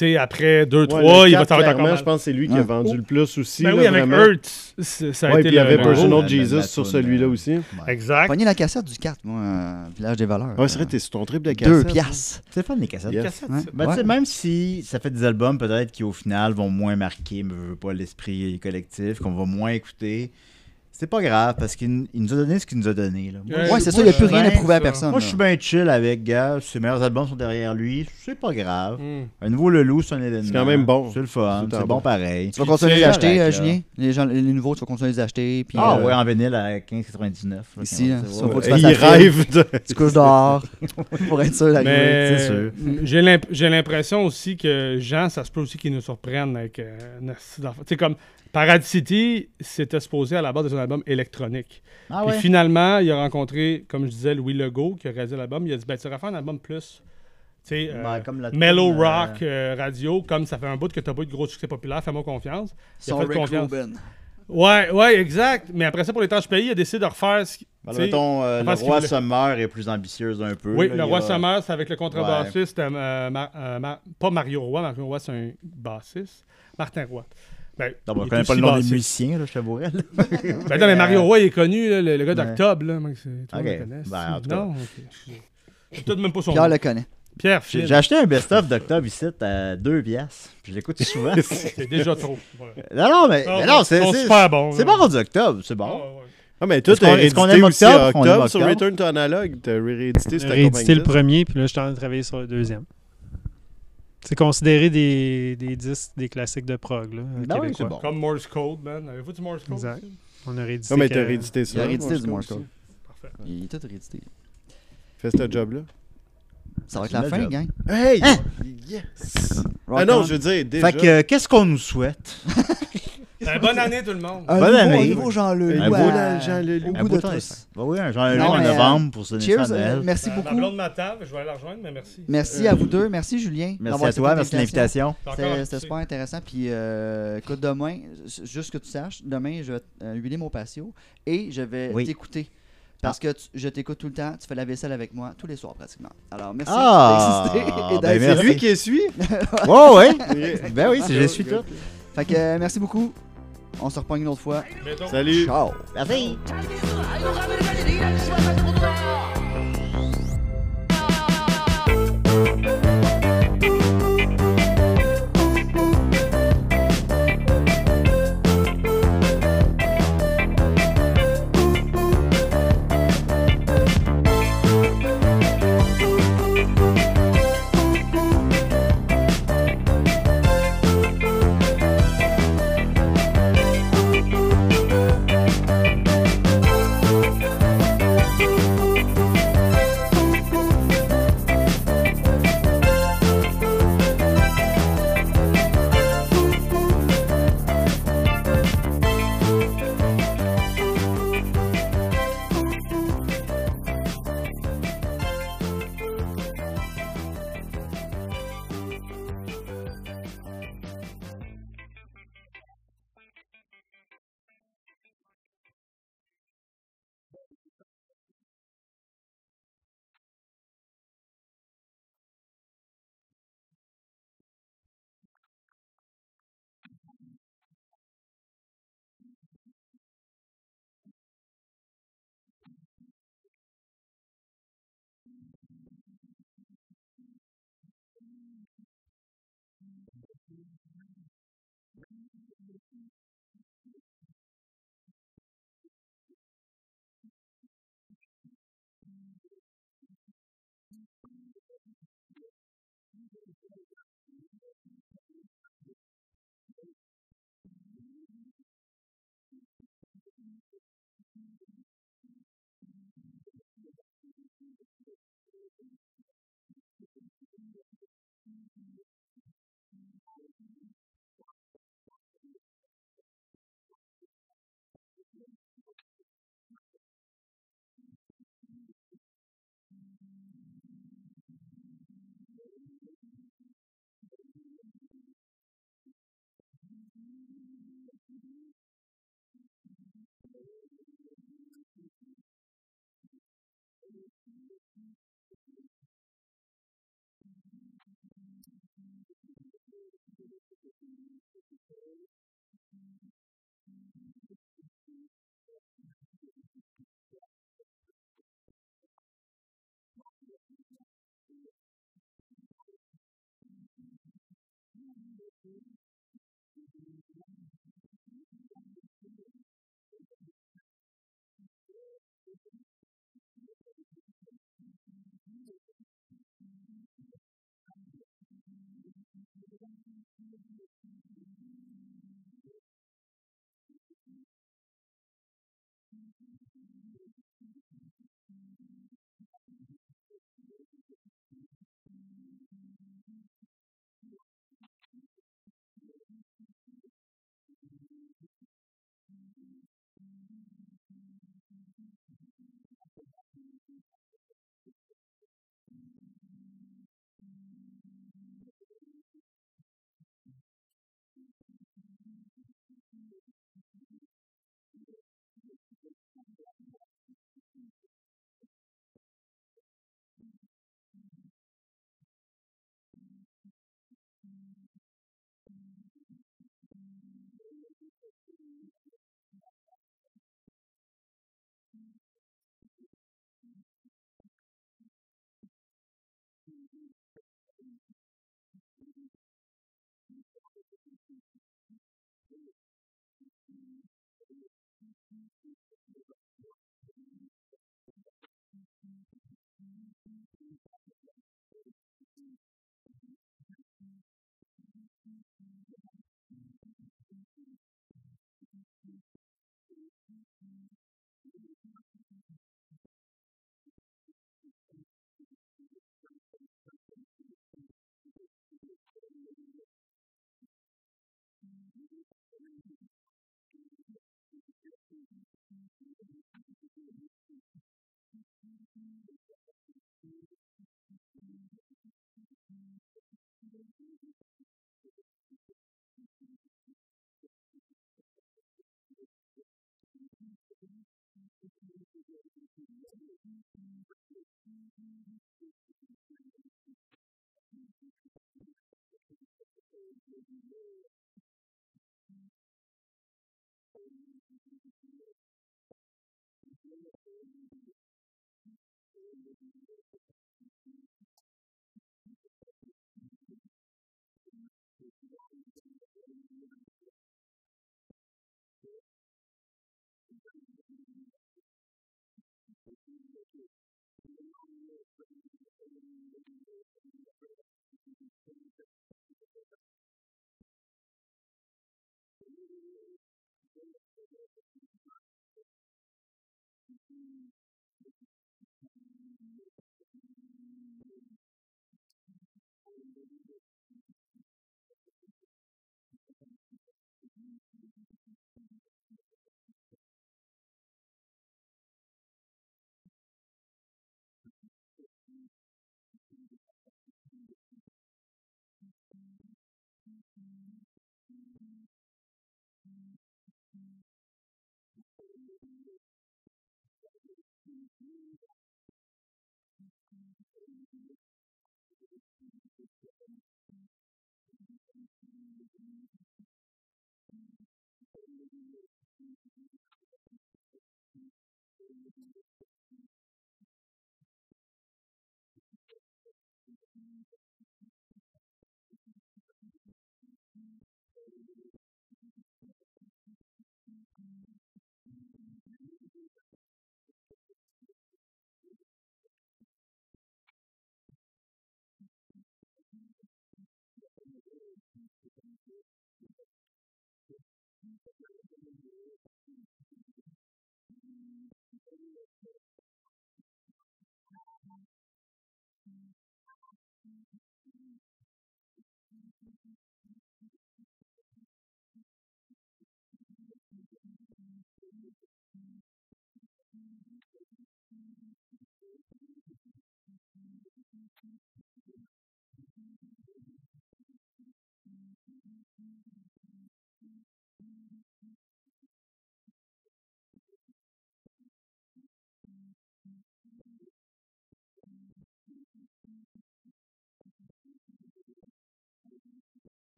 sais, après 2, 3,
Ouais, le
il va
quatre,
s'en être
clairement,
encore mal.
je pense que c'est lui qui a
Ouais.
vendu le plus aussi.
Ben
là,
oui, avec
vraiment.
Earth, c'est- ça a
Ouais,
été
puis il y avait
le-
Personal
La- la-
Jesus
la
sur
toune,
celui-là
euh,
aussi.
Exact.
Pogné la cassette du 4, moi, euh, Village des valeurs.
Ouais, c'est vrai, t'es sur ton trip de cassette.
2
hein.
piastres.
C'est le fun, les cassettes.
Yes.
Cassette,
Ouais.
ça.
Ben, tu sais,
Ouais.
Même si ça fait des albums peut-être qui au final vont moins marquer, mais je veux pas l'esprit collectif, qu'on va moins écouter, c'est pas grave parce qu'il n- il nous a donné ce qu'il nous a donné. Là. Moi,
Ouais,
je-
Ouais, c'est ça,
moi,
il n'y a
je
plus
suis
rien à
bien-
prouver à
ça.
personne.
Moi, je suis
là.
bien chill avec, gars, ses meilleurs albums sont derrière lui, c'est pas grave.
Hmm.
Un nouveau Leloup, c'est un événement.
C'est quand même bon.
C'est le fun,
C'est
c'est
un
bon,
bon.
pareil.
Tu vas continuer à les
Correct,
acheter,
là.
euh, Julien les, gens- les nouveaux, tu vas continuer à les acheter. Puis,
Ah
euh,
ouais, en vinyle à 15,99. là,
Ici,
quand
hein,
même,
ça, faut que
ouais.
tu
Et
fasses
Il
la file.
rêve de.
Tu couches dehors pour être sûr d'arriver.
Mais
c'est sûr.
j'ai l'imp- j'ai l'impression aussi que Jean, ça se peut aussi qu'il nous surprenne avec euh, une astuce d'enfant. Tu sais, comme Paradise City, c'était supposé à la base de son album électronique.
Ah
Puis
ouais.
finalement, il a rencontré, comme je disais, Louis Legault, qui a réalisé l'album. Il a dit ben, Tu vas faire un album plus. Tu sais, euh,
Ben, comme la tune,
Mellow
euh,
Rock euh, Radio, comme ça fait un bout que t'as pas eu de gros succès populaire, fais-moi confiance. Il a
Sans
fait
Rick
confiance.
Rubin.
Ouais, ouais, exact. Mais après ça, pour les tâches payées, il a décidé de refaire. ce qui-
Ben,
tu sais,
mettons, euh,
je
le
pense qu'il
roi
voulait-
Summer est plus ambitieuse un peu.
oui,
là,
le
il
Roi
a-
Summer, c'est avec le contrebassiste, euh, euh, Mar- euh, Mar- pas Mario Roy, Mario Roy, c'est un bassiste, Martin Roy. Ben,
Non, ben,
il
on
est
connaît pas
aussi
le nom des
bassiste.
musiciens, là, je t'avouerais. là.
Ben non, mais Mario Roy il est connu, là, le, le gars
Ouais.
d'Octobre. là, mec, c'est- tout le monde
Ok.
le connaît,
Ben,
c'est-
en tout cas.
Non, ok. Je suis peut-être même pas son
Pierre
nom.
le connaît.
Pierre,
J'ai
Finn,
j'ai acheté un best-of d'octobre ici à 2 piastres. puis Je l'écoute souvent.
c'est déjà trop. Ouais.
non, non, mais, mais non,
Ah,
c'est
Ils sont
c'est-
super bons, là.
C'est bon rendu octobre, c'est
Ah,
bon.
ouais, ouais.
Ah, mais toi,
Est-ce qu'on-
t'as
est-ce qu'on
réédité
aime
aussi à
Octobre? On aime
octobre sur
Octobre?
Return to Analog. T'as réédité
J'ai
cette
réédité le
compagnie-là.
premier, puis là, je suis en train de travailler sur le deuxième. C'est considéré des, des disques, des classiques de prog, là,
Ben
euh,
oui, c'est
québécois.
bon.
Comme Morse Code, man. Avez-vous du Morse Code?
Exact.
ça?
On a réédité.
Non, mais t'as
que-
réédité ça.
Il a réédité
Morse
du Morse
aussi.
Code.
Parfait.
Il est tout réédité.
Fais ce job-là.
Ça va être la
C'est
fin,
la
gang.
Hey!
Hein?
Yes!
Rock
ah non,
on.
je veux dire, déjà.
Fait que, euh, qu'est-ce qu'on nous souhaite?
Ben, bonne année, tout le monde.
Un
Bonne
nouveau,
année.
Un nouveau Jean Leloup. euh,
Un beau
à-
Jean Leloup.
Au
Un
bout
beau
de
temps.
tous.
Ben oui, un genre de
Non,
en
mais, euh,
novembre pour ce
Cheers.
naissance à
euh,
Noël.
Merci beaucoup.
Bah, ma table, je vais aller la rejoindre, mais merci.
Merci à vous deux. Merci, Julien.
Merci
d'avoir
à toi,
accepté
merci de l'invitation.
C'était c'était super intéressant. Puis, euh, écoute, demain, j- juste que tu saches, demain, je vais euh, huiler mon patio et je vais
Oui.
t'écouter. Parce que tu- je t'écoute tout le temps, tu fais la vaisselle avec moi tous les soirs pratiquement. Alors, merci
Ah,
d'exister et
ben
d'être
merci.
là.
Lui qui essuie?
Oh, ouais! ben oui, c'est je suis
Ah,
tout.
Fait que, euh, merci beaucoup. On se reprend une autre fois.
Salut!
Ciao.
Merci!